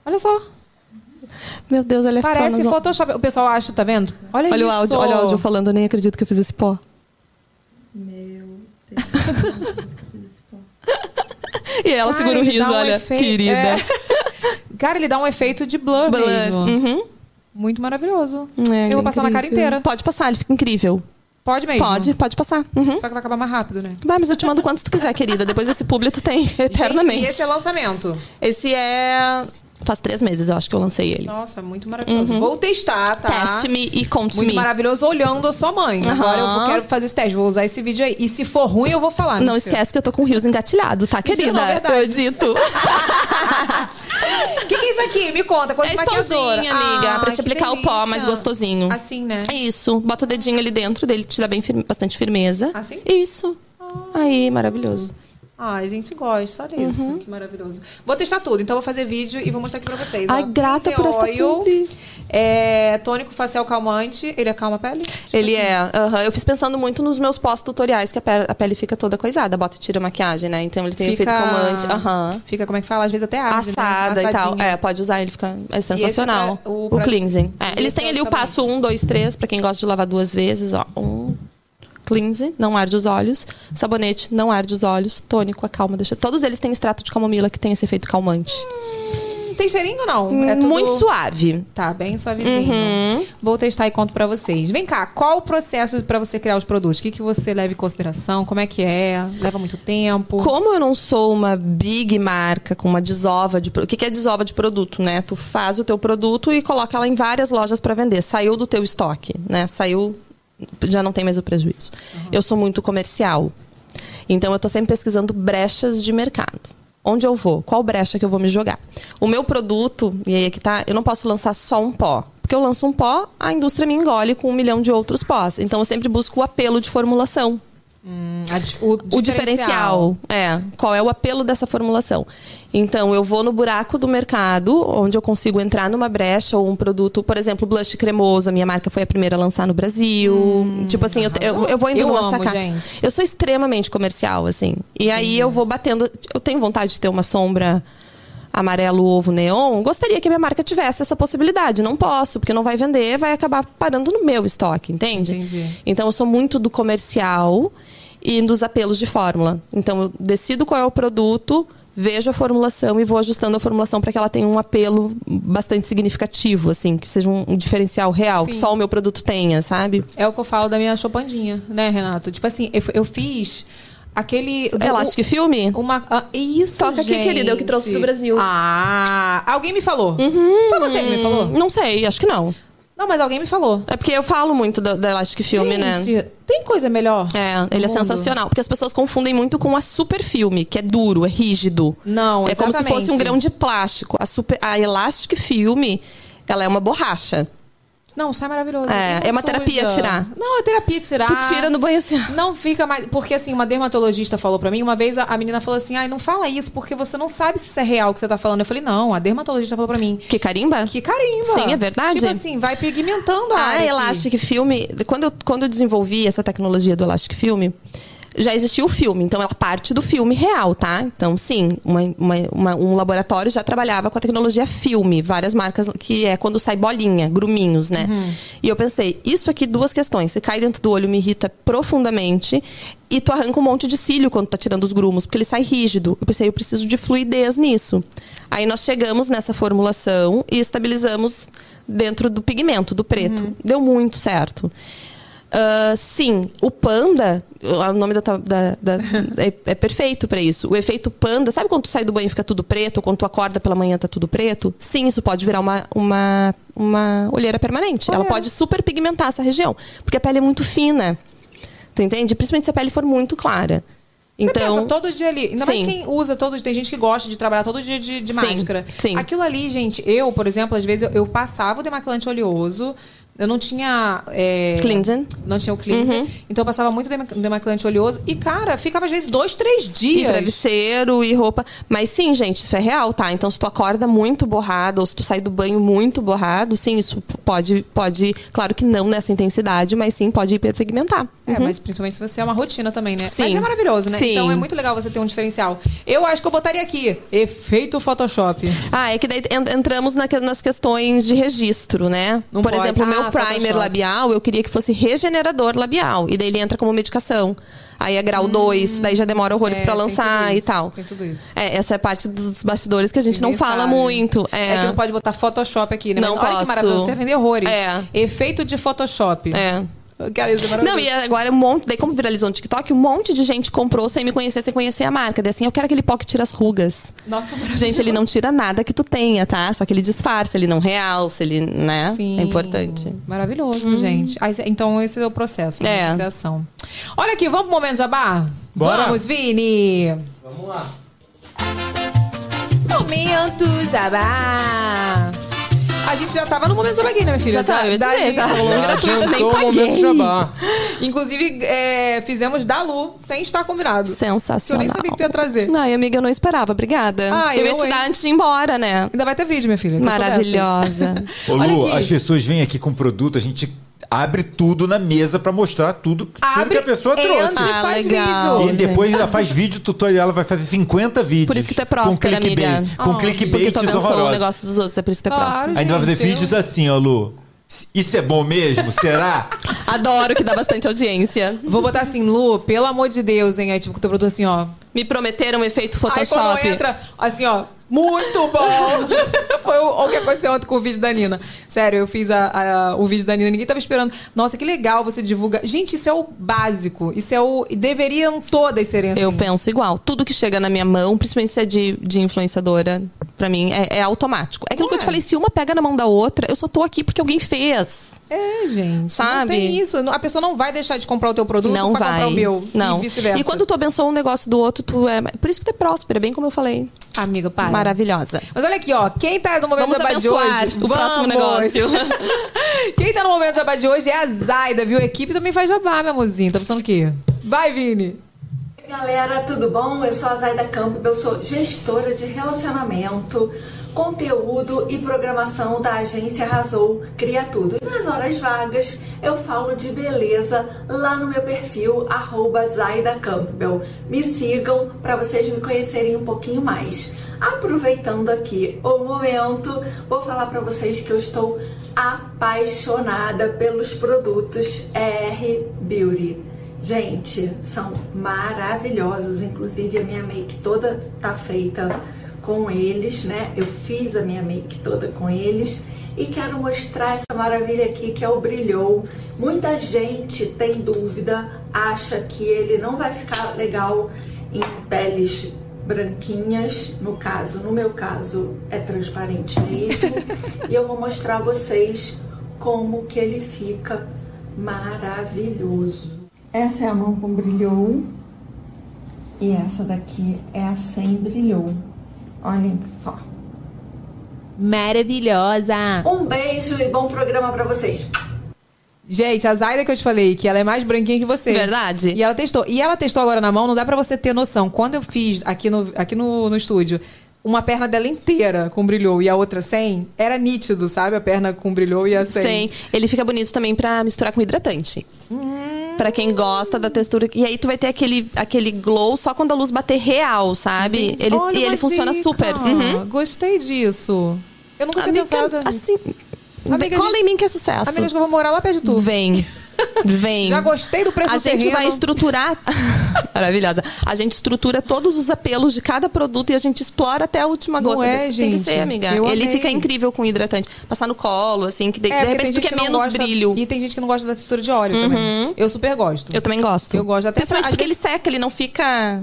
S1: Olha só.
S5: Meu Deus, ela é ficando
S1: Parece
S5: nos-
S1: Photoshop. O pessoal acha, tá vendo? Olha,
S5: Olha
S1: isso.
S5: o áudio, olha o áudio falando, eu nem acredito que eu fiz esse pó. Meu Deus. e ela
S1: Cara,
S5: segura o
S1: ele
S5: riso,
S1: dá um
S5: olha,
S1: efeito-
S5: querida.
S1: É. Cara, ele dá um efeito de blur,
S5: Blur,
S1: mesmo.
S5: uhum.
S1: Muito maravilhoso.
S5: É,
S1: Eu
S5: ele é
S1: vou passar na cara
S5: incrível.
S1: inteira. É
S5: Pode passar, ele fica incrível.
S1: Pode mesmo?
S5: Pode, pode passar. Uhum.
S1: Só que vai acabar mais rápido, né?
S5: Vai, mas eu te mando quantos tu quiser, querida. Depois esse público tem eternamente.
S1: Gente, e esse é lançamento.
S5: Esse é. Faz três meses, eu acho que eu lancei ele.
S1: Nossa, muito
S5: Uhum.
S1: maravilhoso. Vou testar, tá?
S5: Teste-me e conte-me.
S1: Muito maravilhoso olhando a sua mãe. Agora eu vou- quero fazer esse teste, vou usar esse vídeo aí. E se for ruim, eu vou falar.
S5: Não
S1: mentira.
S5: esquece que eu tô com o rios engatilhado, tá,
S1: Mentira,
S5: querida?
S1: não, é verdade.
S5: eu dito.
S1: O que, que é isso aqui? Me conta. Coisa
S5: É
S1: de maquiador.
S5: esponjinha, amiga, pra te
S1: que
S5: aplicar o pó mais
S1: delícia.
S5: gostosinho.
S1: Assim, né?
S5: É Isso. Bota o dedinho ali dentro dele, te dá bem firme- bastante firmeza.
S1: Assim?
S5: Isso.
S1: Ah.
S5: Aí, maravilhoso.
S1: Ai, gente, gosta. Olha isso.
S5: Uhum.
S1: Que maravilhoso. Vou testar tudo. Então, vou fazer vídeo e vou mostrar aqui pra vocês.
S5: Ai,
S1: ó.
S5: grata
S1: Cleanse
S5: por esta
S1: oil,
S5: publi.
S1: é, Tônico facial calmante. Ele acalma a pele?
S5: Ele é. aham, eu fiz pensando muito nos meus pós-tutoriais, que a pe- a pele fica toda coisada, bota e tira a maquiagem, né? Então ele tem efeito calmante. Aham.
S1: Fica, como é que fala? Às vezes até arde, né?
S5: Assada e tal.
S1: Assadinha.
S5: É, pode usar, ele fica. É sensacional.
S1: pra- o
S5: o,
S1: pra-
S5: cleansing. É,
S1: esse
S5: eles
S1: é
S5: têm
S1: o
S5: ali o
S1: sabão.
S5: passo 1, 2, 3, pra quem gosta de lavar duas vezes, ó. Um. Cleanse, não arde os olhos. Sabonete, não arde os olhos. Tônico, acalma, deixa. Todos eles têm extrato de camomila que tem esse efeito calmante.
S1: Não tem cheirinho ou não? É tudo...
S5: é. Muito suave. Uhum.
S1: Tá, bem suavezinho. Vou testar e conto pra vocês. Vem cá, qual o processo pra você criar os produtos? O que, que você leva em consideração? Como é que é? Leva muito tempo?
S5: Como eu não sou uma big marca com uma desova de pro- o que que é desova de produto, né? Tu faz o teu produto e coloca ela em várias lojas para vender. Saiu do teu estoque, né? Saiu já não tem mais o prejuízo. Eu sou muito comercial. Então eu tô sempre pesquisando brechas de mercado. Onde eu vou? Qual brecha que eu vou me jogar? O meu produto, e aí é que tá, eu não posso lançar só um pó. Porque eu lanço um pó, a indústria me engole com um milhão de outros pós. Então eu sempre busco o apelo de formulação
S1: A dif- o,
S5: o diferencial. É, qual é o apelo dessa formulação. Então, eu vou no buraco do mercado, onde eu consigo entrar numa brecha ou um produto, por exemplo, blush cremoso, a minha marca foi a primeira a lançar no Brasil. tipo assim, eu, eu, eu vou indo
S1: Hum, Eu
S5: numa
S1: amo,
S5: sacada.
S1: gente.
S5: Eu sou extremamente comercial, assim. E aí eu vou batendo. Eu tenho vontade de ter uma sombra amarelo, ovo, neon. Gostaria que a minha marca tivesse essa possibilidade. Não posso, porque não vai vender, vai acabar parando no meu estoque, entende?
S1: Entendi.
S5: Então eu sou muito do comercial e dos apelos de fórmula. Então eu decido qual é o produto, vejo a formulação e vou ajustando a formulação para que ela tenha um apelo bastante significativo, assim, que seja um, um diferencial real, que
S1: Sim.
S5: só o meu produto tenha, sabe?
S1: É o que eu falo da minha chopandinha, né, Renato? Tipo assim, eu, eu fiz aquele. do-
S5: Elástico e filme?
S1: Uma, ah, isso,
S5: Toca aqui,
S1: gente.
S5: querida, eu que trouxe pro Brasil. Uhum.
S1: Ah, alguém me falou. Foi você que me falou?
S5: Não sei, acho que não.
S1: Não, mas alguém me falou.
S5: É porque eu falo muito da, da Elastic Filme, né?
S1: Gente, tem coisa melhor?
S5: É, ele é
S1: no mundo?
S5: sensacional. Porque as pessoas confundem muito com a super filme, que é duro, é rígido.
S1: Não,
S5: É como se
S1: exatamente.
S5: fosse um grão de plástico. A, super, a Elastic Filme, ela é uma borracha.
S1: Não, sai maravilhoso.
S5: É,
S1: Não
S5: é uma terapia tirar.
S1: Não, é terapia tirar.
S5: Tu tira no banho assim.
S1: Não fica mais. Porque assim, uma dermatologista falou pra mim, uma vez a, a menina falou assim: ai, não fala isso, porque você não sabe se isso é real o que você tá falando. Eu falei: não, a dermatologista falou pra mim.
S5: Que carimba?
S1: Que carimba.
S5: Sim, é verdade. Ah,
S1: Tipo assim, vai pigmentando a área.
S5: A
S1: aqui.
S5: Elastic Filme, quando eu, quando eu desenvolvi essa tecnologia do Elastic Filme, já existia o filme, então ela parte do filme real, tá? Então, sim, uma- uma- uma- um laboratório já trabalhava com a tecnologia filme, várias marcas, que é quando sai bolinha, gruminhos, né? E eu pensei, isso aqui, duas questões. Se cai dentro do olho, me irrita profundamente, e tu arranca um monte de cílio quando tá tirando os grumos, porque ele sai rígido. Eu pensei, eu preciso de fluidez nisso. Aí nós chegamos nessa formulação e estabilizamos dentro do pigmento, do preto. Deu muito certo. Ah, sim, o panda, o nome da, ta- da- da- é, é perfeito pra isso. O efeito panda, sabe quando tu sai do banho e fica tudo preto? Ou quando tu acorda pela manhã tá tudo preto? Sim, isso pode virar uma, uma, uma olheira permanente. Ela pode super pigmentar essa região, porque a pele é muito fina. Tu entende? Principalmente se a pele for muito clara.
S1: Você
S5: então,
S1: pensa todo dia ali. Ainda mais
S5: Sim.
S1: quem usa todo dia. Tem gente que gosta de trabalhar todo dia de, de
S5: Sim,
S1: máscara.
S5: sim.
S1: Aquilo ali, gente, eu, por exemplo, às vezes eu, eu passava o demaquilante oleoso. né, Eu não tinha. é,
S5: Cleansing. Uhum.
S1: Não tinha o cleanser. Então eu passava muito dema- demaquilante oleoso. E, cara, ficava às vezes dois, três
S5: E
S1: dias.
S5: travesseiro e roupa. Mas sim, gente, isso é real, tá? Então, se tu acorda muito borrado, ou se tu sai do banho muito borrado, sim, isso pode, pode. Claro que não nessa intensidade, mas sim pode hiperpigmentar.
S1: É, mas principalmente se você é uma rotina também, né?
S5: uhum. Sim.
S1: Mas é maravilhoso, né?
S5: Sim.
S1: Então é muito legal você ter um diferencial. Eu acho que eu botaria aqui, efeito Photoshop.
S5: Ah, é que daí en- entramos na que- nas questões de registro, né?
S1: Não
S5: Por
S1: pode.
S5: exemplo, o meu
S1: Ah,
S5: primer
S1: Photoshop.
S5: labial, eu queria que fosse regenerador labial. E daí ele entra como medicação. Aí é grau 2, daí já demora horrores
S1: é,
S5: pra
S1: tem
S5: lançar
S1: tudo
S5: e
S1: isso,
S5: tal.
S1: tem tudo isso.
S5: É, essa é a parte dos dos bastidores que a gente não
S1: Ninguém
S5: fala
S1: sabe.
S5: muito. É,
S1: É que não pode botar Photoshop aqui, né?
S5: Não
S1: Mas olha que
S5: posso.
S1: maravilhoso, tem vender horrores.
S5: É.
S1: Efeito de Photoshop.
S5: É.
S1: Cara, isso é
S5: Não,
S1: maravilhoso.
S5: e agora um monte, daí como viralizou no TikTok, um monte de gente comprou sem me conhecer, sem conhecer a marca. Daí assim, eu quero aquele pó que tira as rugas.
S1: Nossa, maravilhoso.
S5: Gente, ele não tira nada que tu tenha, tá? Só que ele disfarça, ele não realça, ele, né?
S1: Sim.
S5: É importante. Hum.
S1: Maravilhoso, gente. Ah, esse- Então, esse é o processo né,
S5: É.
S1: de criação. Olha aqui, vamos pro momento jabá?
S2: Bora.
S1: Vamos, Vini!
S2: Vamos lá.
S1: Momento jabá! A gente já tava no momento jabá aqui, né, minha filha?
S5: Já tá, eu ia
S1: Da-
S5: dizer,
S1: da-
S5: já rolou um
S2: Já
S5: gratuito, nem
S2: adiantou o momento
S5: paguei.
S2: jabá.
S1: Inclusive, é, fizemos da Lu, sem estar combinado. Que eu
S5: Sensacional.
S1: nem sabia que tu ia trazer.
S5: Ai, amiga, eu não esperava, obrigada.
S1: Ah,
S5: eu
S1: eu,
S5: ia te
S1: hein?
S5: dar antes de ir embora, né?
S1: Ainda vai ter vídeo, minha filha. que eu sou dessas.
S5: Maravilhosa.
S6: Ô
S1: Olha
S6: Lu,
S1: aqui.
S6: as pessoas vêm aqui com produto, a gente abre tudo na mesa pra mostrar tudo, tudo
S1: Abre,
S6: que a pessoa
S1: entra
S6: trouxe.
S1: e
S5: Ah,
S1: faz
S5: legal.
S1: vídeo.
S6: E depois ainda faz vídeo tutorial, ela vai fazer 50 vídeos.
S5: Por isso que tu é próspera,
S6: com clickbait,
S5: amiga. Oh,
S6: Com
S1: Ah,
S5: Porque
S6: clickbait
S5: tu abençoou o
S6: horrorosos.
S5: um negócio dos outros, é por isso que tu é
S1: Claro.
S5: próxima.
S6: Ainda vai fazer
S1: Gente, eu-
S6: vídeos assim, ó, Lu. Isso é bom mesmo? Será?
S5: Adoro que dá bastante audiência.
S1: Vou botar assim, Lu, pelo amor de Deus, hein? Aí, tipo, que teu produto assim, ó.
S5: Me prometeram um efeito
S1: Aí
S5: Photoshop.
S1: quando entra, assim, ó, muito bom! Foi o, o que aconteceu ontem com o vídeo da Nina. Sério, eu fiz a- a- o vídeo da Nina, ninguém tava esperando. Nossa, que legal você divulga. Gente, isso é o básico. Isso é o. Deveriam todas serem assim.
S5: Eu penso igual. Tudo que chega na minha mão, principalmente se é de, de influenciadora, pra mim é, é automático. É aquilo que eu te falei, se uma pega na mão da outra, eu só tô aqui porque alguém fez.
S1: É, gente. Não
S5: Sabe?
S1: tem isso. A pessoa não vai deixar de comprar o teu produto
S5: não
S1: pra
S5: vai.
S1: comprar o meu.
S5: Não.
S1: E vice-versa.
S5: quando tu abençoa um negócio do outro, tu é. Por isso que tu é próspera, bem como eu falei.
S1: Amiga, para.
S5: Maravilhosa.
S1: Mas olha aqui, ó. Quem tá no momento
S5: Vamos
S1: jabá de
S5: abençoar
S1: hoje.
S5: o próximo negócio.
S1: Quem tá no momento jabá de hoje é a Zaida, viu? A equipe também faz jabá, meu amorzinho. Tá pensando o quê? Vai, Vini.
S9: Galera, tudo bom? Eu sou a Zaida Campbell, eu sou gestora de relacionamento, conteúdo e programação da agência Arrasou Cria Tudo. E nas horas vagas eu falo de beleza lá no meu perfil, arroba Zaida Campbell. Me sigam para vocês me conhecerem um pouquinho mais. Aproveitando aqui o momento, vou falar para vocês que eu estou apaixonada pelos produtos R Beauty. Gente, são maravilhosos. Inclusive, a minha make toda tá feita com eles, né? Eu fiz a minha make toda com eles. E quero mostrar essa maravilha aqui que é o Brilhou. Muita gente tem dúvida, acha que ele não vai ficar legal em peles branquinhas, no caso, no meu caso, é transparente mesmo. e eu vou mostrar a vocês como que ele fica maravilhoso. Essa é a mão com brilhou um. e essa daqui é a sem brilhou. um. Olhem só.
S5: Ah.
S1: Maravilhosa.
S9: Um beijo e bom programa pra vocês.
S1: Gente, a Zaida que eu te falei, que ela é mais branquinha que você.
S5: Verdade.
S1: E ela testou. E ela testou agora na mão, não dá pra você ter noção. Quando eu fiz aqui no, aqui no, no estúdio, uma perna dela inteira com brilhou e a outra sem, era nítido, sabe? A perna com brilhou e a sem.
S5: Sim. Ele fica bonito também pra misturar com hidratante.
S1: Hum.
S5: Pra quem gosta da textura. E aí tu vai ter aquele, aquele glow só quando a luz bater real, sabe? Ele,
S1: Olha
S5: e
S1: uma
S5: ele funciona
S1: dica.
S5: super. Uhum.
S1: Gostei disso. Eu nunca tinha pensado.
S5: assim.
S1: Amiga,
S5: cola
S1: gente-
S5: em mim que é sucesso.
S1: Amiga, acho que eu vou morar lá perto de tu.
S5: Vem. Vem.
S1: Já gostei do preço
S5: A
S1: do
S5: gente
S1: terreno.
S5: vai estruturar. Maravilhosa. A gente estrutura todos os apelos de cada produto e a gente explora até a última
S1: Não
S5: gota.
S1: é,
S5: Tem que- Tem que
S1: gente.
S5: ser, amiga.
S1: Eu
S5: Ele
S1: amei.
S5: fica incrível com hidratante. Passar no colo, assim, que
S1: É,
S5: de, de
S1: porque tem
S5: repente tu
S1: gente
S5: quer
S1: que não
S5: menos
S1: gosta-
S5: brilho. Uhum.
S1: E tem gente que não gosta da textura de óleo também. Eu super gosto.
S5: Eu também gosto.
S1: Eu gosto até
S5: Principalmente
S1: pra- às
S5: porque
S1: vezes-
S5: ele seca, ele não fica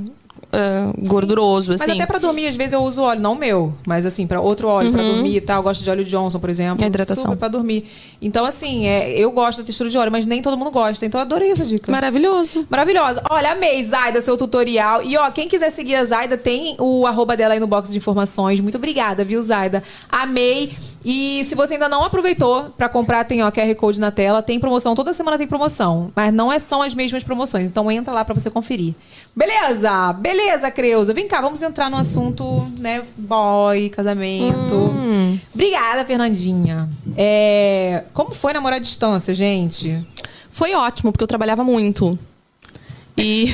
S5: ah, gorduroso,
S1: Mas
S5: assim.
S1: até pra dormir, às vezes eu uso óleo, não o meu, mas assim, pra outro óleo, pra dormir e tal. Eu gosto de óleo Johnson, por exemplo.
S5: É Uhum. hidratação.
S1: Super pra dormir. Então, assim, é, eu gosto da textura de óleo, mas nem todo mundo gosta. Então, eu adorei essa dica.
S5: Maravilhoso.
S1: Maravilhosa. Olha, amei, Zaida, seu tutorial. E ó, quem quiser seguir a Zaida, tem o arroba dela aí no box de informações. Muito obrigada, viu, Zaida? Amei. E se você ainda não aproveitou pra comprar, tem ó, QR Code na tela. Tem promoção, toda semana tem promoção. Mas não é, são as mesmas promoções. Então entra lá pra você conferir. Beleza, beleza, Creuza. Vem cá, vamos entrar no assunto, né? Boy, casamento. Obrigada, Fernandinha. É, como foi namorar à distância, gente?
S5: Foi ótimo, porque eu trabalhava muito. E.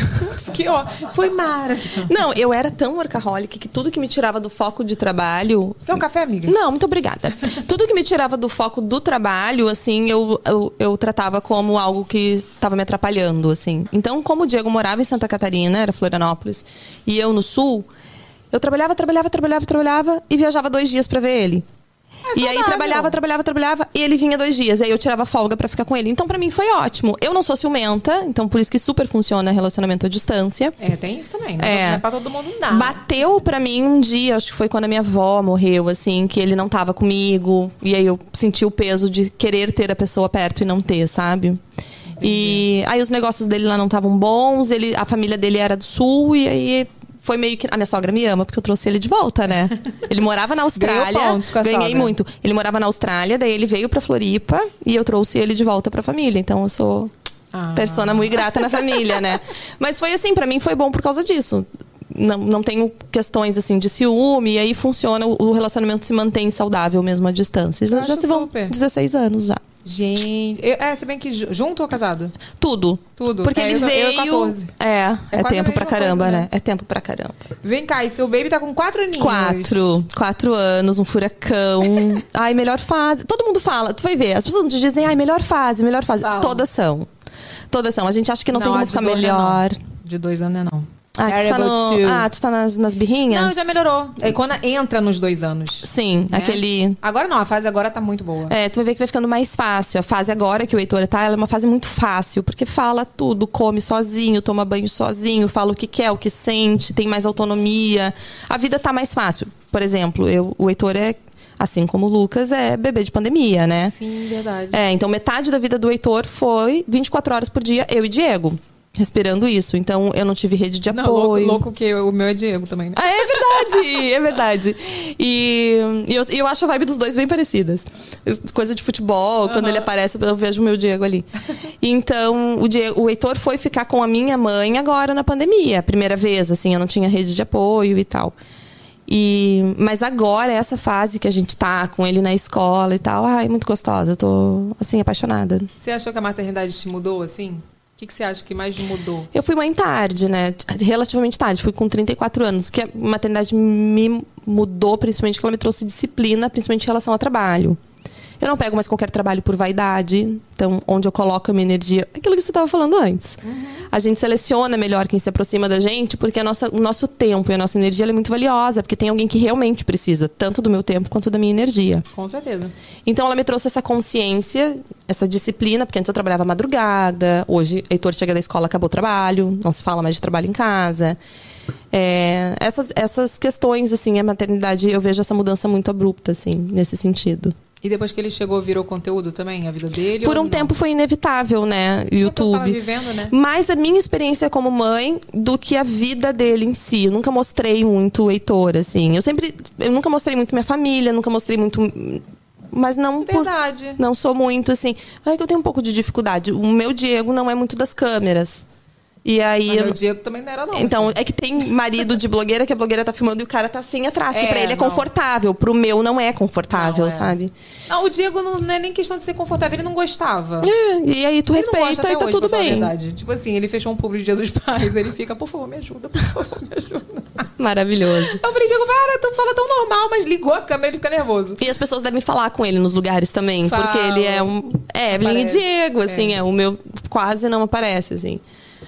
S1: Que ó, foi mara.
S5: Não, eu era tão workaholic que tudo que me tirava do foco de trabalho.
S1: Quer um café, amiga?
S5: Não, muito obrigada. Tudo que me tirava do foco do trabalho, assim, eu, eu, eu tratava como algo que estava me atrapalhando, assim. Então, como o Diego morava em Santa Catarina, era Florianópolis, e eu no Sul, eu trabalhava, trabalhava, trabalhava, trabalhava e viajava dois dias pra ver ele. e aí
S1: saudável.
S5: trabalhava, trabalhava, trabalhava, e ele vinha dois dias. E aí eu tirava folga pra ficar com ele. Então, pra mim, foi ótimo. Eu não sou ciumenta, então por isso que super funciona relacionamento à distância.
S1: É, tem isso também. Não
S5: É.
S1: é pra todo mundo dar.
S5: Bateu pra mim um dia, acho que foi quando a minha avó morreu, assim, que ele não tava comigo. E aí eu senti o peso de querer ter a pessoa perto e não ter, sabe? E aí os negócios dele lá não estavam bons, ele, a família dele era do sul, e aí foi meio que. A minha sogra me ama, porque eu trouxe ele de volta, né? Ele morava na Austrália.
S1: pontos com a
S5: ganhei
S1: sogra.
S5: muito. Ele morava na Austrália, daí ele veio pra Floripa e eu trouxe ele de volta pra família. Então eu sou
S1: Ah.
S5: persona muito grata na família, né? Mas foi assim, pra mim foi bom por causa disso. Não, não tenho questões assim de ciúme, e aí funciona, o o relacionamento se mantém saudável mesmo à distância. Já,
S1: Eu
S5: já
S1: acho
S5: se vão
S1: super.
S5: 16 anos já.
S1: Gente. eu- é, se bem que ju- junto ou casado?
S5: Tudo.
S1: Tudo.
S5: Porque
S1: É,
S5: ele
S1: eu tô- eu
S5: veio.
S1: 14.
S5: É,
S1: É
S5: é,
S1: quase a
S5: tempo pra
S1: mesma coisa,
S5: caramba,
S1: né?
S5: né? É tempo pra caramba.
S1: Vem cá, e seu baby tá com quatro aninhos.
S5: Quatro. Quatro anos, um furacão. ai, melhor fase. Todo mundo fala, tu vai ver. As pessoas te dizem, ai, melhor fase, melhor fase.
S1: Falam.
S5: Todas são. Todas são. A gente acha que não, tem
S1: a
S5: como
S1: de
S5: ficar
S1: dois não é
S5: melhor.
S1: não. De dois anos é não.
S5: Ah, tu tá,
S1: Terrible
S5: no-
S1: two.
S5: ah, tu tá nas, nas birrinhas?
S1: Não, já melhorou. É quando entra nos dois anos.
S5: Sim,
S1: né?
S5: aquele.
S1: Agora não, a fase agora tá muito boa.
S5: É, tu vai ver que vai ficando mais fácil. A fase agora que o Heitor tá, ela é uma fase muito fácil, porque fala tudo, come sozinho, toma banho sozinho, fala o que quer, o que sente, tem mais autonomia. A vida tá mais fácil. Por exemplo, eu, o Heitor é, assim como o Lucas, é bebê de pandemia, né?
S1: Sim, verdade.
S5: É, então metade da vida do Heitor foi 24 horas por dia, eu e Diego, respirando isso. Então eu não tive rede de
S1: Não, louco,
S5: apoio.
S1: louco que o meu é Diego também, né?
S5: Ah, é verdade, é verdade. E, e eu, e eu acho a vibe dos dois bem parecidas. Coisa de futebol, quando ele aparece, eu vejo o meu Diego ali. Então, o, Diego, o Heitor foi ficar com a minha mãe agora na pandemia. Primeira vez, assim, eu não tinha rede de apoio e tal. E, mas agora, essa fase que a gente tá com ele na escola e tal, ai, muito gostosa. Eu tô, assim, apaixonada.
S1: Você achou que a maternidade te mudou, assim? O que, que você acha que mais mudou?
S5: Eu fui mãe tarde, né? Relativamente tarde, fui com 34 anos, que a maternidade me mudou, principalmente que ela me trouxe disciplina, principalmente em relação ao trabalho. Eu não pego mais qualquer trabalho por vaidade, então onde eu coloco a minha energia, aquilo que você estava falando antes. A gente seleciona melhor quem se aproxima da gente, porque a nossa, o nosso tempo e a nossa energia ela é muito valiosa, porque tem alguém que realmente precisa, tanto do meu tempo quanto da minha energia.
S1: Com certeza.
S5: Então ela me trouxe essa consciência, essa disciplina, porque antes eu trabalhava madrugada, hoje Heitor chega da escola, acabou o trabalho, não se fala mais de trabalho em casa. É, essas, essas questões, assim, a maternidade, eu vejo essa mudança muito abrupta, assim, nesse sentido.
S1: E depois que ele chegou, virou conteúdo também? A vida dele?
S5: Por
S1: ou
S5: um
S1: não? É
S5: tempo foi inevitável, né? YouTube.
S1: tava vivendo, né?
S5: Mais a minha experiência como mãe do que a vida dele em si. Eu nunca mostrei muito o Heitor, assim. Eu sempre. Eu nunca mostrei muito minha família, nunca mostrei muito. Mas não.
S1: É
S5: por-
S1: verdade.
S5: não sou muito assim. É que eu tenho um pouco de dificuldade. O meu Diego não é muito das câmeras. E aí.
S1: Mas
S5: eu-
S1: Ah, meu Diego também não era, não.
S5: Então, é que tem marido de blogueira que a blogueira tá filmando e o cara tá assim atrás, que
S1: É,
S5: pra ele é
S1: não.
S5: confortável. Pro meu não é confortável,
S1: Não, é.
S5: sabe?
S1: Não, o Diego não, não é nem questão de ser confortável, ele não gostava.
S5: É, e aí tu
S1: Ele não gosta
S5: respeita
S1: até
S5: e tá
S1: hoje,
S5: tudo
S1: pra falar a
S5: bem.
S1: verdade. Tipo assim, ele fechou um público de Jesus Paz, ele fica, por favor, me ajuda, por favor, me ajuda.
S5: Maravilhoso.
S1: Eu falei, Diego, para, tu fala tão normal, mas ligou a câmera, ele fica nervoso.
S5: E as pessoas devem falar com ele nos lugares também,
S1: Falam.
S5: porque ele é um. É, Evelyn
S1: Aparece,
S5: e Diego, assim, é. O meu quase não aparece, assim.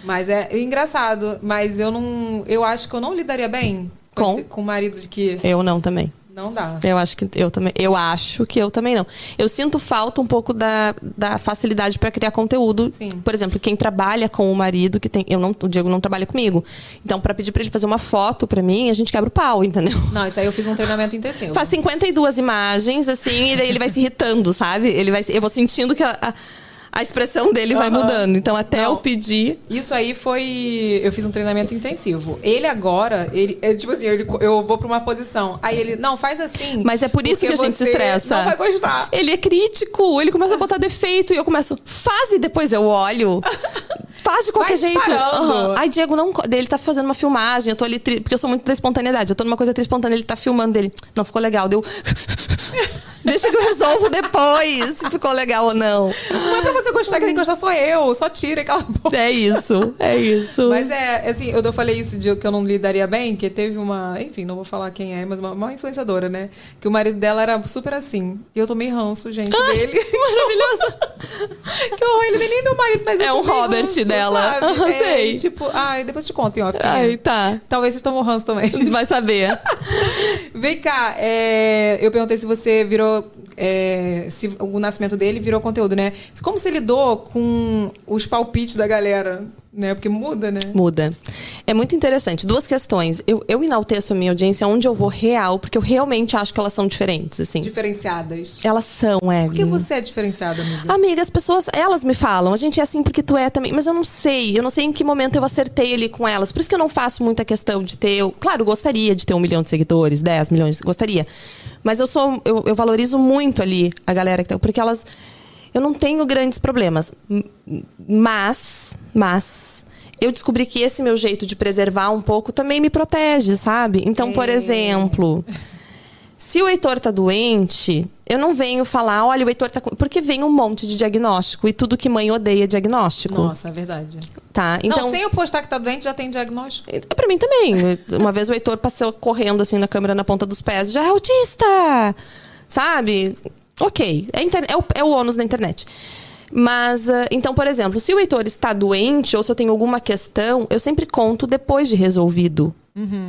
S1: Mas é engraçado, mas eu não. Eu acho que eu não lidaria bem
S5: Com? É.
S1: esse- com o marido de que.
S5: Eu não também.
S1: Não dá.
S5: Eu acho que eu também. Eu acho que eu também não. Eu sinto falta um pouco da, da facilidade para criar conteúdo.
S1: Sim.
S5: Por exemplo, quem trabalha com o marido que tem, eu não, o Diego não trabalha comigo. Então, para pedir para ele fazer uma foto para mim, a gente quebra o pau, entendeu?
S1: Não, isso aí eu fiz um treinamento intensivo.
S5: Faz 52 imagens assim e daí ele vai se irritando, sabe? Ele vai, se- eu vou sentindo que a, a, a expressão dele vai
S1: Aham.
S5: mudando. Então, até
S1: Não.
S5: eu pedir,
S1: Isso aí foi. Eu fiz um treinamento intensivo. Ele agora, ele. é tipo assim, ele- eu vou pra uma posição. Aí ele, não, faz assim.
S5: Mas é por isso
S1: porque
S5: que a gente se
S1: você
S5: estressa.
S1: Não vai gostar.
S5: ele é crítico, ele começa a botar defeito e eu começo, faz e depois eu olho. Faz de qualquer
S1: Vai
S5: jeito.
S1: disparando.
S5: Aham. Ai, Diego, não. co- Ele tá fazendo uma filmagem, eu tô ali. tri- Porque eu sou muito da espontaneidade. Eu tô numa coisa tri- espontânea, ele tá filmando dele. Não, ficou legal. Deu. Deixa que eu resolvo depois se ficou legal ou não.
S1: Não é pra você gostar, quem tem que gostar sou eu. Só tira aquela boca.
S5: É isso, é isso.
S1: Mas é, assim, eu eu falei isso de que eu não lidaria bem, que teve uma, enfim, não vou falar quem é, mas uma, uma influenciadora, né? Que o marido dela era super assim. E eu tomei ranço, gente, dele. Maravilhoso. que horror, ele nem é meu marido, mas
S5: É
S1: eu
S5: um
S1: tomei
S5: Robert
S1: ranço,
S5: dela.
S1: sabe? É,
S5: Sei.
S1: e tipo, ai, depois eu te conto, hein, ó. fiquinha.
S5: Ai, tá.
S1: Talvez vocês tomou ranço também.
S5: Vai saber.
S1: Vem cá, é, eu perguntei se você virou. é, se o nascimento dele virou conteúdo, né? Como você lidou com os palpites da galera? Né? Porque muda, né?
S5: Muda. É muito interessante. Duas questões. Eu, eu enalteço a minha audiência onde eu vou real, porque eu realmente acho que elas são diferentes, assim.
S1: Diferenciadas.
S5: Elas são, é.
S1: Por que você é diferenciada, amiga?
S5: Amiga, as pessoas, elas me falam, a gente é assim porque tu é também, mas eu não sei, eu não sei em que momento eu acertei ali com elas. Por isso que eu não faço muita questão de ter. Eu, claro, eu gostaria de ter um milhão de seguidores, 10 milhões, gostaria. Mas eu sou. Eu, eu valorizo muito ali a galera que tá. Porque elas. Eu não tenho grandes problemas. M- Mas. Mas. Eu descobri que esse meu jeito de preservar um pouco também me protege, sabe? Então, por exemplo. Se o Heitor tá doente, eu não venho falar, olha, o Heitor tá com... Porque vem um monte de diagnóstico e tudo que mãe odeia é diagnóstico,
S1: Nossa, é verdade.
S5: tá? Então,
S1: Não, sem eu postar que tá doente, já tem diagnóstico.
S5: é pra mim também. Uma vez o Heitor passou correndo assim na câmera na ponta dos pés, já é autista, sabe? Ok, é, inter- é o, é o ônus da internet. Mas, ah, então, por exemplo, se o Heitor está doente ou se eu tenho alguma questão, eu sempre conto depois de resolvido.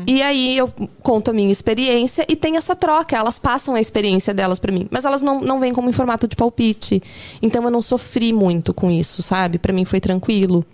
S5: E aí eu conto a minha experiência e tem essa troca. Elas passam a experiência delas pra mim. Mas elas não, não vêm como em formato de palpite. Então eu não sofri muito com isso, sabe? Pra mim foi tranquilo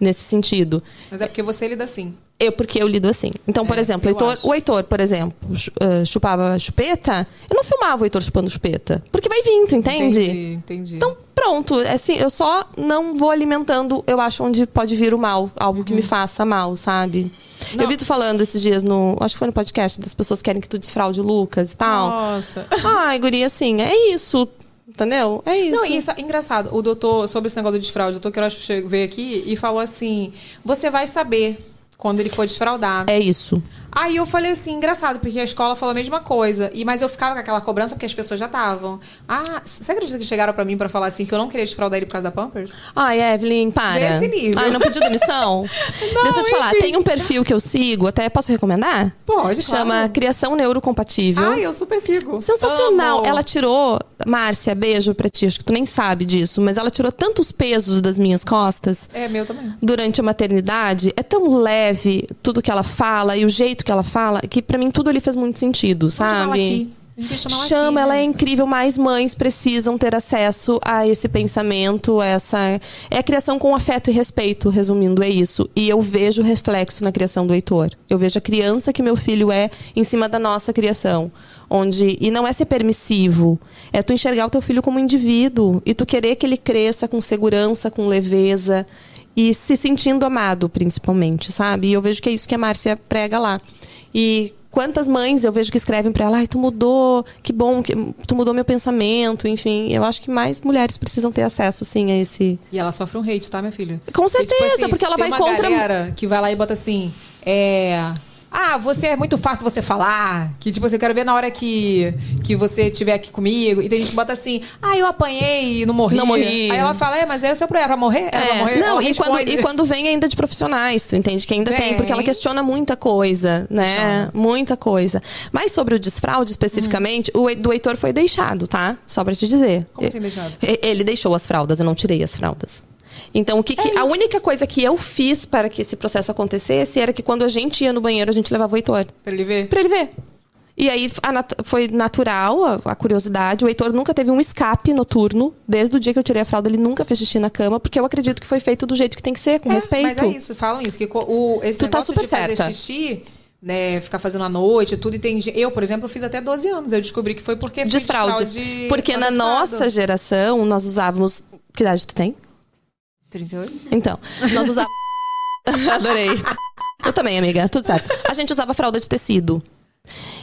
S5: nesse sentido.
S1: Mas é porque você lida assim.
S5: Eu, porque eu lido assim. Então, por
S1: É,
S5: exemplo,
S1: eu
S5: Heitor-
S1: acho.
S5: o Heitor, por exemplo, chu- ah, chupava chupeta. Eu não filmava o Heitor chupando chupeta. Porque vai vindo, entende?
S1: Entendi, entendi.
S5: Então, pronto. é Assim, eu só não vou alimentando, eu acho, onde pode vir o mal. Algo que me faça mal, sabe?
S1: Uhum. Não.
S5: Eu vi tu falando esses dias no... Acho que foi no podcast. Das pessoas querem que tu desfraude o Lucas e tal.
S1: Nossa.
S5: Ai, guria, assim, é isso. Entendeu? É isso.
S1: Não, e isso é engraçado, o doutor, sobre esse negócio do desfraude, o doutor Queiroz chegou- veio aqui e falou assim: você vai saber quando ele for desfraudar.
S5: É isso.
S1: Aí eu falei assim, engraçado, porque a escola falou a mesma coisa. E, mas eu ficava com aquela cobrança porque as pessoas já estavam. Ah, você acredita que chegaram pra mim pra falar assim que eu não queria desfraudar ele por causa da Pampers?
S5: Ai, Evelyn, para.
S1: Desse nível.
S5: Ai, não pediu demissão? Deixa eu te falar,
S1: enfim.
S5: tem um perfil que eu sigo, até posso recomendar?
S1: Pode,
S5: Chama
S1: claro.
S5: Criação Neurocompatível.
S1: Ai, eu super sigo.
S5: Sensacional.
S1: Amo.
S5: Ela tirou, Márcia, beijo pra ti, acho que tu nem sabe disso, mas ela tirou tantos pesos das minhas costas
S1: É meu também.
S5: durante a maternidade. É tão leve tudo que ela fala e o jeito que ela fala, que pra mim tudo ali fez muito sentido,
S1: Vamos chamar ela
S5: sabe?
S1: aqui. A gente quer chamar ela
S5: Chama,
S1: aqui,
S5: ela é
S1: né?
S5: incrível, mas mães precisam ter acesso a esse pensamento, a essa. É a criação com afeto e respeito, resumindo, é isso. E eu vejo o reflexo na criação do Heitor. Eu vejo a criança que meu filho é em cima da nossa criação. Onde. E não é ser permissivo. É tu enxergar o teu filho como um indivíduo. E tu querer que ele cresça com segurança, com leveza. E se sentindo amado, principalmente, sabe? E eu vejo que é isso que a Márcia prega lá. E quantas mães eu vejo que escrevem pra ela, ai, tu mudou, que bom, que tu mudou meu pensamento, enfim. Eu acho que mais mulheres precisam ter acesso, sim, a esse.
S1: E ela sofre um hate, tá, minha filha? assim,
S5: Com certeza, porque ela
S1: tem
S5: vai
S1: uma
S5: contra-
S1: galera que vai lá e bota assim, é... Ah, você é muito fácil você falar. Que, tipo assim, eu quero ver na hora que, que você estiver aqui comigo. E tem gente que bota assim, ah, eu apanhei e não morri.
S5: Não morri.
S1: Aí ela fala, é, mas é o seu problema. Pra morrer? Ela vai
S5: É,
S1: morrer?
S5: não,
S1: Ela
S5: e quando,
S1: responde.
S5: e quando vem ainda de profissionais, tu entende? Que ainda tem,
S1: Vem.
S5: porque ela questiona muita coisa, né? Muita coisa. Mas sobre o desfraude especificamente, o He- do Heitor foi deixado, tá? Só pra te dizer.
S1: Como assim deixado?
S5: E- Ele deixou as fraldas, eu não tirei as fraldas. Então, o que,
S1: É
S5: que- a única coisa que eu fiz para que esse processo acontecesse era que quando a gente ia no banheiro, a gente levava o Heitor.
S1: Pra ele ver?
S5: Pra ele ver. E aí a nat- foi natural a, a curiosidade. O Heitor nunca teve um escape noturno. Desde o dia que eu tirei a fralda, ele nunca fez xixi na cama, porque eu acredito que foi feito do jeito que tem que ser, com
S1: É,
S5: respeito.
S1: Mas é isso, falam isso. Que co- o, esse
S5: Tu tá
S1: negócio
S5: super
S1: de fazer
S5: certa.
S1: xixi, né, ficar fazendo à noite, tudo. E tem, gen- eu, por exemplo, fiz até 12 anos. Eu descobri que foi porque fiz
S5: Desfraude.
S1: fraude
S5: Porque na nossa geração, nós usávamos. Que idade tu tem?
S1: 38?
S5: Então, nós usávamos. Adorei. Eu também, amiga. Tudo certo. A gente usava fralda de tecido.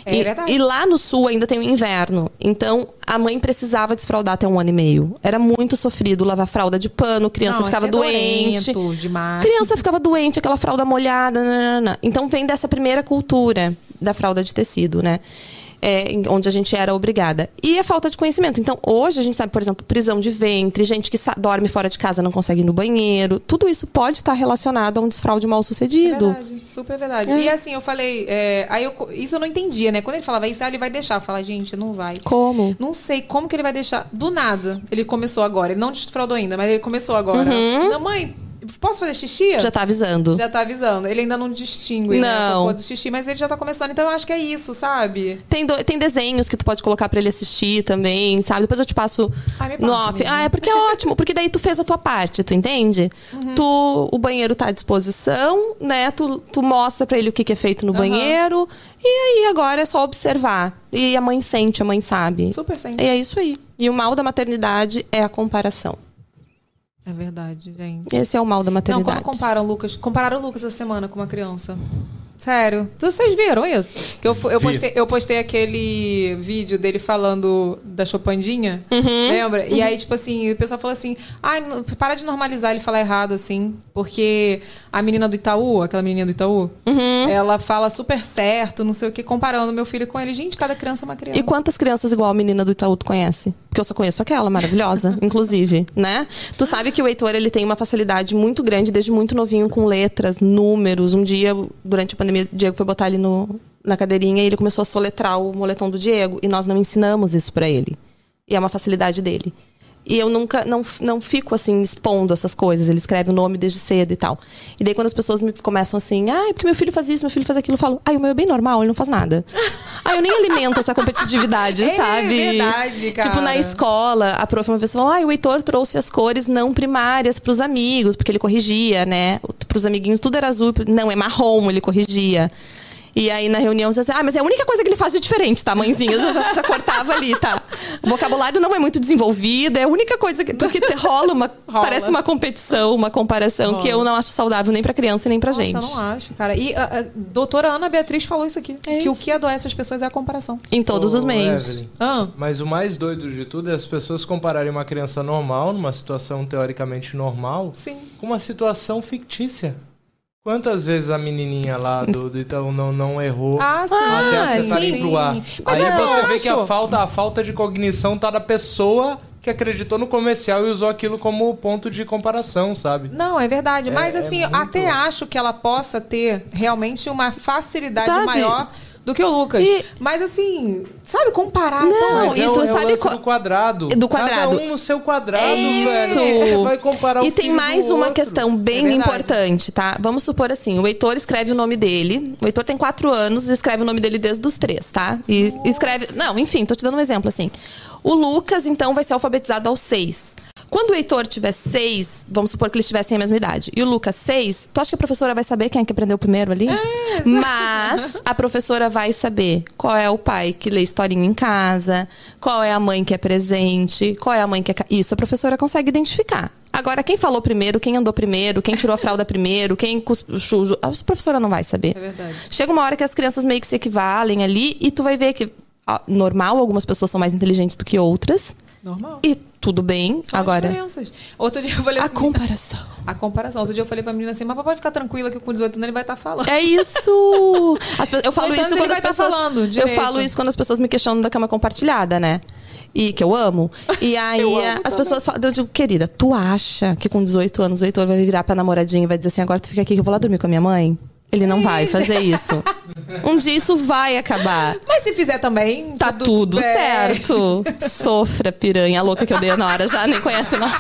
S1: É
S5: e,
S1: verdade.
S5: e lá no sul ainda tem o inverno. Então, a mãe precisava desfraldar até um ano e meio. Era muito sofrido lavar fralda de pano, criança
S1: Não, é né?
S5: ficava doente.
S1: fedorento demais.
S5: Criança ficava doente, aquela fralda molhada. nananana. Então vem dessa primeira cultura da fralda de tecido, né? É, em- onde a gente era obrigada. E a falta de conhecimento. Então, hoje a gente sabe, por exemplo, prisão de ventre, gente que sa- dorme fora de casa não consegue ir no banheiro. Tudo isso pode estar relacionado a um desfraude mal
S1: É
S5: sucedido.
S1: verdade, super verdade. E assim, eu falei, é, aí eu co- isso eu não entendia, né? Quando ele falava isso, ah, ele vai deixar. Eu falava, gente, não vai.
S5: Como?
S1: Não sei como que ele vai deixar. Do nada, ele começou agora. Ele não desfraudou ainda, mas ele começou agora. Não, mãe, posso fazer xixi?
S5: Uhum. Já tá avisando.
S1: Já tá avisando. Ele ainda não distingue né,
S5: Não.
S1: o cocô do xixi, mas ele já tá começando. Então eu acho que é isso, sabe?
S5: Tem, do- tem desenhos que tu pode colocar pra ele assistir também, sabe? Depois eu te passo
S1: Ah, me passa,
S5: no off.
S1: amiga.
S5: Ah, é porque é ótimo, porque daí tu fez a tua parte, tu entende?
S1: Uhum.
S5: Tu, o banheiro tá à disposição, né? Tu, tu mostra pra ele o que, que é feito no banheiro. E aí agora é só observar. E a mãe sente, a mãe sabe.
S1: Super sem.
S5: E é isso aí. E o mal da maternidade é a comparação.
S1: É verdade, gente.
S5: Esse é o mal da
S1: Não,
S5: maternidade.
S1: quando comparam o Lucas, compararam o Lucas essa semana com uma criança. Sério. Vocês viram isso? Que eu, fu- eu,
S6: Vi.
S1: postei, eu postei aquele vídeo dele falando da Chopandinha.
S5: Uhum.
S1: Lembra? E aí, tipo assim, o pessoal falou assim: ai, n- para de normalizar ele falar errado, assim. Porque a menina do Itaú, aquela menina do Itaú,
S5: Uhum.
S1: ela fala super certo, não sei o que, comparando meu filho com ele. Gente, cada criança é uma criança.
S5: E quantas crianças igual a menina do Itaú tu conhece? Porque eu só conheço aquela, maravilhosa, inclusive, né? Tu sabe que o Heitor, ele tem uma facilidade muito grande, desde muito novinho, com letras, números. Um dia, durante a pandemia, o Diego foi botar ele no, na cadeirinha e ele começou a soletrar o moletom do Diego. E nós não ensinamos isso pra ele. E é uma facilidade dele. E eu nunca, não, não fico assim, expondo essas coisas. Ele escreve o nome desde cedo e tal. E daí quando as pessoas me começam assim, ah, é porque meu filho faz isso, meu filho faz aquilo, eu falo, ai, o meu é bem normal, ele não faz nada. ah, eu nem alimento essa competitividade,
S1: É
S5: sabe?
S1: verdade, cara.
S5: Tipo, na escola, a prof uma vez falou, ai, o Heitor trouxe as cores não primárias pros amigos, porque ele corrigia, né? Pros amiguinhos tudo era azul, não, é marrom, ele corrigia. E aí, na reunião, você disse, ah, mas é a única coisa que ele faz de diferente, tá, mãezinha? Eu já, já- já cortava ali, tá? O vocabulário não é muito desenvolvido, é a única coisa que. Porque te- rola uma.
S1: Rola.
S5: Parece uma competição, uma comparação que eu não acho saudável nem pra criança e nem pra
S1: Nossa,
S5: gente.
S1: eu não acho, cara. E a, a doutora Ana Beatriz falou isso aqui: que o que adoece as pessoas é a comparação.
S5: Em todos os
S2: Ô,
S5: meios.
S2: Evelyn,
S1: Ah.
S2: Mas o mais doido de tudo é as pessoas compararem uma criança normal, numa situação teoricamente normal,
S1: Sim.
S2: com uma situação fictícia. Quantas vezes a menininha lá do, do Itaú não, não errou
S1: Ah, sim.
S2: até acertarem
S1: sim.
S2: pro ar?
S1: Mas
S2: Aí
S1: eu
S2: você vê
S1: acho.
S2: que a falta, a falta de cognição tá da pessoa que acreditou no comercial e usou aquilo como ponto de comparação, sabe?
S1: Não, é verdade. Mas
S2: é
S1: assim,
S2: muito-
S1: até acho que ela possa ter realmente uma facilidade
S5: Verdade.
S1: maior do que o Lucas.
S5: E-
S1: Mas assim, sabe, comparar.
S5: Não,
S1: então,
S2: Mas
S5: e
S2: é, o-
S5: tu
S2: é
S5: sabe
S2: o lance
S5: qual-
S2: do quadrado.
S5: Do quadrado.
S2: Cada um no seu quadrado,
S5: É isso.
S2: velho. Vai comparar o
S5: e tem
S2: filho do
S5: mais uma
S2: outro.
S5: questão
S1: É
S5: Então, bem
S1: verdade.
S5: importante, tá? Vamos supor assim, o Heitor escreve o nome dele. O Heitor tem quatro anos e escreve o nome dele desde os três, tá? E escreve. Não, enfim, tô te dando um exemplo assim. O Lucas, então, vai ser alfabetizado aos seis. Quando o Heitor tiver seis, vamos supor que eles tivessem a mesma idade, e o Lucas seis, tu acha que a professora vai saber quem é que aprendeu primeiro ali?
S1: É,
S5: Mas a professora vai saber qual é o pai que lê historinha em casa, qual é a mãe que é presente, qual é a mãe que é. ca- Isso a professora consegue identificar. Agora, quem falou primeiro, quem andou primeiro, quem tirou a fralda primeiro, quem chujo, a professora não vai saber.
S1: É verdade.
S5: Chega uma hora que as crianças meio que se equivalem ali e tu vai ver que ó, normal, algumas pessoas são mais inteligentes do que outras.
S1: Normal.
S5: E tudo bem.
S1: São as
S5: Agora,
S1: diferenças. Outro dia eu falei
S5: a
S1: assim.
S5: comparação.
S1: A comparação. Outro dia eu falei pra menina assim, mas pode ficar tranquila que com 18 anos ele vai estar falando.
S5: É isso! As pe- eu falo
S1: Então,
S5: isso
S1: ele
S5: quando
S1: vai
S5: as
S1: tá
S5: pessoas.
S1: falando
S5: eu
S1: direito.
S5: falo isso quando as pessoas me questionam da cama compartilhada, né? E que eu amo. E aí
S1: Eu amo
S5: a- as
S1: também.
S5: pessoas falam, eu digo, querida, tu acha que com 18 anos o Heitor vai virar pra namoradinha e vai dizer assim, agora tu fica aqui que eu vou lá dormir com a minha mãe? Ele não vai fazer isso. Um dia isso vai acabar.
S1: Mas se fizer também.
S5: Tá tudo
S1: bem.
S5: certo. Sofra, piranha louca que eu dei na hora, já nem conhece nada.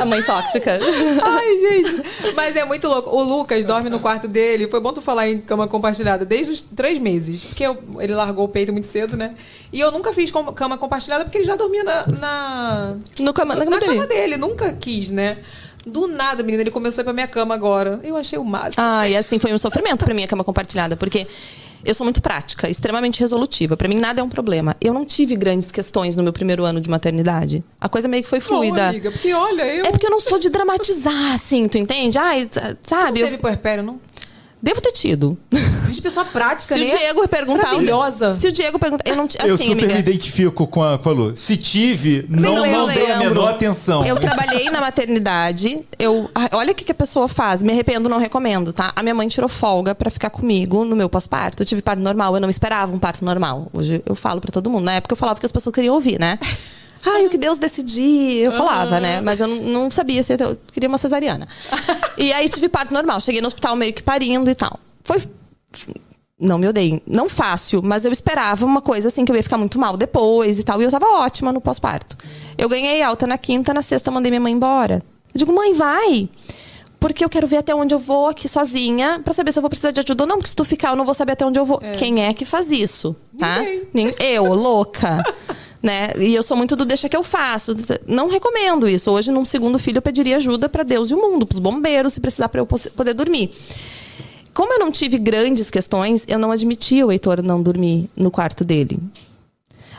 S5: a mãe tóxica.
S1: Ai, gente. Mas é muito louco. O Lucas dorme no quarto dele. Foi bom tu falar em cama compartilhada desde os três meses. Porque eu- ele largou o peito muito cedo, né? E eu nunca fiz com- cama compartilhada porque ele já dormia na, na,
S5: No cama,
S1: na
S5: na cama dele.
S1: cama dele. Nunca quis, né? Do nada, menina, ele começou a ir pra minha cama agora. Eu achei o máximo.
S5: Ah, e assim, foi um sofrimento pra mim a cama compartilhada, porque eu sou muito prática, extremamente resolutiva. Pra mim, nada é um problema. Eu não tive grandes questões no meu primeiro ano de maternidade. A coisa meio que foi
S1: Não,
S5: fluida.
S1: amiga, porque olha, eu.
S5: é porque eu não sou de dramatizar, assim, tu entende? Ai, t-
S1: não
S5: sabe? eu
S1: teve puerpério, não?
S5: Devo ter tido.
S1: De pessoa prática,
S5: Se
S1: né?
S5: o Diego perguntar.
S1: Maravilhosa.
S5: Se o Diego perguntar. Eu não ti-
S6: eu
S5: assim,
S6: super me
S5: amiga.
S6: identifico com a, com a Lu. Se tive, não,
S5: lembro,
S6: não dei a
S5: lembro.
S6: menor atenção.
S5: Eu trabalhei na maternidade. Eu, ah, olha o que, que a pessoa faz. Me arrependo, não recomendo, tá? A minha mãe tirou folga pra ficar comigo no meu pós-parto. Eu tive parto normal, eu não esperava um parto normal. Hoje eu falo pra todo mundo. Na época eu falava que as pessoas queriam ouvir, né? Ai, o que Deus decidir. Eu falava, né? Mas eu não, não sabia se eu queria uma cesariana. E aí tive parto normal. Cheguei no hospital meio que parindo e tal. Foi não me odeiem, não fácil, mas eu esperava uma coisa assim que eu ia ficar muito mal depois e tal, e eu tava ótima no pós-parto. Eu ganhei alta na quinta, na sexta mandei minha mãe embora. Eu digo, mãe, vai. Porque eu quero ver até onde eu vou aqui sozinha pra saber se eu vou precisar de ajuda ou não, porque se tu ficar eu não vou saber até onde eu vou. Quem é que faz isso, tá?
S1: Ninguém.
S5: Nem- Eu, louca. né? E eu sou muito do deixa que eu faço. Não recomendo isso. Hoje, num segundo filho, eu pediria ajuda pra Deus e o mundo, pros bombeiros, se precisar pra eu pos- poder dormir. Como eu não tive grandes questões, eu não admitia o Heitor não dormir no quarto dele.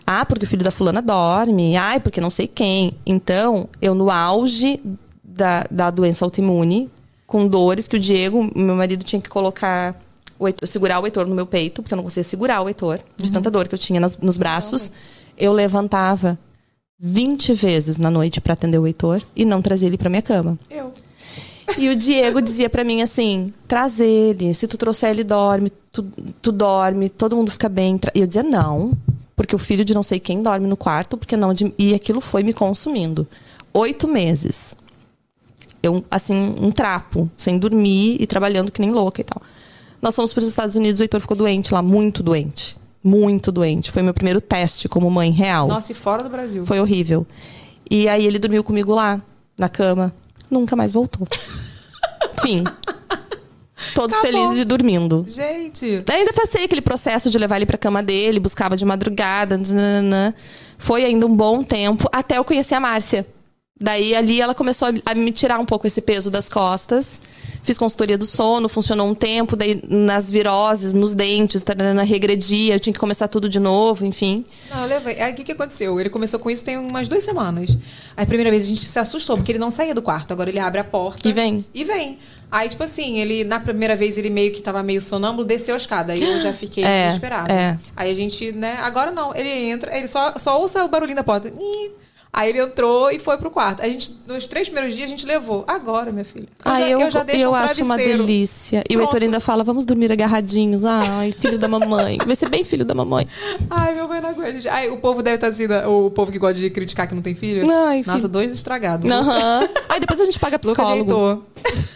S5: Ah, porque o filho da fulana dorme. Ai, porque não sei quem. Então, eu no auge da, da doença autoimune, com dores que o Diego, meu marido, tinha que colocar... O Heitor, segurar o Heitor no meu peito, porque eu não conseguia segurar o Heitor, de tanta dor que eu tinha nas- nos braços. Eu levantava 20 vezes na noite para atender o Heitor e não trazia ele para minha cama.
S1: Eu.
S5: E o Diego dizia pra mim assim: traz ele, se tu trouxer ele dorme, tu, tu dorme, todo mundo fica bem. Tra- E eu dizia: não, porque o filho de não sei quem dorme no quarto, porque não. admi-" E aquilo foi me consumindo. Oito meses. Eu, assim, um trapo, sem dormir e trabalhando que nem louca e tal. Nós fomos para os Estados Unidos, o Heitor ficou doente lá, muito doente. Muito doente. Foi meu primeiro teste como mãe real.
S1: Nossa, e fora do Brasil.
S5: Foi horrível. E aí ele dormiu comigo lá, na cama. Nunca mais voltou. Fim. Todos
S1: Acabou.
S5: felizes e dormindo.
S1: Gente.
S5: Ainda passei aquele processo de levar ele pra cama dele, buscava de madrugada. nananã. Foi ainda um bom tempo, até eu conhecer a Márcia. Daí ali ela começou a- a me tirar um pouco esse peso das costas. Fiz consultoria do sono, funcionou um tempo, daí nas viroses, nos dentes, tananã, regredia, eu tinha que começar tudo de novo, enfim.
S1: Não, eu levei. Aí o que, que aconteceu? Ele começou com isso tem umas duas semanas. Aí a primeira vez a gente se assustou, porque ele não saía do quarto. Agora ele abre a porta.
S5: E vem.
S1: E vem. Aí, tipo assim, ele, na primeira vez, ele meio que tava meio sonâmbulo, desceu a escada. Aí eu já fiquei
S5: É,
S1: desesperada.
S5: é.
S1: Aí a gente, né? Agora não. Ele entra, ele só, só ouça o barulhinho da porta. Ih. Aí ele entrou e foi pro quarto. A gente, nos três primeiros dias, a gente levou. Agora, minha filha. Eu
S5: Ah,
S1: já,
S5: eu,
S1: eu já deixo
S5: eu
S1: um
S5: acho uma
S1: travesseiro.
S5: delícia. E o Heitor
S1: Pronto.
S5: ainda fala, vamos dormir agarradinhos. Ai, filho da mamãe. Vai ser bem filho da mamãe.
S1: Ai, meu pai não aguenta, gente. Ai, o povo deve estar assim, né? o povo que gosta de criticar que não tem filho.
S5: Ai,
S1: Nossa,
S5: filho.
S1: dois estragados.
S5: Ah, Aham. Aí depois a gente paga
S1: Lucas
S5: psicólogo.
S1: ajeitou.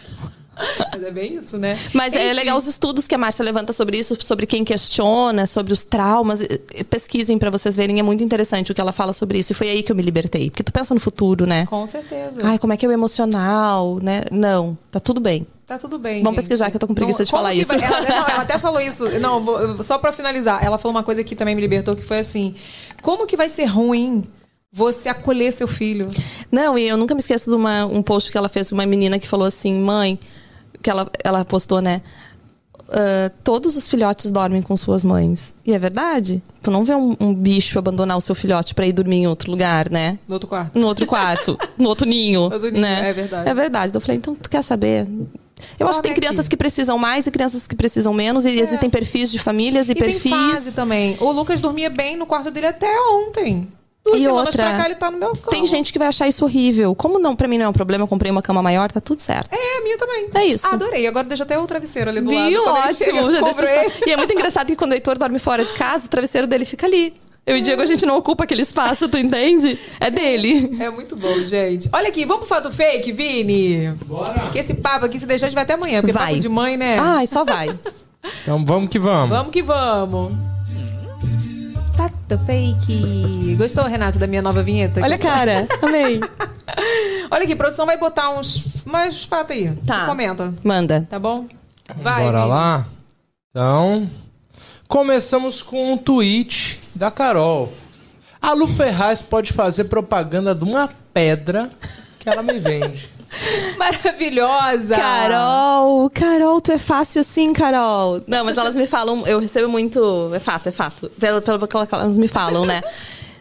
S1: Mas é bem isso, né?
S5: Mas é
S1: Enfim.
S5: legal os estudos que a Márcia levanta sobre isso, sobre quem questiona, sobre os traumas. E- e Pesquisem pra vocês verem, é muito interessante o que ela fala sobre isso. E foi aí que eu me libertei. Porque tu pensa no futuro, né?
S1: Com certeza.
S5: Ai, como é que eu emocional, né? Não, tá tudo bem.
S1: Tá tudo bem.
S5: Vamos
S1: gente.
S5: pesquisar, que eu tô com preguiça de
S1: como
S5: falar
S1: que
S5: isso.
S1: vai- Ela, não, ela até falou isso. Não, vou- só pra finalizar. Ela falou uma coisa que também me libertou, que foi assim: como que vai ser ruim você acolher seu filho?
S5: Não, e eu nunca me esqueço de uma- um post que ela fez de uma menina que falou assim, mãe, que ela, ela postou, né? "Ah, todos os filhotes dormem com suas mães. E é verdade. Tu não vê um, um bicho abandonar o seu filhote pra ir dormir em outro lugar, né?
S1: No outro quarto.
S5: No outro quarto, no outro ninho.
S1: Outro ninho,
S5: né?
S1: é verdade.
S5: É verdade. Então eu falei, então tu quer saber? Eu acho que tem
S1: Dorme
S5: crianças
S1: aqui. É.
S5: que precisam mais e crianças que precisam menos. E existem perfis de famílias e,
S1: E tem
S5: perfis.
S1: fase também. O Lucas dormia bem no quarto dele até ontem. Duas
S5: E
S1: semanas
S5: outra,
S1: pra cá ele tá no meu colo.
S5: Tem gente que vai achar isso horrível. Como não, pra mim não é um problema, eu comprei uma cama maior, tá tudo certo.
S1: É, a minha também.
S5: É isso.
S1: Adorei. Agora deixa até o travesseiro ali do lado.
S5: Viu?
S1: Quando ele chega,
S5: Ótimo.
S1: eu
S5: Já
S1: cobro
S5: deixa
S1: ele.
S5: eu... E é muito engraçado que quando o Heitor dorme fora de casa, o travesseiro dele fica ali. Eu e o Diego, a gente não ocupa aquele espaço, tu entende? É dele.
S1: É muito bom, gente. Olha aqui, vamos falar do fake, Vini? Bora. Que esse papo aqui, se deixar, a gente vai até amanhã. Porque
S5: Vai.
S1: papo de mãe, né?
S5: É. Ai, só vai.
S2: Então vamos que vamos.
S1: Vamos que vamos. batata fake. Gostou, Renato, da minha nova vinheta?
S5: Olha, cara, amei.
S1: Olha aqui, produção vai botar uns mais fatos aí.
S5: Tá.
S1: Tu Comenta,
S5: Manda.
S1: tá bom? Vai.
S2: Bora
S1: amigo.
S2: lá? Então, começamos com um tweet da Carol. A Lu Ferraz pode fazer propaganda de uma pedra que ela me vende.
S5: Tá.
S1: Maravilhosa.
S5: Carol, Carol, tu é fácil assim, Carol. Não, mas elas me falam, eu recebo muito. É fato, é fato. Pelo, pelo que elas me falam, né?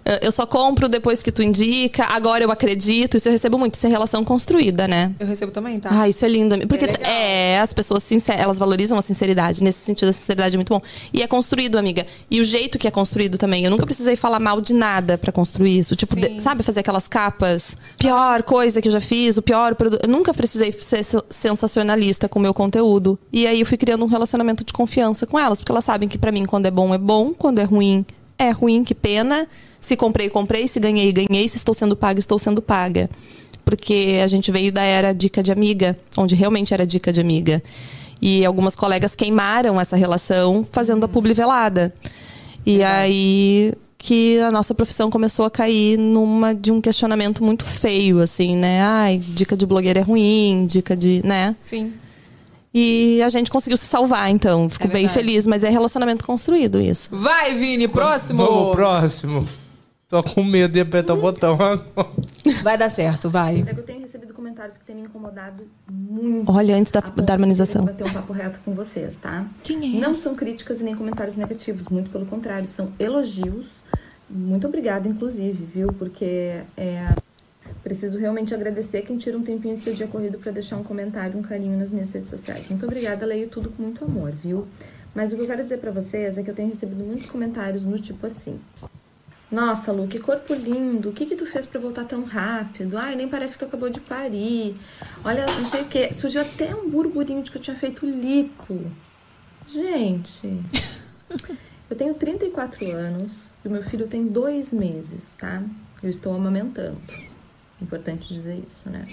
S5: Eh, Eu só compro depois que tu indica, agora eu acredito, isso eu recebo muito, isso é relação construída, né?
S1: Eu recebo também, tá?
S5: Ah, isso é lindo. Porque
S1: legal.
S5: é, as pessoas sincer- elas valorizam a sinceridade. Nesse sentido, a sinceridade é muito bom. E é construído, amiga. E o jeito que é construído também. Eu nunca precisei falar mal de nada pra construir isso. Tipo, de- sabe fazer aquelas capas? Pior coisa que eu já fiz, o pior produto. Eu nunca precisei ser se- sensacionalista com o meu conteúdo. E aí eu fui criando um relacionamento de confiança com elas, porque elas sabem que pra mim quando é bom é bom, quando é ruim é ruim, que pena. Se comprei, comprei, se ganhei, ganhei, se estou sendo paga, estou sendo paga porque a gente veio da era dica de amiga, onde realmente era dica de amiga. E algumas colegas queimaram essa relação fazendo a
S1: Uhum.
S5: publi velada. E aí que a nossa profissão começou a cair numa de um questionamento muito feio, assim, né? Ai, dica de blogueira é ruim, dica de, né?
S1: Sim.
S5: E a gente conseguiu se salvar, então. Fico
S1: É
S5: bem
S1: verdade.
S5: feliz, mas é relacionamento construído isso.
S1: Vai, Vini, próximo.
S2: Vamos, próximo. Tô com medo de apertar o botão agora.
S1: Vai dar certo, vai.
S10: Eu tenho recebido comentários que têm me incomodado muito.
S5: Olha, antes
S1: Ah,
S5: da,
S10: a ponto
S5: da harmonização. é
S10: de eu querer bater um papo reto com vocês, tá?
S1: Quem
S10: Não são críticas e nem comentários negativos, muito pelo contrário, são elogios. Muito obrigada, inclusive, viu? Porque é, preciso realmente agradecer quem tira um tempinho do seu dia corrido pra deixar um comentário, um carinho nas minhas redes sociais. Muito obrigada, leio tudo com muito amor, viu? Mas o que eu quero dizer pra vocês é que eu tenho recebido muitos comentários no tipo assim. Nossa, Lu, que corpo lindo. O que que tu fez pra voltar tão rápido? Ai, nem parece que tu acabou de parir. Olha, não sei o quê. Surgiu até um burburinho de que eu tinha feito lipo. Gente, eu tenho 34 anos e o meu filho tem dois meses, tá? Eu estou amamentando. Importante dizer isso, né?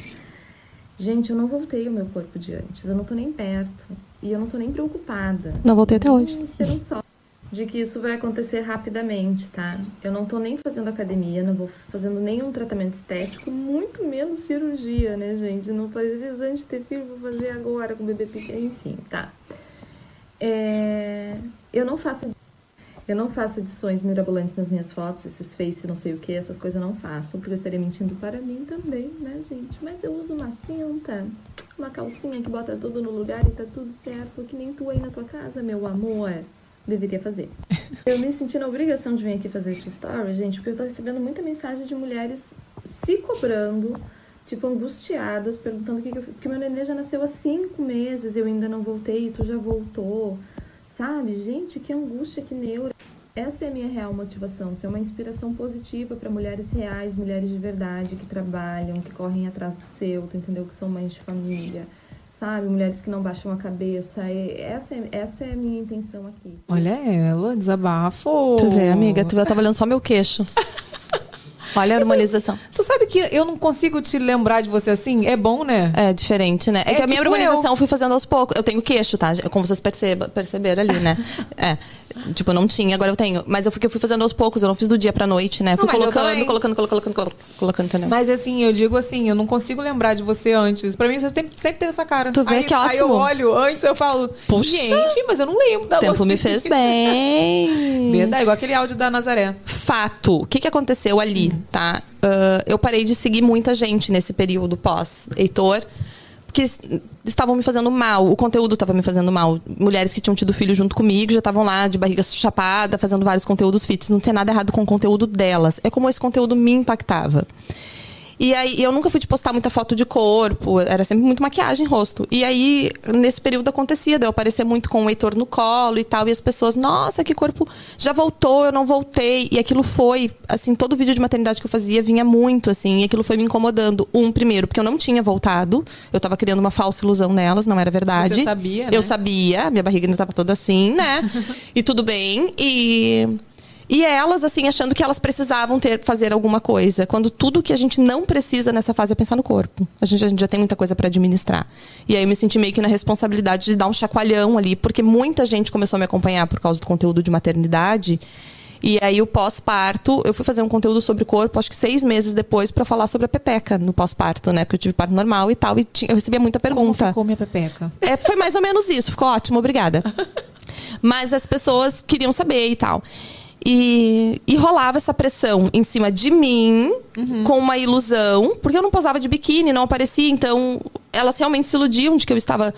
S10: Gente, eu não voltei ao meu corpo de antes. Eu não tô nem perto. E eu não tô nem preocupada
S5: Não voltei até hoje.
S10: esperançosa de que isso vai acontecer rapidamente, tá? Eu não tô nem fazendo academia, não vou fazendo nenhum tratamento estético, muito menos cirurgia, né, gente? Não fazia antes de ter filho, vou fazer agora com o bebê pequeno, enfim, tá? É, Eu não faço eu não faço edições mirabolantes nas minhas fotos, esses face, não sei o que, essas coisas eu não faço, porque eu estaria mentindo para mim também, né, gente? Mas eu uso uma cinta, uma calcinha que bota tudo no lugar e tá tudo certo, que nem tu aí na tua casa, meu amor. Deveria fazer. Eu me senti na obrigação de vir aqui fazer esse story, gente, porque eu tô recebendo muita mensagem de mulheres se cobrando, tipo, angustiadas, perguntando o que, que eu. Porque meu nenê já nasceu há cinco meses, eu ainda não voltei, tu já voltou. Sabe, gente, que angústia, que neura. Essa é a minha real motivação, ser uma inspiração positiva para mulheres reais, mulheres de verdade, que trabalham, que correm atrás do seu, tu entendeu? Que são mães de família, sabe? Mulheres que não baixam a cabeça. E Essa é, essa é a minha intenção aqui.
S1: Olha ela, desabafo.
S5: Tu vê, amiga, tu tava olhando só meu queixo. Olha a harmonização.
S1: Tu sabe que eu não consigo te lembrar de você assim? É bom, né?
S5: É diferente, né? É,
S1: É
S5: que a minha
S1: tipo
S5: harmonização eu fui fazendo aos poucos. Eu tenho queixo, tá? Como vocês perceba, perceberam ali, né? é. Tipo, eu não tinha, agora eu tenho. Mas eu fui, eu fui fazendo aos poucos, eu não fiz do dia pra noite, né? Fui
S1: mas eu
S5: colocando,
S1: também.
S5: colocando, colocando, colocando, colocando, colocando, entendeu?
S1: Mas assim, eu digo assim, eu não consigo lembrar de você antes. Pra mim, você sempre, sempre teve essa cara.
S5: Tu vê
S1: aí,
S5: que é
S1: Aí eu
S5: ótimo.
S1: olho antes, eu falo,
S5: Puxa.
S1: gente, mas eu não lembro da
S5: o tempo
S1: você.
S5: me fez bem.
S1: Verdade, igual aquele áudio da Nazaré.
S5: fato, o que, que aconteceu ali, tá? Ah, eu parei de seguir muita gente nesse período pós-Heitor, porque es- estavam me fazendo mal, o conteúdo estava me fazendo mal. Mulheres que tinham tido filho junto comigo já estavam lá de barriga chapada, fazendo vários conteúdos fits. Não tem nada errado com o conteúdo delas. É como esse conteúdo me impactava. E aí, eu nunca fui de postar muita foto de corpo, era sempre muito maquiagem, rosto. E aí, nesse período acontecia, de eu aparecer muito com o Heitor no colo e tal, e as pessoas, nossa, que corpo, já voltou, eu não voltei. E aquilo foi, assim, todo vídeo de maternidade que eu fazia vinha muito, assim, e aquilo foi me incomodando. Um, primeiro, porque eu não tinha voltado, eu tava criando uma falsa ilusão nelas, não era verdade.
S1: Você sabia, né?
S5: Eu sabia, minha barriga ainda tava toda assim, né? e tudo bem, e... E elas, assim, achando que elas precisavam ter, fazer alguma coisa. Quando tudo que a gente não precisa nessa fase é pensar no corpo. A gente, a gente já tem muita coisa para administrar. E aí eu me senti meio que na responsabilidade de dar um chacoalhão ali, porque muita gente começou a me acompanhar por causa do conteúdo de maternidade. E aí, o pós-parto, eu fui fazer um conteúdo sobre corpo, acho que seis meses depois, pra falar sobre a pepeca no pós-parto, né? Porque eu tive parto normal e tal, e tinha- eu recebia muita
S1: Como
S5: pergunta.
S1: ficou minha pepeca?
S5: É, foi mais ou menos isso. Ficou ótimo, obrigada. Mas as pessoas queriam saber e tal. E, e rolava essa pressão em cima de mim, com uma ilusão, porque eu não posava de biquíni, não aparecia. Então, elas realmente se iludiam de que eu estava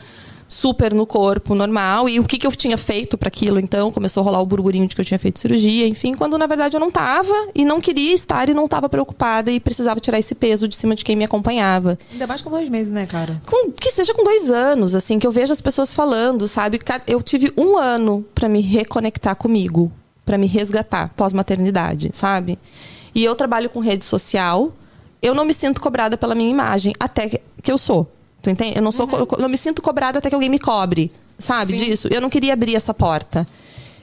S5: super no corpo normal e o que, que eu tinha feito para aquilo. Então, começou a rolar o burburinho de que eu tinha feito cirurgia, enfim, quando na verdade eu não tava e não queria estar e não estava preocupada e precisava tirar esse peso de cima de quem me acompanhava
S1: Ainda mais com dois meses, né, cara?
S5: com- que seja com dois anos, assim, que eu vejo as pessoas falando, sabe? Ca- Eu tive um ano pra me reconectar comigo, pra me resgatar pós-maternidade, sabe? E eu trabalho com rede social, eu não me sinto cobrada pela minha imagem, até que que eu sou. Tu entende? Eu não, sou, co- eu co- não me sinto cobrada até que alguém me cobre, sabe? Disso. Eu não queria abrir essa porta.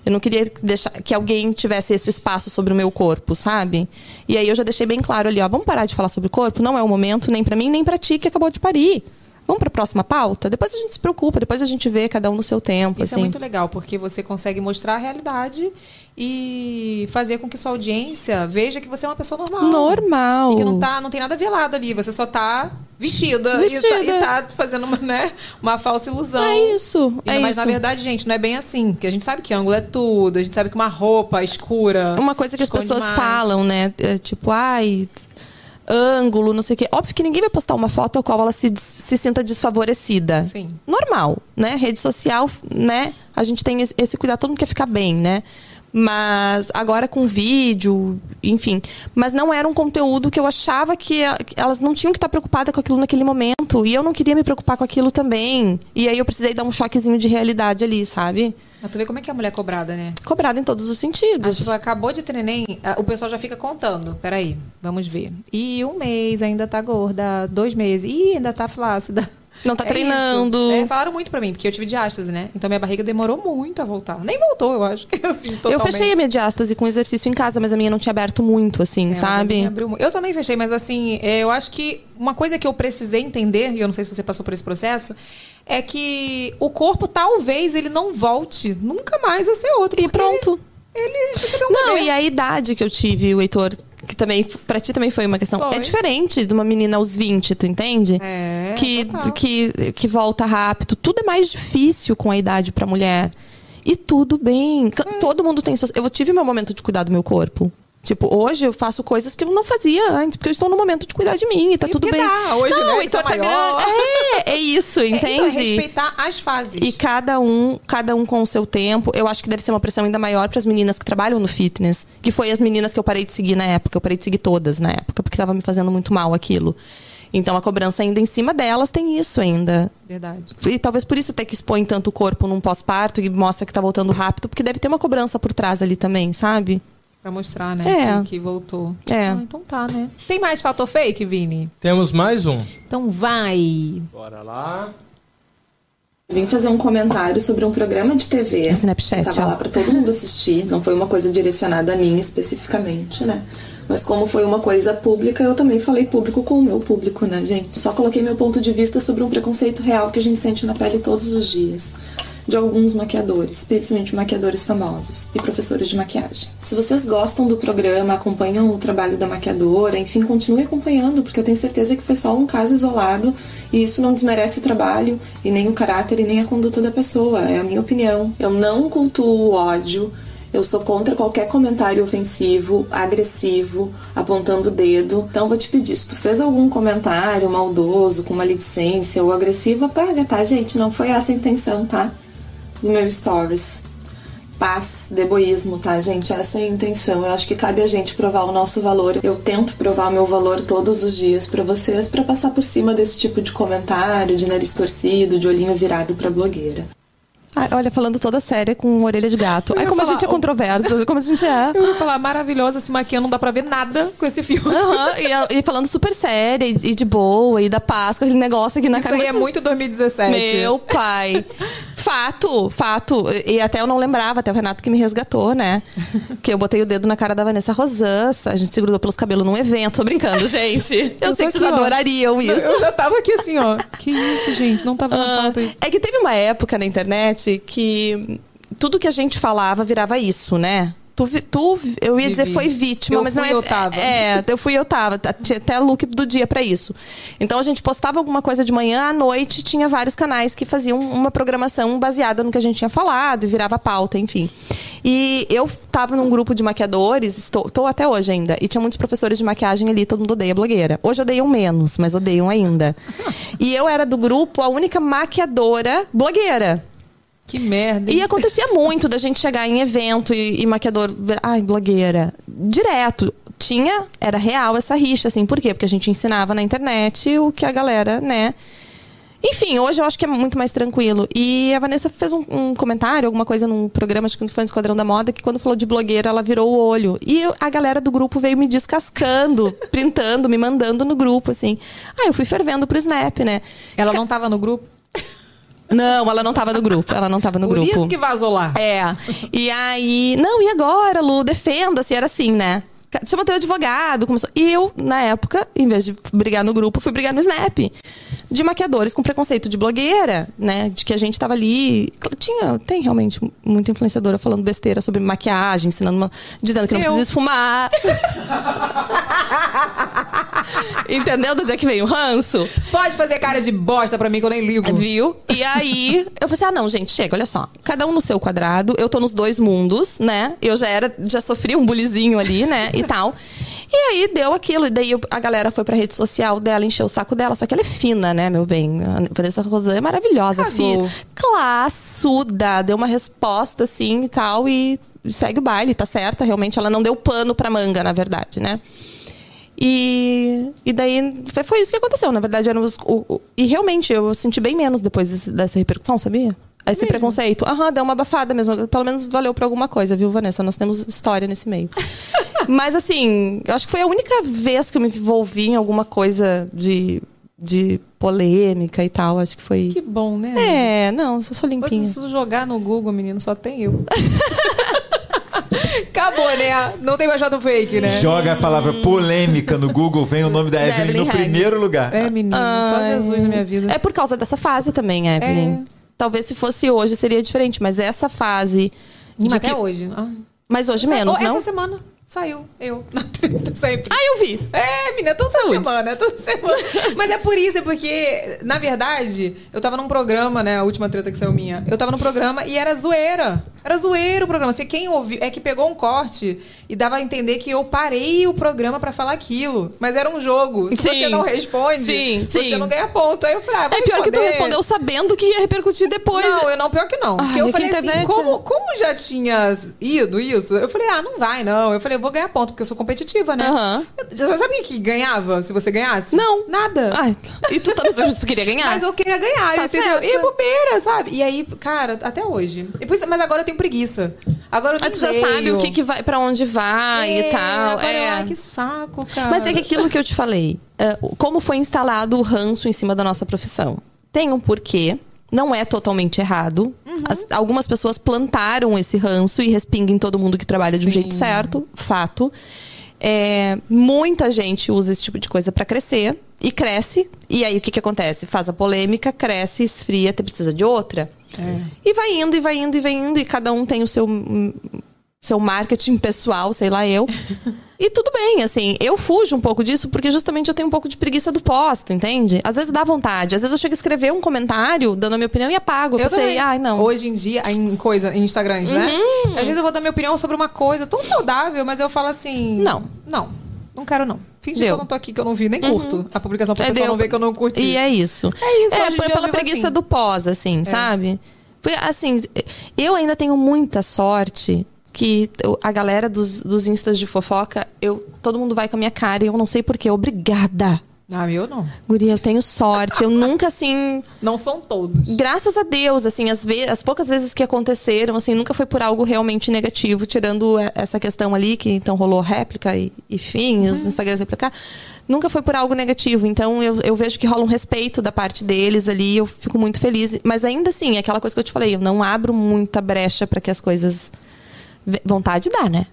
S5: Eu não queria deixar que alguém tivesse esse espaço sobre o meu corpo, sabe? E aí eu já deixei bem claro ali, ó, vamos parar de falar sobre o corpo, não é o momento nem pra mim, nem pra ti que acabou de parir. Vamos pra próxima pauta? Depois a gente se preocupa, depois a gente vê cada um no seu tempo,
S1: Isso
S5: assim.
S1: é muito legal, porque você consegue mostrar a realidade e fazer com que sua audiência veja que você é uma pessoa normal.
S5: normal.
S1: E que não, tá, não tem nada velado ali, você só tá vestida,
S5: Vestida.
S1: E, tá, e tá fazendo uma, né, uma falsa ilusão.
S5: É isso,
S1: Ainda
S5: é
S1: mais
S5: isso.
S1: na verdade, gente, não é bem assim. Porque a gente sabe que ângulo é tudo, a gente sabe que uma roupa escura.
S5: uma coisa que as
S1: esconde
S5: pessoas
S1: mais.
S5: falam, né? É, tipo, ai, ângulo, não sei o quê. Óbvio que ninguém vai postar uma foto a qual ela se, des- se sinta desfavorecida.
S1: Sim.
S5: Normal, né? Rede social, né? A gente tem esse- esse cuidado, todo mundo quer ficar bem, né? Mas agora com vídeo, enfim. Mas não era um conteúdo que eu achava que a- que elas não tinham que estar preocupadas com aquilo naquele momento. E eu não queria me preocupar com aquilo também. E aí eu precisei dar um choquezinho de realidade ali, sabe?
S1: Mas tu vê como é que é a mulher cobrada, né?
S5: Cobrada em todos os
S1: Ah,
S5: sentidos.
S1: tipo, acabou de ter neném, ah, o pessoal já fica contando. Peraí, vamos ver. E um mês ainda tá gorda, dois meses. Ih, ainda tá flácida.
S5: Não tá
S1: isso.
S5: treinando.
S1: É, falaram muito pra mim, porque eu tive diástase, né? Então minha barriga demorou muito a voltar. Nem voltou, eu acho. Assim,
S5: Eu
S1: totalmente.
S5: fechei a minha diástase com exercício em casa, mas a minha não tinha aberto muito, assim,
S1: É, mas a
S5: sabe?
S1: minha abriu mu- Eu também fechei, mas assim, é, eu acho que uma coisa que eu precisei entender, e eu não sei se você passou por esse processo, é que o corpo talvez ele não volte nunca mais a ser outro.
S5: E
S1: porque
S5: pronto.
S1: Ele, ele recebeu um
S5: Não,
S1: bebê.
S5: e a idade que eu tive, o Heitor, que também, pra ti também foi uma questão.
S1: Foi.
S5: É diferente de uma menina aos 20, tu entende?
S1: É,
S5: Que,
S1: total.
S5: que, que volta rápido. Tudo é mais difícil com a idade pra mulher. E tudo bem.
S1: É.
S5: C- Todo mundo tem. suas- Eu tive meu momento de cuidar do meu corpo. Tipo, hoje eu faço coisas que eu não fazia antes, porque eu estou no momento de cuidar de mim e tá
S1: E
S5: tudo
S1: porque
S5: bem.
S1: dá, hoje,
S5: não,
S1: né,
S5: o Heitor
S1: tá
S5: tá
S1: maior.
S5: grande. É, é isso,
S1: É,
S5: entende?
S1: Então, é respeitar as fases.
S5: E cada um, cada um com o seu tempo. Eu acho que deve ser uma pressão ainda maior para as meninas que trabalham no fitness, que foi as meninas que eu parei de seguir na época. Eu parei de seguir todas na época, porque estava me fazendo muito mal aquilo. Então a cobrança ainda em cima delas tem isso ainda.
S1: Verdade.
S5: E talvez por isso até que expõe tanto o corpo num pós-parto e mostra que tá voltando rápido, porque deve ter uma cobrança por trás ali também, sabe?
S1: Pra mostrar, né?
S5: É.
S1: Que, que voltou.
S5: É.
S1: Ah, então tá, né? Tem mais fator fake, Vini?
S2: Temos mais um.
S1: Então vai.
S2: Bora lá.
S10: Vim fazer um comentário sobre um programa de TV.
S5: Snapchat,
S10: que tava
S5: ó.
S10: lá pra todo mundo assistir. Não foi uma coisa direcionada a mim especificamente, né? Mas como foi uma coisa pública, eu também falei público com o meu público, né, gente? Só coloquei meu ponto de vista sobre um preconceito real que a gente sente na pele todos os dias. De alguns maquiadores, principalmente maquiadores famosos e professores de maquiagem. Se vocês gostam do programa, acompanham o trabalho da maquiadora, enfim, continue acompanhando, porque eu tenho certeza que foi só um caso isolado e isso não desmerece o trabalho e nem o caráter e nem a conduta da pessoa, é a minha opinião. Eu não cultuo o ódio, eu sou contra qualquer comentário ofensivo, agressivo, apontando o dedo. Então vou te pedir, se tu fez algum comentário maldoso, com maledicência ou agressivo, apaga, tá, gente? Não foi essa a intenção, tá? Do meu stories. Paz, deboísmo, tá, gente? Essa é a intenção. Eu acho que cabe a gente provar o nosso valor. Eu tento provar meu valor todos os dias pra vocês, pra passar por cima desse tipo de comentário, de nariz torcido, de olhinho virado pra blogueira.
S5: Ah, olha, falando toda séria com orelha de gato.
S1: Eu
S5: Ai,
S1: ia
S5: como a
S1: falar,
S5: gente é
S1: ó.
S5: controverso, como a gente é.
S1: Eu ia falar, maravilhosa se maquiando, não dá pra ver nada com esse filme.
S5: Aham, e a- e, falando super séria e, e de boa, e da Páscoa, aquele negócio aqui na
S1: Isso
S5: cara.
S1: aí é
S5: Mas-
S1: muito 2017.
S5: Meu pai. Fato, fato. E até eu não lembrava, até o Renato que me resgatou, né? Que eu botei o dedo na cara da Vanessa Rosan. A gente se grudou pelos cabelos num evento. Tô brincando, gente. Eu,
S1: tô
S5: sei que vocês
S1: aqui, ó.
S5: adorariam isso.
S1: Eu já tava aqui assim, ó. Que isso, gente? Não tava na pauta isso.
S5: É que teve uma época na internet que tudo que a gente falava virava isso, né? Tu, vi- tu eu ia dizer
S1: Vivi.
S5: foi vítima,
S1: Eu
S5: mas
S1: fui,
S5: não é.
S1: eu tava.
S5: É, eu fui e eu tava. Tá- Tinha até look do dia pra isso. Então a gente postava alguma coisa de manhã, à noite tinha vários canais que faziam uma programação baseada no que a gente tinha falado e virava pauta, enfim. E eu tava num grupo de maquiadores, estou tô até hoje ainda, e tinha muitos professores de maquiagem ali, todo mundo odeia blogueira. Hoje odeiam menos, mas odeiam ainda. E eu era do grupo a única maquiadora blogueira.
S1: Que merda. hein?
S5: E acontecia muito da gente chegar em evento e, e maquiador. ver- Ai, blogueira. Direto. Tinha, era real essa rixa, assim. Por quê? Porque a gente ensinava na internet o que a galera, né? Enfim, hoje eu acho que é muito mais tranquilo. E a Vanessa fez um, um comentário, alguma coisa num programa, acho que foi no Esquadrão da Moda, que quando falou de blogueira, ela virou o olho. E eu- a galera do grupo veio me descascando, printando, me mandando no grupo, assim. Ah, eu fui fervendo pro Snap, né?
S1: Ela não tava no grupo?
S5: Não, ela não tava no grupo. Ela não tava no
S1: Por
S5: grupo.
S1: isso que vazou lá.
S5: É. E aí, não, e agora, Lu? Defenda-se. Era assim, né? Ca- Chama teu advogado. Começou... E eu, na época, em vez de brigar no grupo, fui brigar no Snap. De maquiadores com preconceito de blogueira, né? De que a gente tava ali. Tinha, tem realmente muita influenciadora falando besteira sobre maquiagem, ensinando uma... dizendo que não
S1: Eu.
S5: precisa esfumar. Entendeu de onde é que veio o ranço?
S1: Pode fazer cara de bosta pra mim que eu nem ligo.
S5: Viu? E aí, eu pensei, ah, não, gente, chega, olha só. Cada um no seu quadrado, eu tô nos dois mundos, né? Eu já era, já sofri um bulizinho ali, né? E tal. E aí deu aquilo, e daí eu- a galera foi pra rede social dela, encheu o saco dela, só que ela é fina, né, meu bem? A Vanessa Rosan é maravilhosa,
S1: Cagou.
S5: fina. Classuda, deu uma resposta assim e tal, e segue o baile, tá certa, realmente. Ela não deu pano pra manga, na verdade, né? E, e daí foi- foi isso que aconteceu. Na verdade, eram os, o- o- e realmente eu senti bem menos depois desse- dessa repercussão, sabia? Esse preconceito. Aham, deu uma abafada mesmo. Pelo menos valeu pra alguma coisa, viu, Vanessa? Nós temos história nesse meio. Mas assim, eu acho que foi a única vez que eu me envolvi em alguma coisa de, de polêmica e tal. Acho que foi.
S1: Que bom, né?
S5: É, não, só sou
S1: Depois
S5: limpinha.
S1: se isso jogar no Google, menino, só tem eu. Acabou, né? Não tem mais jato fake, né?
S6: Joga a palavra polêmica no Google, vem o nome da Evelyn,
S5: Evelyn
S6: no
S5: Regg.
S6: primeiro lugar.
S1: É, menino, só
S5: Ai.
S1: Jesus na minha vida. É.
S5: É por causa dessa fase também, Evelyn. Talvez se fosse hoje seria diferente, mas essa fase. de
S1: Até
S5: que-
S1: hoje. Ah.
S5: Mas hoje
S1: Sa-
S5: menos,
S1: Ou
S5: não?
S1: Essa semana saiu eu na treta sempre.
S5: Ah, eu vi.
S1: É, menina, toda
S5: Saúde.
S1: semana, é toda semana. Mas é por isso, é porque, na verdade, eu tava num programa, né? A última treta que saiu minha. Eu tava num programa e era zoeira. Era zoeira o programa. Assim, quem ouviu é que pegou um corte e dava a entender que eu parei o programa pra falar aquilo. Mas era um jogo. Se
S5: Sim.
S1: você não responde,
S5: Sim, sim.
S1: você não ganha ponto. Aí eu falei, ah, vai
S5: É pior que tu
S1: foder.
S5: respondeu sabendo que ia repercutir depois.
S1: Não, eu não, pior que não. Porque
S5: é. Ai,
S1: eu
S5: que
S1: falei assim,
S5: internet,
S1: como,
S5: é.
S1: como já tinha ido isso, eu falei, ah, não vai, não. Eu falei, eu vou ganhar ponto, porque eu sou competitiva, né?
S5: Aham.
S1: Já sabe o que que ganhava se você ganhasse?
S5: Não.
S1: Nada.
S5: Ai, e tu, tá tu, tu queria ganhar?
S1: Mas eu queria ganhar,
S5: Tá
S1: entendeu?
S5: certa.
S1: E bobeira, sabe? E aí, cara, até hoje. E por isso- mas agora eu tenho preguiça. Agora eu tenho
S5: Aí Ah, tu já sabe o que, que vai, pra onde vai e tal.
S1: Agora,
S5: é.
S1: Ai, que saco, cara.
S5: Mas é que aquilo que eu te falei, é, como foi instalado o ranço em cima da nossa profissão? Tem um porquê. Não é totalmente errado. As- algumas pessoas plantaram esse ranço e respinga em todo mundo que trabalha de um jeito certo. Fato. É, muita gente usa esse tipo de coisa pra crescer e cresce. E aí o que, que acontece? Faz a polêmica, cresce, esfria, até precisa de outra. E vai indo, e vai indo, e vai indo, e cada um tem o seu hum, seu marketing pessoal, sei lá eu. E tudo bem, assim, eu fujo um pouco disso porque justamente eu tenho um pouco de preguiça do posto, entende? Às vezes dá vontade, às vezes eu chego a escrever um comentário dando a minha opinião e apago. Eu,
S1: Eu
S5: pensei,
S1: também.
S5: ai não. Uhum.
S1: Hoje em dia, em coisa, em Instagrams, né? Às vezes eu vou dar minha opinião sobre uma coisa tão saudável, mas eu falo assim.
S5: Não.
S1: Não. Não quero, não. Finge que
S5: Deu. Uhum.
S1: eu não tô aqui, que eu não vi, nem curto a publicação pra
S5: É,
S1: pessoa
S5: deu.
S1: não ver que eu não curti.
S5: E é isso.
S1: É isso,
S5: É,
S1: hoje em
S5: foi
S1: dia eu
S5: pela
S1: vivo
S5: preguiça
S1: assim.
S5: do pós, assim, sabe? Porque, assim, eu ainda tenho muita sorte que eu- a galera dos, dos instas de fofoca, eu, todo mundo vai com a minha cara e eu não sei porquê. Obrigada.
S1: Ah, eu não.
S5: Guria, eu tenho sorte. Eu nunca, assim,
S1: Não são todos.
S5: graças a Deus, assim, as, ve- as poucas vezes que aconteceram, assim, nunca foi por algo realmente negativo, tirando e- essa questão ali, que então rolou réplica e, e fim,
S1: Uhum.
S5: os Instagrams replicar. Nunca foi por algo negativo. Então, eu, eu vejo que rola um respeito da parte deles ali, eu fico muito feliz. Mas ainda assim, é aquela coisa que eu te falei, eu não abro muita brecha para que as coisas. ve- Vontade dá, né?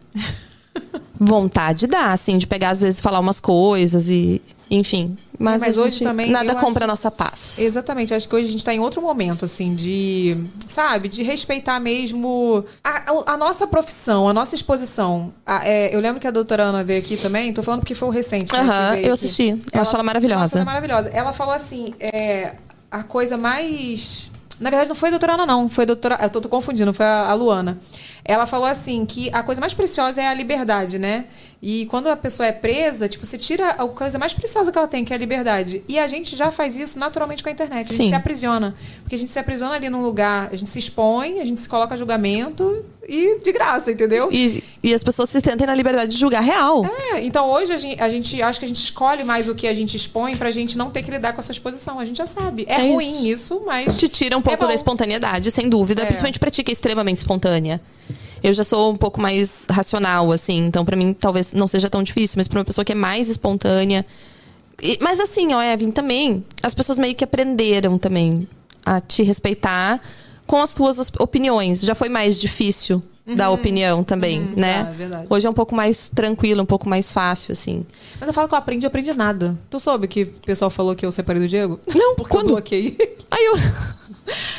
S5: Vontade dá, assim, de pegar às vezes e falar umas coisas e. Enfim. Mas,
S1: mas
S5: a
S1: hoje
S5: gente-
S1: também
S5: Nada
S1: eu acho-
S5: compra a nossa paz.
S1: Exatamente, acho que hoje a gente tá em outro momento, assim, de, sabe, de respeitar mesmo a, a- a nossa profissão, a nossa exposição. A- é, eu lembro que a doutora Ana veio aqui também, tô falando porque foi o recente. né, que
S5: Aham,
S1: veio
S5: eu
S1: aqui.
S5: assisti. Eu acho ela maravilhosa.
S1: Nossa, ela é maravilhosa. Ela falou assim: é, a coisa mais. Na verdade, não foi a doutora Ana, não. Foi a doutora. Eu tô, tô confundindo, foi a, a Luana. Ela falou assim: que a coisa mais preciosa é a liberdade, né? E quando a pessoa é presa, tipo, você tira a coisa mais preciosa que ela tem, que é a liberdade. E a gente já faz isso naturalmente com a internet. A gente
S5: Sim.
S1: se aprisiona. Porque a gente se aprisiona ali num lugar, a gente se expõe, a gente se coloca a julgamento e de graça, entendeu?
S5: E, e as pessoas se sentem na liberdade de julgar real.
S1: É, então hoje a gen- a gente, acho que a gente escolhe mais o que a gente expõe pra gente não ter que lidar com essa exposição. A gente já sabe. É,
S5: É
S1: ruim isso, mas.
S5: Te tira um pouco
S1: É bom.
S5: da espontaneidade, sem dúvida.
S1: É.
S5: Principalmente pra ti, que é extremamente espontânea. Eu já sou um pouco mais racional, assim. Então, pra mim, talvez não seja tão difícil. Mas pra uma pessoa que é mais espontânea... E- mas assim, ó, Evelyn, também... As pessoas meio que aprenderam também a te respeitar com as tuas os- opiniões. Já foi mais difícil dar opinião também, né?
S1: tá, Uhum. é verdade.
S5: Hoje é um pouco mais tranquilo, um pouco mais fácil, assim.
S1: Mas eu falo que eu aprendi, eu aprendi nada. Tu soube que o pessoal falou que eu separei do Diego?
S5: Não,
S1: porque eu
S5: quando?
S1: bloqueei.
S5: Aí eu...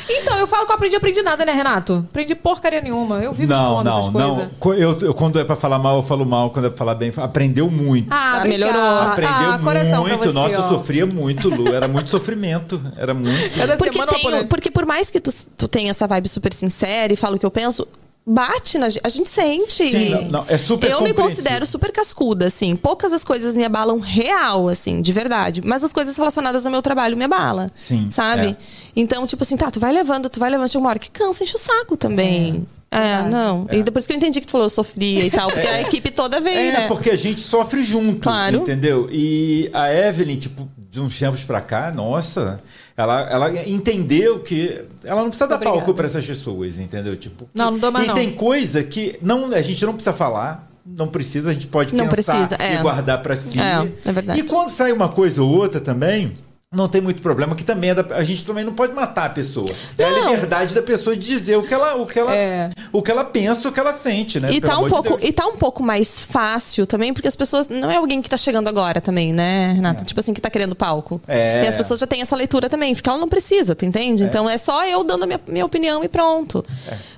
S1: então, eu falo que eu aprendi, eu aprendi nada, né, Renato? Aprendi porcaria nenhuma. Eu vivo expondo essas coisas.
S6: Co- Eu, eu- quando é pra falar mal, eu falo mal. Quando é pra falar bem, eu falo- aprendeu muito.
S1: Ah,
S5: Ah,
S1: melhorou.
S5: melhorou.
S6: aprendeu
S1: ah, coração
S6: muito.
S1: pra você,
S6: Nossa, eu
S1: ó.
S6: sofria muito, Lu. Era muito sofrimento. Era muito.
S1: Cada
S5: Porque,
S1: semana é uma
S5: tem- um-
S1: polêmica.
S5: porque por mais que tu, tu tenha essa vibe super sincera e fala o que eu penso, bate na gente. A gente sente.
S6: Sim, não, não, é super
S5: Eu me
S6: compreensível.
S5: considero super cascuda, assim. Poucas as coisas me abalam real, assim, de verdade. Mas as coisas relacionadas ao meu trabalho me abala.
S6: Sim,
S5: Sabe?
S6: é.
S5: Então, tipo assim, tá, tu vai levando, tu vai levando. Chega uma hora que cansa, enche o saco também. É, não. E depois que eu entendi que tu falou, eu sofria e tal. Porque a equipe toda veio,
S6: É,
S5: né?
S6: porque a gente sofre junto,
S5: Claro.
S6: entendeu? E a Evelyn, tipo, de uns tempos pra cá, nossa, ela, ela entendeu que ela não precisa dar
S1: Obrigada.
S6: palco pra essas pessoas, entendeu? Tipo,
S1: Não, não dou mais
S6: E
S1: não.
S6: tem coisa que não, a gente não precisa falar. Não precisa, a gente pode
S5: Não
S6: pensar
S5: precisa, é.
S6: e guardar pra si.
S5: É, é verdade.
S6: E quando sai uma coisa ou outra também, não tem muito problema, que também é da- a gente também não pode matar a pessoa. É a
S5: Não.
S6: liberdade da pessoa de dizer o que ela, o que ela,
S1: É.
S6: o que ela pensa, o que ela sente, né?
S5: E
S6: Pelo
S5: tá, um
S6: amor de
S5: pouco,
S6: Deus.
S5: e tá um pouco mais fácil também, porque as pessoas. Não é alguém que tá chegando agora também, né, Renata? Tipo assim, que tá querendo palco.
S6: É.
S5: E as pessoas já têm essa leitura também, porque ela não precisa, tu entende? Então é só eu dando a minha, minha opinião e pronto.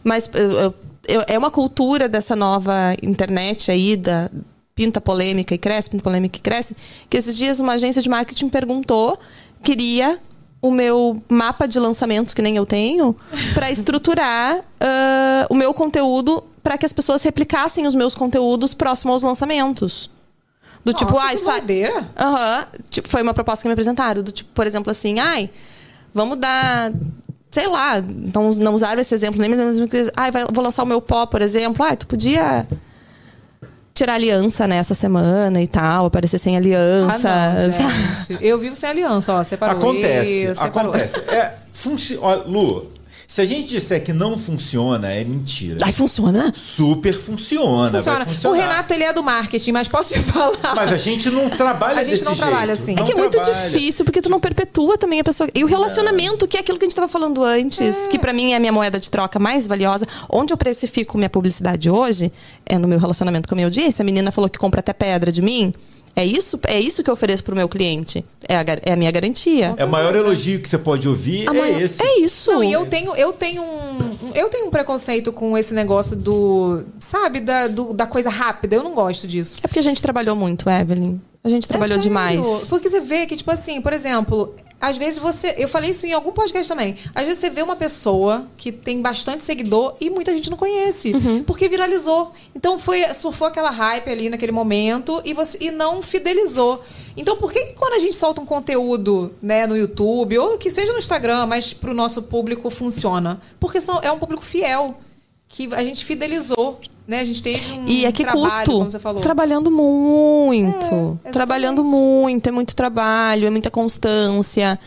S5: Mas eu- eu- eu- é uma cultura dessa nova internet aí, da pinta polêmica e cresce, pinta polêmica e cresce, que esses dias uma agência de marketing perguntou, queria o meu mapa de lançamentos, que nem eu tenho, para estruturar ah, o meu conteúdo para que as pessoas replicassem os meus conteúdos próximo aos lançamentos. Do tipo,
S1: Nossa,
S5: ai,
S1: que
S5: sai.
S1: doideira.
S5: Aham. Tipo, foi uma proposta que me apresentaram. Do tipo, por exemplo, assim, ai, vamos dar. Sei lá, não, não usaram esse exemplo nem é mesmo. Ai, vai- vou lançar o meu pó, por exemplo. Ai, tu podia tirar aliança nessa semana e tal, aparecer sem aliança. sabe?
S1: Ah, gente. Eu vivo sem aliança, ó. Separou
S6: Acontece,
S1: esse, separou
S6: acontece. É, funci... ó, Lu, se a gente disser que não funciona, é mentira.
S5: Ai, funciona?
S6: Super funciona,
S1: Funciona.
S6: vai funcionar.
S1: O Renato, ele é do marketing, mas posso te falar.
S6: Mas a gente não trabalha
S1: A gente
S6: desse
S1: não trabalha
S6: jeito.
S1: assim.
S5: É
S6: Não
S5: que é muito
S6: trabalha.
S5: difícil, porque tu não perpetua também a pessoa. E o relacionamento, que é aquilo que a gente tava falando antes, que pra mim é a minha moeda de troca mais valiosa. Onde eu precifico minha publicidade hoje é no meu relacionamento com a minha audiência. A menina falou que compra até pedra de mim. É isso, é isso que eu ofereço pro meu cliente. É a, gar- é a minha garantia.
S6: É o maior elogio que você pode ouvir
S5: A
S6: é
S5: maior-
S6: esse.
S5: é isso.
S1: Não, e eu tenho, eu tenho um. um- Eu tenho um preconceito com esse negócio do. Sabe, da, do- da coisa rápida. Eu não gosto disso.
S5: É porque a gente trabalhou muito, Evelyn. A gente trabalhou
S1: É sério,
S5: demais.
S1: Porque você vê que, tipo assim, por exemplo, às vezes você. Eu falei isso em algum podcast também. Às vezes você vê uma pessoa que tem bastante seguidor e muita gente não conhece.
S5: Uhum.
S1: Porque viralizou. Então foi, surfou aquela hype ali naquele momento e, você, e não fidelizou. Então, por que, que quando a gente solta um conteúdo né, no YouTube, ou que seja no Instagram, mas pro nosso público funciona? Porque são, é um público fiel. Que a gente fidelizou, né? A gente teve um
S5: E a que
S1: trabalho, como você
S5: custo?
S1: falou. É,
S5: Trabalhando muito. trabalhando muito, é muito trabalho, é muita constância.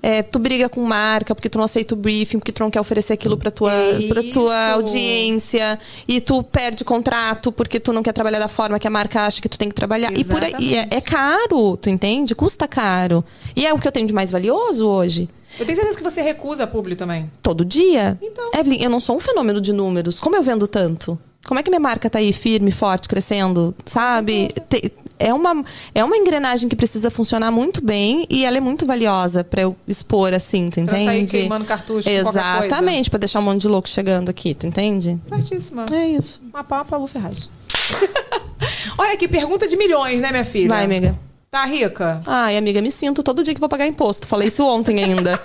S5: É, tu briga com marca porque tu não aceita o briefing, porque tu não quer oferecer aquilo pra tua,
S1: É Isso.
S5: pra tua audiência. E tu perde contrato porque tu não quer trabalhar da forma que a marca acha que tu tem que trabalhar. E por aí, é, é caro, tu entende? Custa caro. E é o que eu tenho de mais valioso hoje.
S1: Eu tenho certeza que você recusa público também.
S5: Todo dia.
S1: Então.
S5: Evelyn, eu não sou um fenômeno de números. Como eu vendo tanto? Como é que minha marca tá aí firme, forte, crescendo? Sabe? Te- é uma, é uma engrenagem que precisa funcionar muito bem e ela é muito valiosa pra eu expor assim, tu
S1: Pra
S5: entende?
S1: sair queimando cartucho com qualquer coisa.
S5: Exatamente, pra deixar um monte de louco chegando aqui, tu entende?
S1: Certíssima.
S5: É isso.
S1: Uma palma pra Lu Ferraz. Olha aqui, pergunta de milhões, né, minha filha?
S5: Vai, amiga.
S1: Tá rica?
S5: Ai, amiga, me sinto todo dia que vou pagar imposto. Falei isso ontem ainda.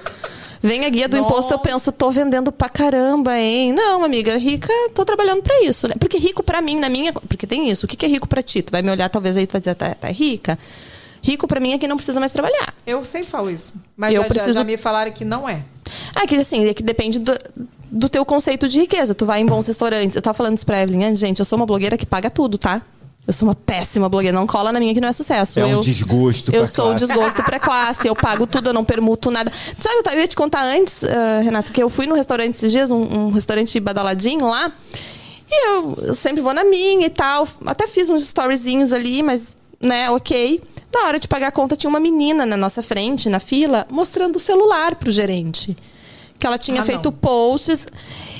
S5: Vem a guia do imposto, eu penso, tô vendendo pra caramba, hein? Não, amiga, rica, tô trabalhando pra isso, né? Porque rico pra mim, na minha. Porque tem isso. O que que é rico pra ti? Tu vai me olhar, talvez aí tu vai dizer, tá, tá rica. Rico pra mim é quem não precisa mais trabalhar.
S1: Eu sempre falo isso. Mas já,
S5: Eu
S1: já-
S5: preciso-
S1: já me falaram que não é.
S5: Ah, que assim, é que depende do, do teu conceito de riqueza. Tu vai em bons restaurantes. Eu tava falando isso pra Evelyn antes, gente. Eu sou uma blogueira que paga tudo, tá? Eu sou uma péssima blogueira. Não cola na minha que não é sucesso.
S6: É um
S5: eu,
S6: desgosto
S5: Eu
S6: pra
S5: sou um
S6: classe.
S5: desgosto pra classe. Eu pago tudo, eu não permuto nada. Sabe, eu tava- eu ia te contar antes, ah, Renato, que eu fui num restaurante esses dias, um, um restaurante badaladinho lá. E eu, eu sempre vou na minha e tal. Até fiz uns storyzinhos ali, mas, né, ok. Na hora de pagar a conta, tinha uma menina na nossa frente, na fila, mostrando o celular pro gerente. Que ela tinha
S1: Ah,
S5: feito
S1: não.
S5: posts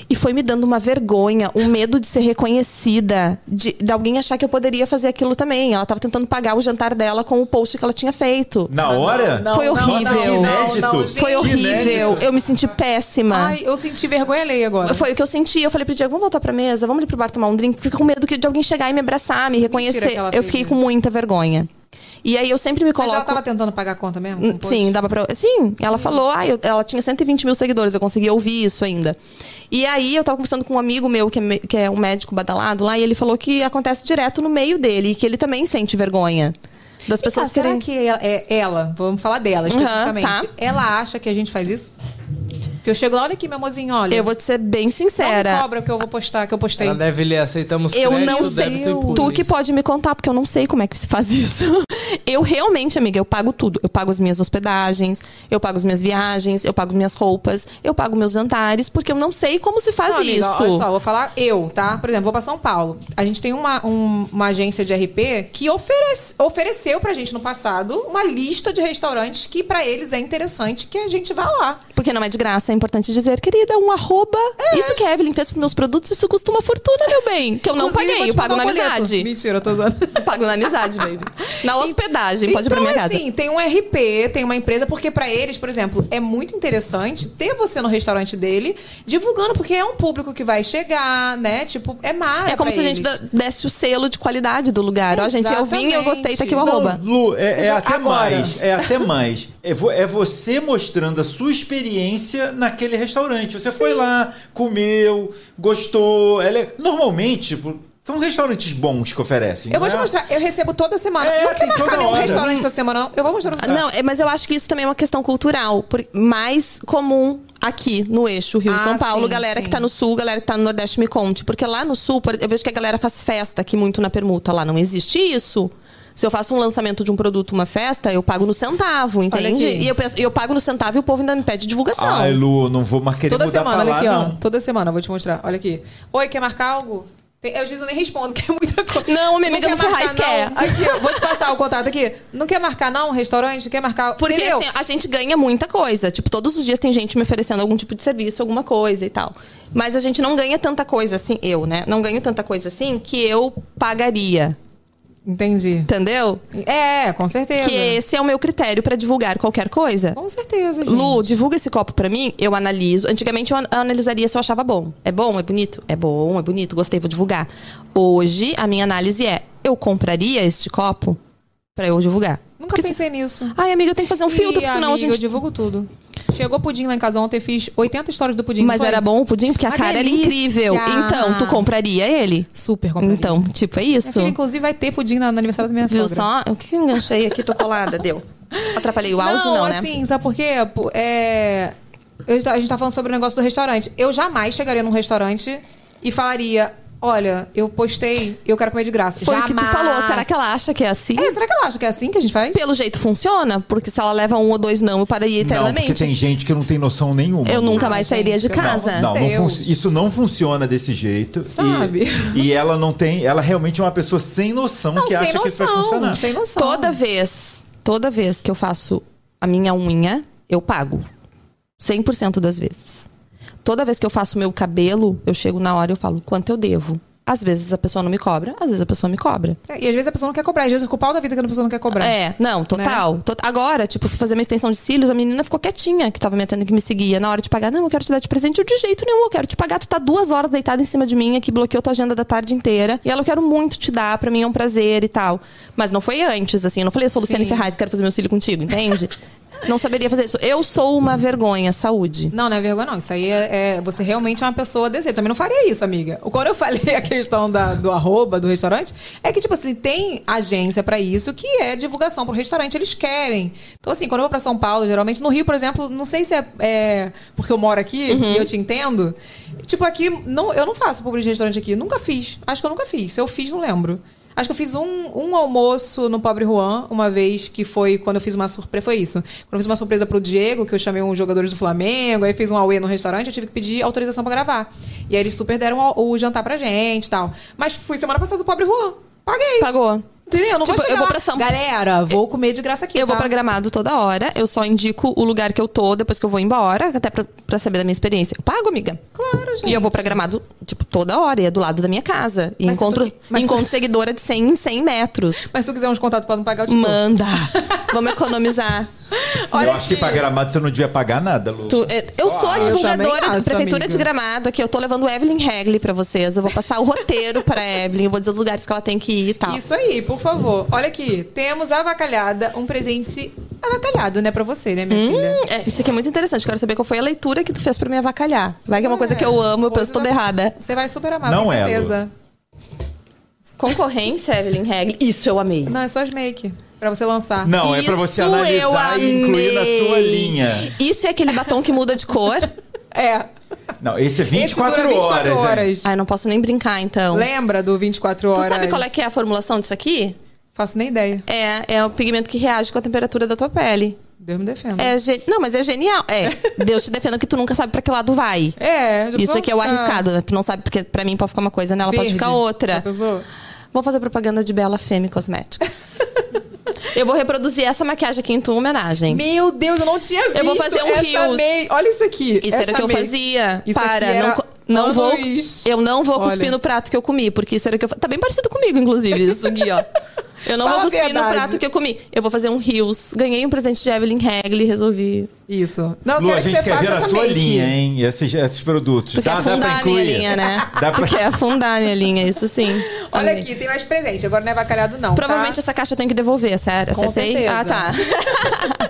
S5: e foi me dando uma vergonha, um medo de ser reconhecida, de, de alguém achar que eu poderia fazer aquilo também. Ela tava tentando pagar o jantar dela com o post que ela tinha feito.
S6: Na hora?
S1: Não,
S5: Foi
S1: não, não,
S5: horrível.
S1: não,
S6: Que
S1: não,
S6: inédito.
S1: gente.
S5: Foi horrível.
S6: inédito.
S5: Eu me senti péssima.
S1: Ai, eu senti vergonha alheia agora.
S5: Foi o que eu senti. Eu falei pro Diego, vamos voltar pra mesa, vamos ali pro bar tomar um drink. Fiquei com medo que- de alguém chegar e me abraçar, me reconhecer.
S1: que ela
S5: Eu
S1: fez
S5: fiquei
S1: isso.
S5: com muita vergonha. E aí eu sempre me
S1: Mas
S5: coloco. Hum,
S1: ela tava um tentando pagar a conta mesmo? com o post?
S5: Sim, dava pra. Sim,
S1: Uhum.
S5: ela falou. Ah, eu- ela tinha 120 mil seguidores, eu consegui ouvir isso ainda. E aí eu tava conversando com um amigo meu, que é, me- que é um médico badalado lá, e ele falou que acontece direto no meio dele, e que ele também sente vergonha. Das
S1: Tá,
S5: pessoas
S1: será
S5: querem.
S1: que ela, é- ela- vamos falar dela
S5: Aham,
S1: especificamente,
S5: tá.
S1: ela acha que a gente faz isso? Que eu chego lá, olha aqui, meu amorzinho, olha.
S5: Eu vou te ser bem
S1: não me
S5: sincera.
S1: cobra que eu vou postar, que eu postei.
S2: Ela deve ler, aceitamos
S5: Eu
S2: crédito,
S5: não sei.
S2: débito e
S1: Tu
S5: Tu
S2: pulso.
S5: que pode me contar, porque eu não sei como é que se faz isso. Eu realmente, amiga, eu pago tudo. Eu pago as minhas hospedagens, eu pago as minhas viagens, eu pago minhas roupas, eu pago meus jantares, porque eu não sei como se faz
S1: Não, amiga,
S5: isso.
S1: Olha só, vou falar eu, tá? Por exemplo, vou pra São Paulo. A gente tem uma, um- uma agência de RP que oferece, ofereceu pra gente no passado uma lista de restaurantes que pra eles é interessante que a gente vá lá.
S5: Porque não é de graça, é importante dizer, querida, um arroba.
S1: É.
S5: Isso que a Evelyn fez pros meus produtos, isso custa uma fortuna, meu bem. Que eu não
S1: Inclusive, vou te
S5: paguei, eu pago na
S1: mandar um boleto.
S5: amizade.
S1: Mentira, eu tô usando.
S5: Eu pago na amizade, baby. Na hospedagem, pode ir pra
S1: então,
S5: minha casa.
S1: assim, tem um RP, tem uma empresa, porque pra eles, por exemplo, é muito interessante ter você no restaurante dele, divulgando, porque é um público que vai chegar, né? Tipo, é mara
S5: É
S1: pra
S5: como se a gente
S1: eles.
S5: da- desse o selo de qualidade do lugar. Ó, gente, eu vim, eu gostei, tá aqui o
S1: Exatamente.
S5: arroba.
S6: Não, Lu, é, é até
S1: Agora.
S6: mais. É até mais. É, vo- é você mostrando a sua experiência naquele restaurante. Você foi lá, comeu, gostou. é le- Normalmente, tipo, são restaurantes bons que oferecem.
S1: Eu vou
S6: não
S1: te
S6: é?
S1: mostrar, eu recebo toda semana.
S6: É,
S1: não quer
S6: tem
S1: marcar
S6: toda
S1: nenhum
S6: hora.
S1: restaurante essa semana, não. Eu vou mostrar pra você.
S5: Não, é, mas eu acho que isso também é uma questão cultural, por- mais comum aqui no eixo Rio e
S1: Ah,
S5: São Paulo.
S1: sim,
S5: galera
S1: sim.
S5: que tá no sul, galera que tá no Nordeste me conte, porque lá no sul, por- eu vejo que a galera faz festa aqui muito na permuta lá, não existe isso. Se eu faço um lançamento de um produto, uma festa, eu pago no centavo, entende?
S1: aqui.
S5: E eu, penso- e eu pago no centavo e o povo ainda me pede divulgação.
S6: Ai, Lu, não vou mais querer
S1: Toda
S6: mudar
S1: semana,
S6: pra
S1: olha
S6: lá,
S1: aqui, ó.
S6: não.
S1: Toda semana, eu vou te mostrar. Olha aqui. Oi, quer marcar algo? Tem- Eu, às vezes eu nem respondo, que é muita coisa.
S5: Não, minha amiga
S1: quer
S5: do Ferraz
S1: marcar,
S5: quer.
S1: não? Aqui, ó, vou te passar o contato aqui. Não quer marcar, não? Restaurante? Quer marcar?
S5: Porque
S1: Entendeu?
S5: assim, a gente ganha muita coisa. Tipo, todos os dias tem gente me oferecendo algum tipo de serviço, alguma coisa e tal. Mas a gente não ganha tanta coisa assim, eu, né? Não ganho tanta coisa assim que eu pagaria.
S1: Entendi.
S5: Entendeu?
S1: É, com certeza.
S5: Que esse é o meu critério pra divulgar qualquer coisa.
S1: Com certeza, é, gente.
S5: Lu, divulga esse copo pra mim, eu analiso. Antigamente eu an- analisaria se eu achava bom. É bom? É bonito? É bom, é bonito, gostei, vou divulgar. Hoje, a minha análise é: eu compraria este copo pra eu divulgar?
S1: Nunca pensei nisso.
S5: Ai, amiga, eu tenho que fazer um
S1: Ih,
S5: filtro, porque senão
S1: amiga,
S5: a
S1: eu
S5: gente.
S1: divulgo tudo. Chegou pudim lá em casa ontem, fiz 80 histórias do pudim.
S5: Mas
S1: foi?
S5: era bom o pudim, porque a
S1: Uma
S5: cara
S1: delícia.
S5: era incrível. Então, tu compraria ele?
S1: Super compraria.
S5: Então, tipo, é
S1: Minha
S5: isso.
S1: filha, inclusive, vai ter pudim na- no aniversário da minha
S5: Viu
S1: sogra.
S5: só? O que que eu enganchei aqui? Tô colada, deu. Atrapalhei o áudio, não, né?
S1: assim, sabe por quê? Pô, É... eu já- a gente tá falando sobre o negócio do restaurante. Eu jamais chegaria num restaurante e falaria, olha, eu postei, eu quero comer de graça.
S5: Foi
S1: jamais.
S5: o que tu falou. Será que ela acha que é assim?
S1: É, será que ela acha que é assim que a gente faz?
S5: pelo jeito funciona, porque se ela leva um ou dois não, eu pararia
S6: Não, porque
S5: eternamente.
S6: tem gente que não tem noção nenhuma.
S5: Eu nunca né?
S1: Ah,
S5: mais
S1: gente,
S5: sairia de
S1: pelo amor de
S5: casa.
S6: Não, não
S1: Deus.
S6: func- isso não funciona desse jeito. E-
S1: Sabe?
S6: E, ela não tem. Ela realmente é uma pessoa sem noção que
S1: sem
S6: acha que isso vai funcionar.
S1: Sem noção.
S5: Toda vez, toda vez que eu faço a minha unha, eu pago. 100% das vezes. Toda vez que eu faço meu cabelo, eu chego na hora e eu falo quanto eu devo. Às vezes a pessoa não me cobra, às vezes a pessoa me cobra.
S1: E às vezes a pessoa não quer cobrar, às vezes eu fico o pau da vida que a pessoa não quer cobrar.
S5: É, não, total.
S1: né?
S5: Tot- Agora, tipo, fui fazer uma extensão de cílios, a menina ficou quietinha que tava me atendendo, que me seguia. Na hora de pagar, não, eu quero te dar de presente. Eu, de jeito nenhum, eu quero te pagar. Tu tá duas horas deitada em cima de mim aqui, bloqueou tua agenda da tarde inteira. E ela, eu quero muito te dar, pra mim é um prazer e tal. Mas não foi antes, assim. Eu não falei, eu sou Luciane
S1: Sim.
S5: Ferraz, quero fazer meu cílio contigo, entende? não saberia fazer isso. Eu sou uma vergonha, saúde.
S1: Não, não é vergonha, não. Isso aí é. é- você realmente é uma pessoa desejo. Também não faria isso, amiga. Quando eu falei a questão da- do arroba, do restaurante, é que, tipo assim, tem agência pra isso que é divulgação pro restaurante, eles querem. Então, assim, quando eu vou pra São Paulo, geralmente no Rio, por exemplo, não sei se é, é porque eu moro aqui e eu te entendo. Tipo, aqui, não, eu não faço publi de restaurante aqui. Nunca fiz. Acho que eu nunca fiz. Se eu fiz, não lembro. Acho que eu fiz um, um almoço no Pobre Juan, uma vez que foi quando eu fiz uma surpresa. Foi isso. Quando eu fiz uma surpresa pro Diego, que eu chamei uns jogadores do Flamengo, aí fiz um Aue no restaurante, eu tive que pedir autorização pra gravar. E aí eles super deram o, o jantar pra gente e tal. Mas fui semana passada do Pobre Juan. Paguei.
S5: Pagou.
S1: Entendeu? Eu Não
S5: Tá. Tipo,
S1: vou chegar
S5: eu vou
S1: lá,
S5: pra São-
S1: Galera, vou comer de graça aqui.
S5: Eu vou
S1: tá?
S5: pra Gramado toda hora, eu só indico o lugar que eu tô depois que eu vou embora, até pra, pra saber da minha experiência. Eu pago, amiga.
S1: Claro, gente.
S5: E eu vou pra Gramado, tipo, toda hora, e é do lado da minha casa. E
S1: Mas
S5: encontro,
S1: tu que- mas tu-
S5: encontro seguidora de 100 em 100 metros.
S1: Mas se tu quiser uns contatos pra não pagar, eu te dou.
S5: Manda! Vamos economizar.
S1: Olha
S6: eu acho que
S1: aqui.
S6: pra gramado você não devia pagar nada, Lu.
S5: Tu- é, eu sou a
S1: eu também
S5: divulgadora da
S1: acho,
S5: Prefeitura
S1: amiga.
S5: de Gramado aqui. Eu tô levando Evelyn Regli pra vocês. Eu vou passar o roteiro pra Evelyn, eu vou dizer os lugares que ela tem que ir e tal.
S1: Isso aí, por favor. Olha aqui, temos avacalhada, um presente avacalhado, né, pra você, né, minha filha?
S5: Hum, é, isso aqui é muito interessante. Quero saber qual foi a leitura que tu fez pra me avacalhar. Vai que é uma coisa que eu amo, eu penso toda errada.
S1: Você vai super amar,
S6: Não
S1: com
S6: é, Lu.
S1: certeza.
S5: Concorrência, Evelyn Regli. Isso eu amei.
S1: Não, é só as make. Pra você lançar.
S6: Não, é pra você analisar e incluir na sua linha.
S5: Isso é aquele batom que muda de cor.
S1: É.
S6: Não, esse é
S1: Esse dura
S6: 24,
S1: 24
S6: horas. hein?
S1: horas.
S5: Ai, Ah, não posso nem brincar, então.
S1: Lembra do 24
S5: Tu
S1: horas?
S5: sabe qual é que é a formulação disso aqui?
S1: Faço nem ideia.
S5: É, é o pigmento que reage com a temperatura da tua pele.
S1: Deus me defenda.
S5: É ge- Não, mas é genial. É, Deus te defenda que tu nunca sabe pra que lado vai.
S1: É, já
S5: Isso
S1: pensou?
S5: aqui é o
S1: Ah,
S5: arriscado, né? Tu não sabe, porque pra mim pode ficar uma coisa, nela pode
S1: verde.
S5: ficar
S1: Já
S5: outra.
S1: pensou?
S5: Vou fazer propaganda de Bela Femme Cosméticos. eu vou reproduzir essa maquiagem aqui em tua homenagem.
S1: Meu Deus, eu não tinha visto.
S5: Eu vou fazer um
S1: essa
S5: Reels.
S1: make. Olha isso aqui.
S5: Isso era
S1: essa
S5: o que eu
S1: make.
S5: fazia.
S1: Isso aqui
S5: Para,
S1: era
S5: não, co- não
S1: Ana
S5: vou.
S1: Luiz.
S5: Eu não vou cuspir
S1: Olha.
S5: no prato que eu comi, porque isso era o que eu. fa- Tá bem parecido comigo, inclusive, isso, Gui, ó. Eu não
S1: Fala
S5: vou
S1: a
S5: cuspir no
S1: verdade.
S5: prato que eu comi. Eu vou fazer um rios. Ganhei um presente de Evelyn Regli, resolvi.
S1: Isso. Não, eu
S6: Lu,
S1: quero
S6: a
S1: que
S6: gente
S1: você
S6: quer
S1: faça
S6: ver a
S1: essa
S6: sua
S1: make.
S6: linha, hein? Esses, esses produtos.
S5: Tu quer
S6: dá, dá pra
S5: afundar a
S6: incluir?
S5: minha linha, né?
S6: Dá pra...
S5: Tu quer afundar a minha linha, isso sim.
S1: Olha
S5: Amei.
S1: aqui, tá? tem mais presente. Agora não é bacalhado, não.
S5: Provavelmente
S1: tá?
S5: essa caixa eu tenho que devolver, sério.
S1: Com
S5: Acertei?
S1: certeza.
S5: Ah, tá.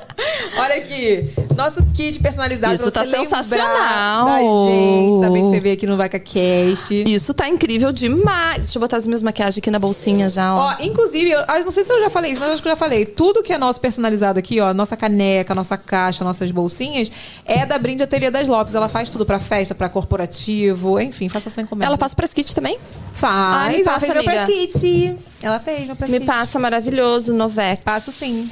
S1: Olha aqui, nosso kit personalizado.
S5: Isso
S1: pra
S5: tá
S1: você lembrar
S5: sensacional.
S1: Da gente, saber que você veio aqui no VacaCast.
S5: Isso tá incrível demais. Deixa eu botar as minhas maquiagens aqui na bolsinha já, ó.
S1: Ó, inclusive, eu, ah, não sei se eu já falei isso, mas acho que eu já falei. Tudo que é nosso personalizado aqui, ó, nossa caneca, nossa caixa, nossas bolsinhas, é da Brinde Ateliê das Lopes. Ela faz tudo pra festa, pra corporativo, enfim, faça sua encomenda.
S5: Ela faz press kit também?
S1: Faz,
S5: Ah, me
S1: ela
S5: passa,
S1: fez meu
S5: amiga.
S1: press kit. Ela fez meu press
S5: Me
S1: kit.
S5: passa, maravilhoso, Novex.
S1: Passo sim.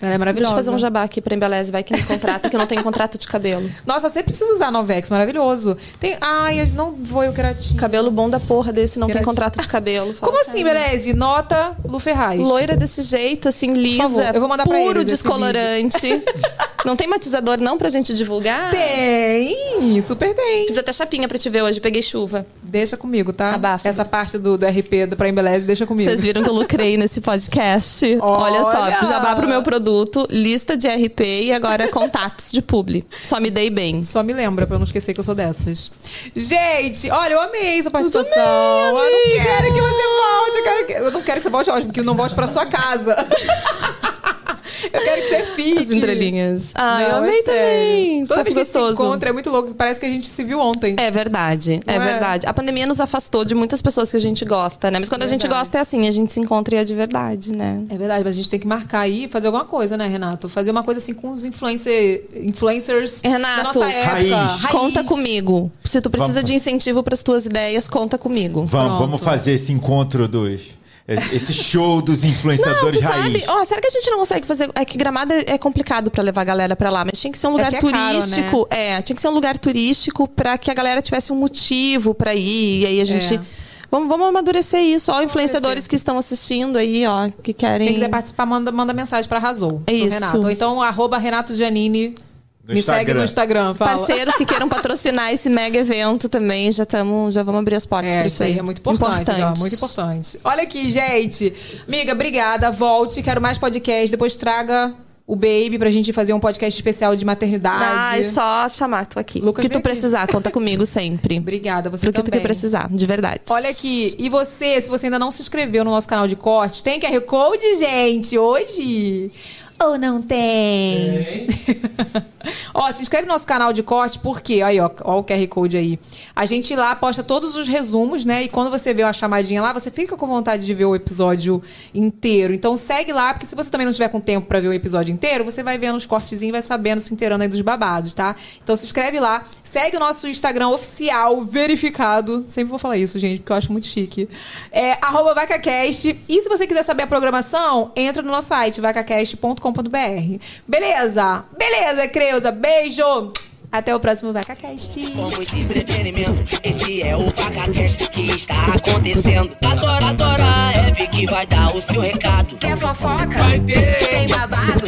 S1: Ela é
S5: Deixa
S1: maravilhosa.
S5: eu fazer um jabá aqui pra Embeleze, vai que me contrata, que eu não tenho contrato de cabelo.
S1: Nossa, você precisa usar Novex, maravilhoso. Tem. Ai, eu não vou eu queratina.
S5: Cabelo bom da porra desse, não tem
S1: Querati-
S5: contrato de cabelo. Fala
S1: Como assim,
S5: sério.
S1: beleza? Nota Lu Ferraz.
S5: Loira desse jeito, assim, lisa,
S1: favor, eu vou mandar pra
S5: puro
S1: eles esse
S5: descolorante. não tem matizador não pra gente divulgar?
S1: Tem, super tem.
S5: Fiz até chapinha pra te ver hoje, peguei chuva.
S1: Deixa comigo, tá?
S5: Abafa.
S1: Essa parte do, do RP do- pra embeleze, deixa comigo.
S5: Vocês viram que eu lucrei nesse podcast. Olha,
S1: Olha!
S5: só, jabá pro meu produto, lista de RP e agora contatos de publi. Só me dei bem.
S1: Só me lembra pra eu não esquecer que eu sou dessas. Gente, olha, eu amei sua participação. eu
S5: também,
S1: não
S5: amiga.
S1: quero que você volte. Eu, quero que- eu não quero que você volte hoje, porque eu não volte pra sua casa. eu quero que você fique.
S5: As entrelinhas. Ah, eu
S1: Não, é
S5: amei
S1: sério.
S5: também.
S1: Toda
S5: Papo
S1: vez que a gente se
S5: gostoso.
S1: encontra é muito louco. Parece que a gente se viu ontem.
S5: É verdade, é,
S1: Não é?
S5: verdade. A pandemia nos afastou de muitas pessoas que a gente gosta, né? Mas quando a gente
S1: Verdade.
S5: gosta é assim, a gente se encontra e é de verdade, né?
S1: É verdade, mas a gente tem que marcar aí e fazer alguma coisa, né, Renato? Fazer uma coisa assim com os influencer, influencers da
S5: Renato,
S1: nossa época.
S6: Raiz.
S5: Conta comigo. Se tu precisa
S6: Vamos.
S5: de incentivo pras tuas ideias, conta comigo.
S6: Vamos, vamos
S1: Pronto.
S6: fazer esse encontro dos... Esse show dos
S5: Não,
S6: influenciadores
S5: tu sabe?
S6: raiz.
S5: Ó, será que a gente não consegue fazer? É que Gramado é é complicado pra levar a galera pra lá, mas tinha que ser um lugar
S1: que é caro,
S5: turístico. É, tinha que ser um lugar turístico pra que a galera tivesse um motivo pra ir. E aí a gente
S1: É.
S5: Vamos, vamos amadurecer isso, ó, influenciadores que estão assistindo aí, ó, que querem.
S1: Quem quiser participar, manda, manda mensagem pra Arrasou.
S5: É
S1: pro
S5: isso.
S1: Renato. Ou então, arroba Renato Giannini. Me segue no Instagram, fala.
S5: Parceiros que queiram patrocinar esse mega evento também, já estamos, já vamos abrir as portas
S1: É,
S5: pra
S1: isso aí é muito importante. Gal, muito importante. Olha aqui, gente. Amiga, obrigada. Volte. Quero mais podcast. Depois traga o Baby pra gente fazer um podcast especial de maternidade.
S5: Ah, é só chamar, tô aqui.
S1: Lucas,
S5: o que
S1: vem
S5: tu
S1: aqui.
S5: precisar, conta comigo sempre.
S1: Obrigada, você
S5: Pro que tu
S1: também.
S5: que precisar, de verdade.
S1: Olha aqui, e você, se você ainda não se inscreveu no nosso canal de corte, tem QR Code, gente, hoje? Ou não tem? Ó, se inscreve no nosso canal de corte, porque, aí, ó, ó o QR Code aí. A gente lá posta todos os resumos, né? E quando você vê uma chamadinha lá, você fica com vontade de ver o episódio inteiro. Então segue lá, porque se você também não tiver com tempo pra ver o episódio inteiro, você vai vendo os cortezinhos e vai sabendo, se inteirando aí dos babados, tá? Então se inscreve lá, segue o nosso Instagram oficial, verificado. Sempre vou falar isso, gente, porque eu acho muito chique. É arroba VacaCast. E se você quiser saber a programação, entra no nosso site, vacacast.com.br. Beleza? Beleza, Creuza. Beijo! Até o próximo VacaCast.
S4: Com muito entretenimento, esse é o PagaCast que está acontecendo. é Adora, adora, a Eve que vai dar o seu recado. Quer fofoca? Vai ter! Tem babado? é um